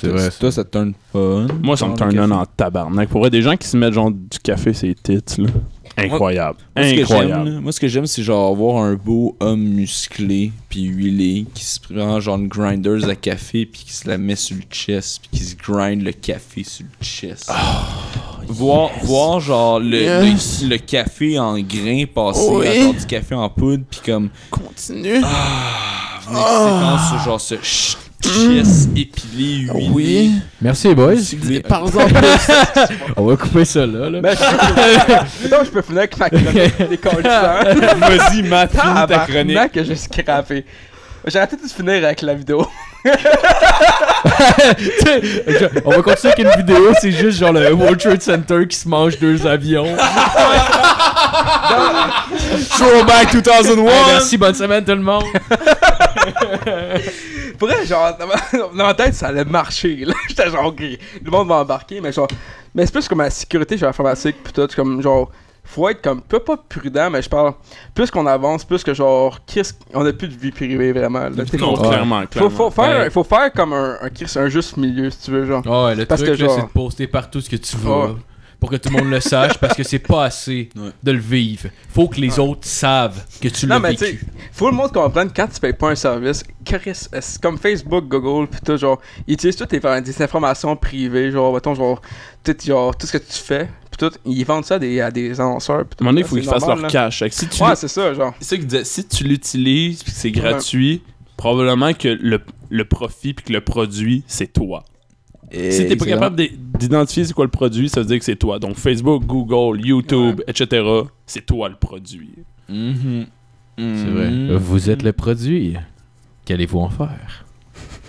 C: C'est vrai.
D: Toi, ça te turn pas.
F: Moi, ça me turn on en tabarnak. Pour vrai, des gens qui se mettent genre du café, c'est tits, là. Incroyable.
D: Moi, ce que j'aime,
F: Incroyable.
D: là, moi, ce que j'aime, c'est genre voir un beau homme musclé, puis huilé, qui se prend genre une grinders à café, puis qui se la met sur le chest, puis qui se grind le café sur le chest. voir, voir genre le,
F: Ah, Yes.
D: le, le café en grain passer
F: Oui.
D: à genre du café en poudre, puis comme Ah,
F: Continue. Ah.
D: une séquence sur genre ce ch- chest épilé, huilé.
C: Merci, boys.
F: Par
C: On va couper ça là. là.
E: Ben, je
C: (laughs)
E: peux- Mettons que je peux finir avec ma chronique
D: (laughs)
E: des colissants.
D: Vas-y, Matt, finis ta chronique.
E: Tabarnak que j'ai scrappé. J'aurais peut-être dû finir avec la vidéo.
C: on va continuer avec une vidéo, c'est juste genre le World Trade Center qui se mange deux
E: (laughs)
C: avions.
D: Throwback 2001!
C: merci, bonne semaine tout le monde.
E: (laughs) Pour vrai, genre, dans ma, dans ma tête, ça allait marcher. Là, (laughs) j'étais genre, ok, le monde va embarquer, mais genre, mais c'est plus comme la sécurité, genre, informatique, pis tout, comme, genre, faut être comme, peu pas prudent, mais je parle, plus qu'on avance, plus que genre, qu'est-ce on a plus de vie privée vraiment. Là, T'sais,
F: Non,
E: faut,
F: clairement,
E: faut,
F: clairement.
E: faut faire,
C: Ouais.
E: faut faire comme un, un, Chris, un juste milieu, si tu veux, genre.
C: Oh, le
E: Parce
C: truc
E: que
C: là,
E: genre- Ah.
C: c'est de poster partout ce que tu veux
E: Ouais.
C: pour que tout le monde le sache parce que c'est pas assez
D: Ouais.
C: de le vivre. Faut que les autres savent que tu l'as
E: Ah. Non, mais tu sais,
C: vécu.
E: faut le monde comprenne quand tu payes pas un service, Chris, c'est comme Facebook, Google, pis tout, genre, ils utilisent toutes tes, des informations privées, genre, mettons, genre, tout, genre, tout ce que tu fais, pis tout, ils vendent ça à des, à des annonceurs,
F: À
E: pis
F: un
E: tout.
F: moment donné, il
E: là,
F: faut qu'ils
E: c'est
F: fassent
E: normal,
F: leur
E: là.
F: cash. Fait que si tu
E: Ouais, c'est ça, genre.
F: C'est ça qu'il disait, si tu l'utilises puis que c'est gratuit, probablement que le, le profit puis que le produit, c'est toi. si t'es pas capable d'é- d'identifier c'est quoi le produit, ça veut dire que c'est toi. Donc Facebook, Google, YouTube, etc., c'est toi le produit.
C: C'est vrai.
E: hmm.
C: Vous êtes le produit. Qu'allez-vous en faire?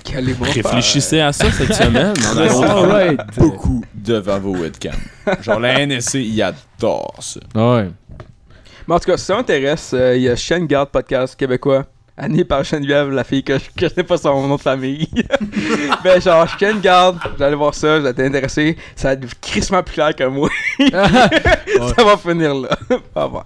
E: Calez-moi.
F: Réfléchissez à ça cette semaine. en
E: Ah
F: allant au travail.
C: Alright.
D: beaucoup devant vos webcams. Genre, la NSC, il adore ça.
C: Ah Ouais.
E: Mais en tout cas, si ça intéresse, euh, il y a Shane Garde Podcast québécois. Année par Geneviève, la fille que je connais pas son nom de famille. (laughs) Mais genre, Shane Garde, j'allais voir ça, j'étais intéressé. Ça va être crissement plus clair que moi. (laughs) Ça va finir là. (laughs) Au revoir.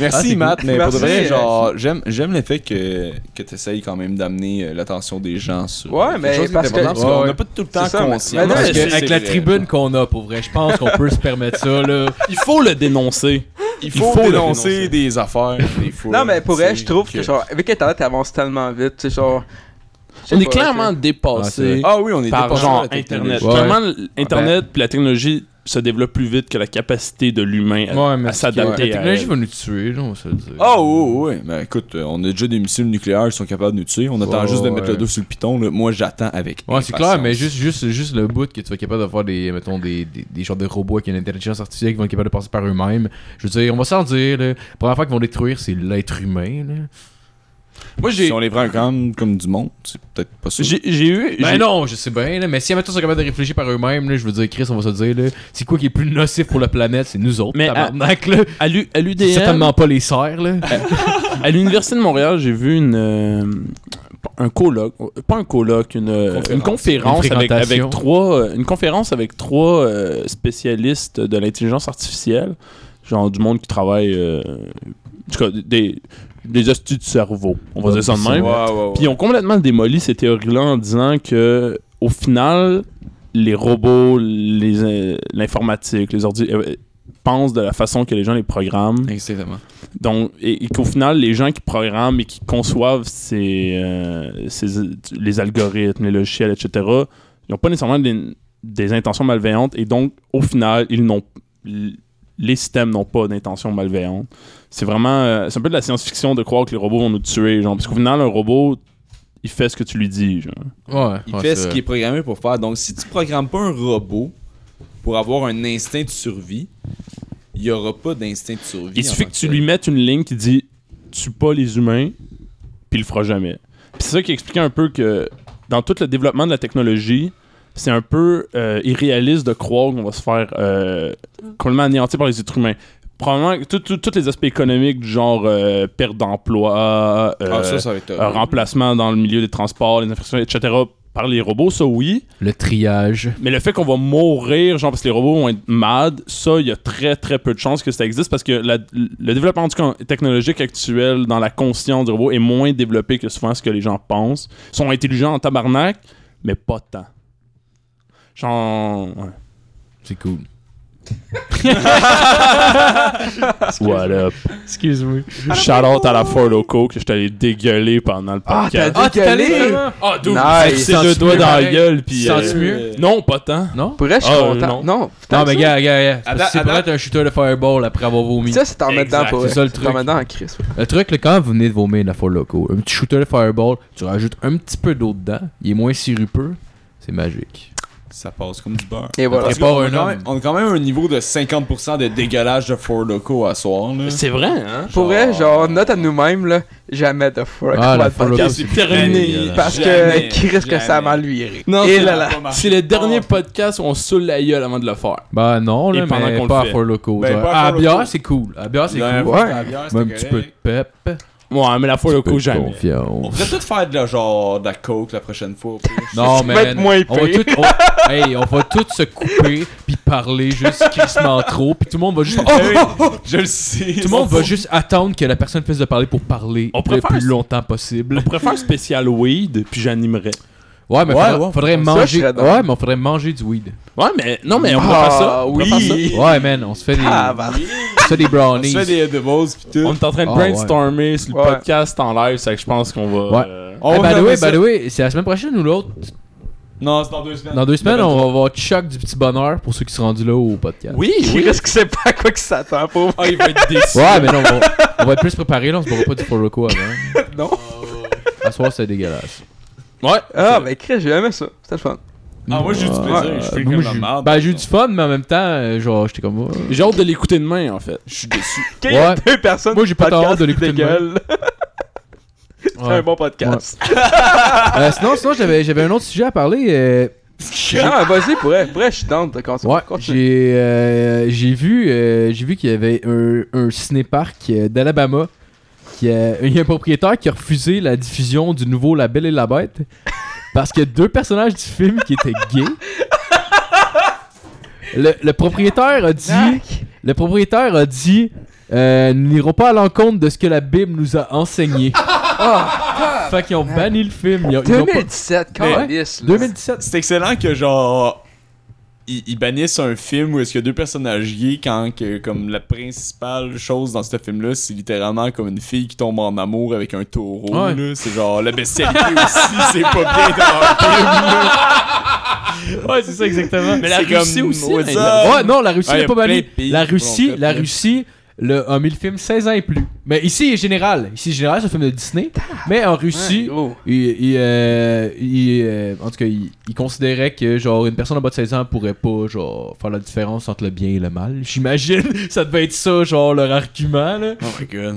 D: Merci,
C: Ah, c'est
D: Matt, mais pour de
E: Merci.
D: vrai, genre, j'aime, j'aime le fait que, que tu essayes quand même d'amener euh, l'attention des gens sur. euh,
E: Ouais,
D: quelque
E: mais
D: chose qui est
E: parce que-
D: important,
C: Ouais,
D: qu'on
C: ouais.
D: n'a pas tout le temps
E: C'est ça, mais-
D: conscience.
E: mais non,
D: que
C: Parce que
D: c'est
C: avec la
D: vrai.
C: tribune qu'on a pour vrai, je pense qu'on peut se permettre ça là.
F: Il faut le dénoncer.
D: il
F: il
D: faut,
F: faut le dénoncer.
D: dénoncer des affaires, des fois.
E: non, mais pour
D: tu sais,
E: elle, je trouve que... genre, avec Internet, t'avances tellement vite, tu sais, genre. je sais
F: On est
E: pas,
F: clairement
C: Ouais,
F: dépassé
C: c'est
D: Ah oui, on est
F: par
D: dépassé
F: genre
D: par la
F: Internet.
D: technologie.
C: Ouais.
F: Clairement, l'Internet puis la technologie se développe plus vite que la capacité de l'humain à- à, s'adapter
C: La
F: à
C: technologie
F: elle.
C: va nous tuer, là, on va se le dire.
D: Ah
E: Oh,
D: oui, oui, oui. Mais écoute, euh, on a déjà des missiles nucléaires qui sont capables de nous tuer. On attend
C: Ouais,
D: juste de
C: ouais.
D: mettre le dos sur le piton. là. Moi, j'attends avec.
C: Ouais, c'est
D: impatience.
C: clair, mais juste, juste, juste le bout que tu vas être capable de faire des, mettons, des, des, des genres de robots avec une intelligence artificielle qui vont être capables de passer par eux-mêmes. Je veux dire, on va s'en dire, là, la première fois qu'ils vont détruire, c'est l'être humain, là.
F: Moi, j'ai
D: Si on les prend comme, comme du monde, c'est peut-être pas ça.
F: j'ai- j'ai eu.
C: Ben
F: j'ai-
C: non, je sais bien, là, mais si, mettons, ils sont capables de réfléchir par eux-mêmes, là, je veux dire, Chris, on va se le dire, là, c'est quoi qui est plus nocif pour la planète, c'est nous autres,
F: Mais à-
C: tabarnak, là.
F: À l'U- à
C: C'est
F: l'UDM,
C: certainement pas les serres, là.
F: à l'Université de Montréal, j'ai vu une, euh, un colloque, pas un colloque, une euh, une conférence,
C: Une
F: avec,
C: fréquentation.
F: avec trois, euh, une conférence avec trois euh, spécialistes de l'intelligence artificielle, genre du monde qui travaille, euh, en tout cas, des, des hosties du cerveau, on va dire ça de
D: Ouais,
F: même.
D: ouais, ouais.
F: Puis ils ont complètement démoli ces théories-là en disant que, au final, les robots, les, euh, l'informatique, les ordi euh, pensent de la façon que les gens les programment.
D: Exactement.
F: Donc, et, et qu'au final, les gens qui programment et qui conçoivent ces, euh, ces- les algorithmes, les logiciels, etc., ils n'ont pas nécessairement des, des intentions malveillantes. Et donc, au final, ils n'ont l- les systèmes n'ont pas d'intention malveillante. C'est vraiment... euh, c'est un peu de la science-fiction de croire que les robots vont nous tuer. Genre, parce qu'au final, un robot, il fait ce que tu lui dis. Genre.
C: Ouais,
D: Il
C: ouais,
D: fait
C: c'est
D: ce
C: vrai.
D: qu'il est programmé pour faire. Donc, si tu programmes pas un robot pour avoir un instinct de survie, il n'y aura pas d'instinct de survie.
F: Il
D: en
F: suffit
D: tant
F: que tu
D: tel.
F: lui mettes une ligne qui dit tue pas les humains, puis il le fera jamais. Puis c'est ça qui expliquait un peu que dans tout le développement de la technologie, c'est un peu euh, irréaliste de croire qu'on va se faire euh, complètement anéantir par les êtres humains. Probablement que tout- tout- tous les aspects économiques du genre euh, perte d'emploi, euh,
D: Ah, ça, ça va être horrible.
F: euh, remplacement dans le milieu des transports, les infrastructures, etc. par les robots, ça oui.
C: Le triage.
F: Mais le fait qu'on va mourir, genre parce que les robots vont être mad, ça, il y a très très peu de chances que ça existe parce que la- le développement du con- technologique actuel dans la conscience du robot est moins développé que souvent ce que les gens pensent. Ils sont intelligents en tabarnak, mais pas tant. Genre. ouais.
C: C'est cool.
F: What up?
C: Excuse-moi.
F: Shout out à la Ford Loco que je t'allais dégueuler pendant le
E: Ah, t'as
F: podcast.
E: dit qu'aller!
F: Ah, d'où?
E: Nice.
F: C'est deux doigts dans la gueule, puis.
C: Sens-tu
F: euh,
C: mieux?
F: Non, pas tant.
C: Non?
E: Pour vrai, je suis
F: Ah,
E: content.
F: non.
E: Non, putain,
C: Non, mais
E: ça-
C: gars, gars, gars. c'est parce
D: Attends,
C: que C'est pour
D: attends.
C: être un shooter de fireball après avoir vomi.
E: Ça, c'est en dedans pour
C: c'est
E: vrai.
C: ça le
E: en
C: truc.
E: dedans en crise. ouais.
C: Le truc, là, quand vous venez de vomir de la Four Loco, un petit shooter de fireball, tu rajoutes un petit peu d'eau dedans, il est moins sirupeux, c'est magique.
D: Ça passe comme du beurre.
E: Et voilà.
C: Parce
D: Parce
C: que on
D: qu'on
C: a
D: a
C: quand
D: quand
C: même-
D: même, un niveau de 50% de dégagage de Ford Loco à soir. Là.
F: C'est vrai, hein?
E: Pour vrai, genre, note à nous-mêmes, là, jamais de fuck.
C: Ah, la
E: Pas de
C: Four Loko,
E: podcast.
C: c'est
F: terminé.
C: dégueulasse.
E: Parce
D: Jamais,
E: que, (laughs) Chris, que ça
D: jamais.
E: m'a lui ri.
F: Non,
E: Et
F: c'est-
E: là là.
F: C'est le dernier podcast où on saoule la gueule avant de le faire.
C: Bah non, là,
F: Et pendant
C: mais
F: qu'on le
C: pas à
F: fait.
C: Four Loco.
D: Ben,
C: genre,
D: pas à
C: à
D: Four
C: bière,
D: Loko.
C: c'est cool. À bière, c'est cool.
D: Ouais,
C: Un
E: Ouais.
C: petit peu de pep. Un
F: Ouais, mais la Ford
C: petit peu
F: Loco,
C: de
F: jamais.
D: On
C: confiance.
D: pourrait tout faire de la, genre, de la coke la prochaine fois. au pire.
C: Non,
E: va
C: mais
E: être moins
C: on va
E: épais.
C: tout, on- hey, on va tous se couper puis parler juste crissement trop puis tout le monde va juste
D: Oh, oh, oh, je le sais.
C: tout le monde va juste attendre que la personne finisse de parler pour parler
F: On
C: le
F: préfère-
C: plus longtemps possible.
F: On pourrait faire un spécial weed, puis j'animerais.
C: Ouais, mais
D: Ouais,
C: faudrait,
D: ouais,
C: faudrait
E: ça,
C: manger.
E: je serais d'accord.
C: ouais, mais on faudrait manger du weed.
F: Ouais, mais non, mais on pourrait faire ça.
E: Ah,
F: On pourrait faire ça.
E: oui.
C: Ouais, man, on se fait des,
E: Ah, bah.
C: on se fait des
D: On se
C: brownies.
D: fait des edibles pis tout.
F: On est en train de
C: Ah,
F: brainstormer sur le
E: Ouais.
F: podcast en live, c'est que je pense qu'on va.
C: Ouais.
F: euh,
D: On
C: Eh,
D: va
C: by the way,
D: faire ça.
C: by the way, c'est la semaine prochaine ou l'autre
D: Non, c'est dans deux semaines.
C: Dans deux semaines, on va avoir Chuck du petit bonheur pour ceux qui sont rendus là au podcast.
F: Oui, oui.
E: Chris, qui sait pas à quoi qu'il s'attend, pauvre.
F: Ah, il va être déçu.
C: Ouais, mais non, on va, on va être plus préparé là, on se boira pas du Foroco avant.
E: Ah, Non.
C: À ce soir, c'est dégueulasse.
F: Ouais.
E: Ah, ben, Chris, j'ai aimé ça. C'était le fun.
D: Ah, moi, j'ai eu du plaisir. Je suis
C: Moi,
D: comme
C: j'ai
D: la
C: eu-
D: merde.
C: Ben, j'ai eu du fun, mais en même temps, euh, genre, j'étais comme.
F: (laughs)
C: euh,
F: J'ai hâte de l'écouter demain, en fait.
D: Je suis déçu.
E: Qu'il y a
C: Ouais.
E: deux personnes
C: Moi, j'ai pas
E: podcast
C: hâte de
E: qui
C: l'écouter
E: dégueulent. (laughs) C'est
C: Ouais.
E: un bon podcast.
C: Euh, sinon, sinon j'avais, j'avais un autre sujet à parler. euh,
E: Non, vas-y, pour vrai, pour vrai, je suis down de continuer.
C: ouais,
E: Continue.
C: j'ai, euh, j'ai vu, euh, j'ai vu qu'il y avait un, un cinépark euh, d'Alabama. Qui a, (laughs) il y a un propriétaire qui a refusé la diffusion du nouveau La Belle et la Bête parce qu'il y a deux personnages du film qui étaient gays. Le, le propriétaire a dit.
E: Ah.
C: Le propriétaire a dit euh, Nous n'irons pas à l'encontre de ce que la Bible nous a enseigné. fait qu'ils ont banni le film. Ils ont- ils ont pas-
E: 2017,
C: Mais-
E: câlisse, là.
C: 2017.
D: C'est excellent que genre ils, ils bannissent un film où est-ce qu'il y a deux personnages gays quand que comme la principale chose dans ce film là c'est littéralement comme une fille qui tombe en amour avec un taureau
C: Ouais.
D: là. c'est genre la bestialité (laughs) aussi c'est pas bien dans un film là. ouais c'est ça exactement
F: Mais la Russie aussi, hein,
D: what's
F: il-
D: up?
C: Ouais, non, la Russie
D: Ouais,
C: n'est pas
D: plein
C: bannie.
D: de pays
C: La
D: qui l'ont
C: Russie,
D: fait,
C: la
D: là.
C: Russie le, a mis le film 16 ans et plus. Mais ici, il est général. Ici, il est général, c'est un film de Disney. Mais en Russie,
E: gros.
C: il, il, euh, il, euh, en tout cas, il, il considérait que genre une personne en bas de 16 ans pourrait pas genre faire la différence entre le bien et le mal. J'imagine, (laughs) ça devait être ça genre leur argument là.
D: oh my god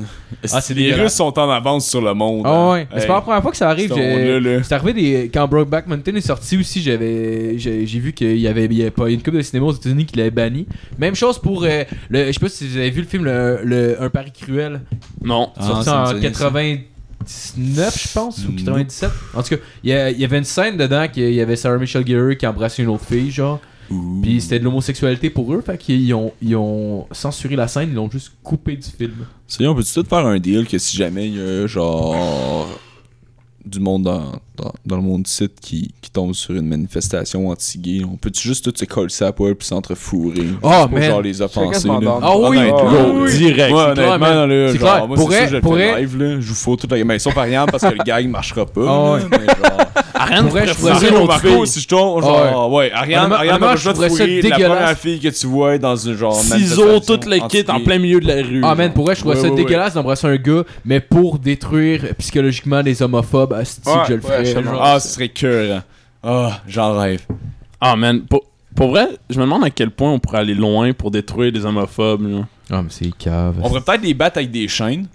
C: Ah, c'est
D: les
C: dégueulasse.
D: Russes sont en avance sur le monde
C: Ah
D: hein.
C: ouais. Mais
D: Hey,
C: c'est pas la première fois que ça arrive.
D: ce
C: j'ai-
D: monde-là, là.
C: C'est arrivé des... quand Brokeback Mountain est sorti aussi, j'avais j'ai j'ai vu qu'il y avait, il y avait pas une coupe de cinéma aux États-Unis qui l'avait banni. Même chose pour euh, le je sais pas si vous avez vu le film le, le- Un pari cruel
F: Non.
D: Ah,
C: sorti
D: ça Mm-hmm. me dit
C: en
D: rien,
C: 99 je pense ou
D: Nope.
C: 97. En tout cas, il y, a- il y avait une scène dedans qu'il y avait Sarah Michelle Gellar qui embrassait une autre fille genre.
D: Ouh.
C: Puis c'était de l'homosexualité pour eux, fait qu'ils ont, ils ont censuré la scène, ils l'ont juste coupé du film.
D: Ça y est, on peut-tu tout faire un deal que si jamais il y a genre du monde dans, dans, dans le monde site qui, qui tombe sur une manifestation anti-gay, on peut-tu juste tout se coller ça à poil puis s'entre-fourrer?
C: Oh,
D: Pour
C: man.
D: genre les offenser.
E: quasiment
D: là.
E: dans- Ah
C: oui,
D: Honnêtement,
E: oui,
D: là.
E: oui.
F: Direct.
D: Ouais,
C: c'est clair,
D: honnêtement,
C: man.
D: là,
C: C'est
D: genre,
C: clair.
D: moi,
C: Pour
D: c'est sûr
C: vrai-
D: que je le
C: pour
D: fais
C: vrai-
D: live, là. Je vous fous toute la Mais ils sont pas rien parce que le gag marchera pas.
C: Ah
D: là, mais
C: (laughs)
D: genre-
F: Ariane
C: Pour vrai,
F: pourrait
C: je pourrais
F: fourrer
C: dire au
F: l'autre
D: Marco,
F: fille.
D: si je tombe, genre, ouais, Ariane,
C: Honnêtement-
D: Ariane,
C: honnêtement,
D: on va
C: je
D: juste
C: trouverais ça
D: fourrer la
C: dégueulasse.
D: première fille que tu vois dans une genre.
F: Ciseaux,
D: manifestation
F: toute la kit en
D: anti-gay.
F: plein milieu de la rue.
C: Ah man, pour vrai, je trouvais
D: Ouais,
C: ça
D: ouais, ouais.
C: dégueulasse d'embrasser un gars, mais pour détruire psychologiquement les homophobes, asti que
E: Ouais,
C: je le
E: ouais,
C: ferais.
E: je sais
C: genre.
D: Ah, ce serait cœur. Ah, j'en rêve.
F: Ah man, pour, pour vrai, je me demande à quel point on pourrait aller loin pour détruire les homophobes. là.
C: Ah, mais c'est cave.
D: On pourrait peut-être les battre avec des chaînes.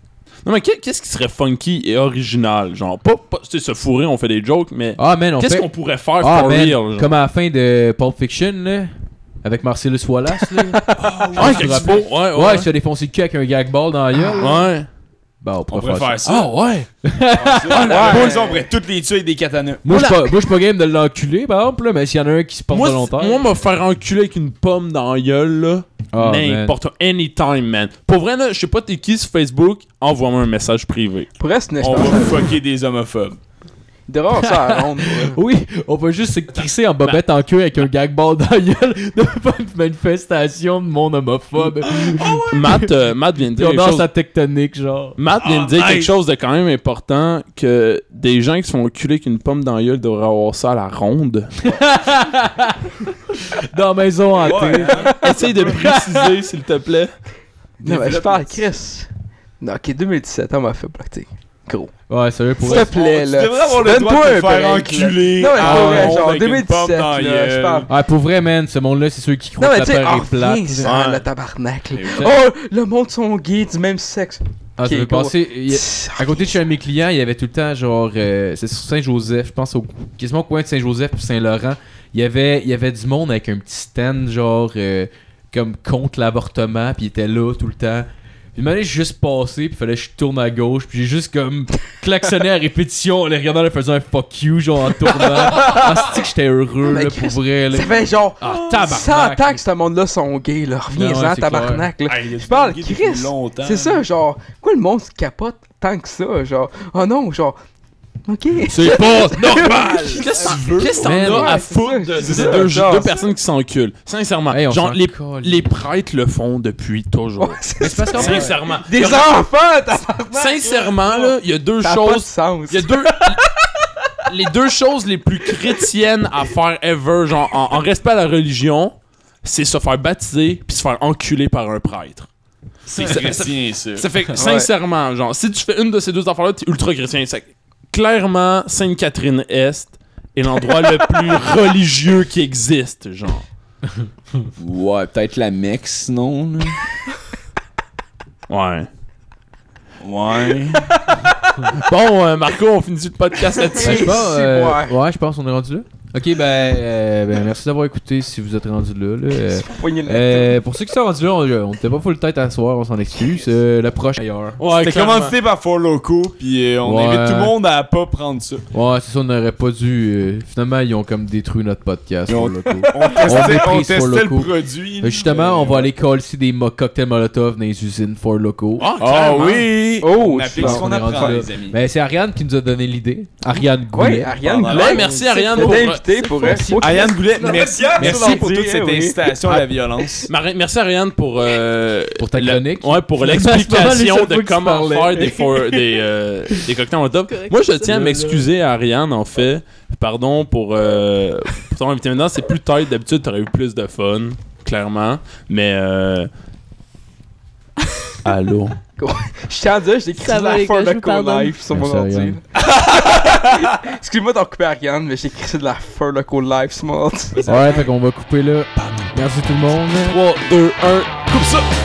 F: Non, mais qu'est- qu'est-ce qui serait funky et original? Genre, pas, pas tu sais, se fourrer, on fait des jokes, mais
C: Ah, man, on
F: qu'est-ce
C: fait-
F: qu'on pourrait faire
C: Ah,
F: for
C: man,
F: real? genre?
C: Comme à la fin de Pulp Fiction, là, avec Marcellus Wallace. Là.
F: ouais,
C: Je me
F: avec
C: rappelle.
F: Thibaut, Ah, ouais, (laughs) ouais,
C: ouais.
F: ouais.
C: il se fait défoncer le cul avec un gag ball dans la gueule. là.
F: Ouais.
C: Bah, on pourrait,
F: pourrait
C: faire,
F: faire
C: ça.
F: ça. Ah,
C: ouais!
D: Ah, la
F: Ouais.
D: boule, on pourrait toutes les tuer avec des katanas.
C: Moi, je suis pas- moi, je suis pas game de l'enculer, par exemple, là, mais s'il y en a un qui se porte
F: Moi,
C: volontaire.
F: c'est- moi, me faire enculer avec une pomme dans la gueule, là.
C: Ah,
F: N'importe anytime, man. Pour vrai, là, je sais pas t'es qui sur Facebook, envoie-moi un message privé.
E: Pour reste, n'est-ce
F: On
E: pas?
F: va fucker des homophobes.
E: Il devrait avoir ça à Londres.
C: man. Oui, on peut juste se crisser en bobette en queue avec un gag ball dans la gueule (laughs) de pas une manifestation de mon
F: (laughs)
C: homophobe.
F: Matt, euh, Matt vient de
C: Puis
F: dire
C: on
F: quelque
C: danse
F: chose.
C: à tectonique, genre.
F: Matt vient de dire quelque chose de quand même important que des gens qui se font enculer avec une pomme dans la gueule devraient avoir ça à la ronde.
C: Dans la maison
D: hein.
C: hantée.
F: Essaye de préciser, s'il te plaît.
E: Non, mais je parle, Chris. Non, ok, 2017, on m'a fait plaquer. Gros.
C: Ouais, sérieux, pour
E: S'il te plaît, là.
D: Tu devrais avoir le droit
E: Donne-toi
D: de te
E: un
D: faire
E: break, là.
D: enculer.
E: Non, mais
D: Ah,
E: pour vrai,
D: on
E: genre,
D: avec une
E: 2017,
D: pomme dans la
E: là, je
D: gueule.
E: parle.
C: Ouais, Ah, pour vrai, man, ce monde-là, c'est ceux qui
E: Non,
C: croient
E: mais
C: que la
E: tu sais,
C: Terre
E: oh,
C: est plate.
E: viens-en,
F: Ouais.
E: le tabarnak, là.
C: vous
E: Oh, le monde sont gays du même sexe.
C: Ah, ça
E: Ok,
C: veut
E: go.
C: passer. il y a- À côté de chez un de mes clients, il y avait tout le temps, genre, euh, c'est sur Saint-Joseph, je pense, au, quasiment au coin de Saint-Joseph puis Saint-Laurent, il y avait, il y avait du monde avec un petit stand, genre, euh, comme contre l'avortement, puis il était là tout le temps. Puis il m'allait juste passer, puis fallait que je tourne à gauche, puis j'ai juste comme klaxonné à répétition en les regardant, en leur faisant un fuck you, genre en
E: (laughs)
C: tournant. Ah, c'est que j'étais heureux,
E: Mais
C: là,
E: Christ,
C: pour vrai, là.
E: Ça fait genre
C: Ah,
E: 100 ans
C: tabarnak!
E: que ce monde-là sont gays, là.
C: Non,
E: Reviens-en,
C: ouais, c'est
E: tabarnak, là.
D: Hey, il y a du
E: Je parle,
D: gay depuis
E: Chris.
D: longtemps.
E: C'est ça, genre, pourquoi le monde se capote tant que ça, genre, oh non, genre, ok.
C: C'est pas
F: (laughs) normal! Qu'est-ce que tu veux? Qu'est-ce que
C: Man,
F: t'en as
E: ouais,
F: à
E: c'est
F: foutre
E: ça,
F: de,
E: c'est
F: de
E: ça,
F: deux,
E: genre,
F: deux
E: c'est-
F: personnes qui s'enculent? Sincèrement.
C: Hey, on
F: genre,
C: s'en
F: les,
C: colle.
F: les prêtres le font depuis toujours.
E: Ouais, c'est
C: Mais c'est parce qu'en plus-
F: Sincèrement.
E: Des
F: Y a-
E: enfants, tabarnak!
F: Sincèrement, là, il y a deux
E: Ça a pas de
F: choses.
E: sens.
F: Il y a deux. les deux choses les plus chrétiennes à faire ever, genre, en, en respect à la religion, c'est se faire baptiser puis se faire enculer par un prêtre.
D: C'est
F: Ça-
D: chrétien, ça.
F: Ça fait que, sincèrement, genre, si tu fais une de ces deux affaires-là, t'es ultra chrétien. Ça- clairement, Sainte-Catherine-Est est l'endroit le plus religieux qui existe, genre.
D: Ouais, peut-être la Mecque, sinon. là.
F: Ouais.
D: Ouais.
F: Bon, euh, Marco, on finit le podcast
C: Ben, je
F: là-dessus.
C: pense, euh,
E: Si,
C: ouais, je pense qu'on est rendu là. Ok, ben, euh, ben, merci d'avoir écouté si vous êtes rendu là. là.
D: (laughs)
C: Euh,
E: Poignée de la
C: euh, pour ceux qui sont rendus là, on euh, on n'était pas full tête à soir, on s'en excuse. Euh, la prochaine ailleurs.
F: Ouais,
D: T'as
F: clairement.
D: commencé par Four Loco, puis euh, on
C: Ouais.
D: invite tout le monde à pas prendre ça.
C: Ouais, c'est ça, on n'aurait pas dû. euh, finalement, ils ont comme détruit notre podcast.
D: Ils ont-
C: pour le coup.
D: On testait,
C: méprise
D: on
C: Four
D: testait le
C: Loko.
D: produit.
C: Euh, Justement, on va aller coller des mo- cocktails Molotov dans les usines Fort Loco.
F: Ah,
D: Ah
F: clairement.
D: oui!
E: Oh,
D: on
E: je
D: applique ce
E: pense
D: qu'on
C: qu'on est rendu
D: apprend,
C: là.
D: les amis.
C: Ben, c'est Ariane qui nous a donné l'idée. Ariane Goulet.
E: Ouais, Ariane
D: Pendant
E: Goulet.
F: Ouais, merci, Ariane, pour-
B: euh,
E: C'était invité pour elle.
C: Merci.
E: Faut-
D: Ariane Goulet, merci, merci
E: merci
D: pour
E: de
D: toute
E: dire,
D: cette
E: oui.
D: incitation à la violence.
F: Mari- merci Ariane pour euh,
C: Pour ta
F: le-
C: chronique. (laughs)
F: ouais, pour
C: C'est pas mal les
F: l'explication
C: seules
F: de
C: fois que tu
F: comment
C: parlais.
F: faire des
C: (laughs)
F: for- des, euh, des cocktails en top.
B: Correct,
F: Moi, je
B: c'est
F: tiens à
B: ça.
F: m'excuser à Ariane en fait. Pardon pour euh, pour t'avoir invité maintenant, c'est plus tard d'habitude, t'aurais eu plus de fun, clairement, mais euh... Allô.
E: Je tiens à dire, j'ai écrit
B: Ça va,
E: de
B: les
E: la Fort
B: gars, je vous
E: Loco
B: pardonne.
E: live sur mon
C: Merci,
E: ordi.
C: Ariane.
E: (laughs) Excuse-moi d'en couper Ariane, mais j'ai écrit de la Fort Loco live sur mon ordi.
C: Ouais, fait qu'on va couper là. Merci tout le monde.
F: 3 2 1 coupe ça.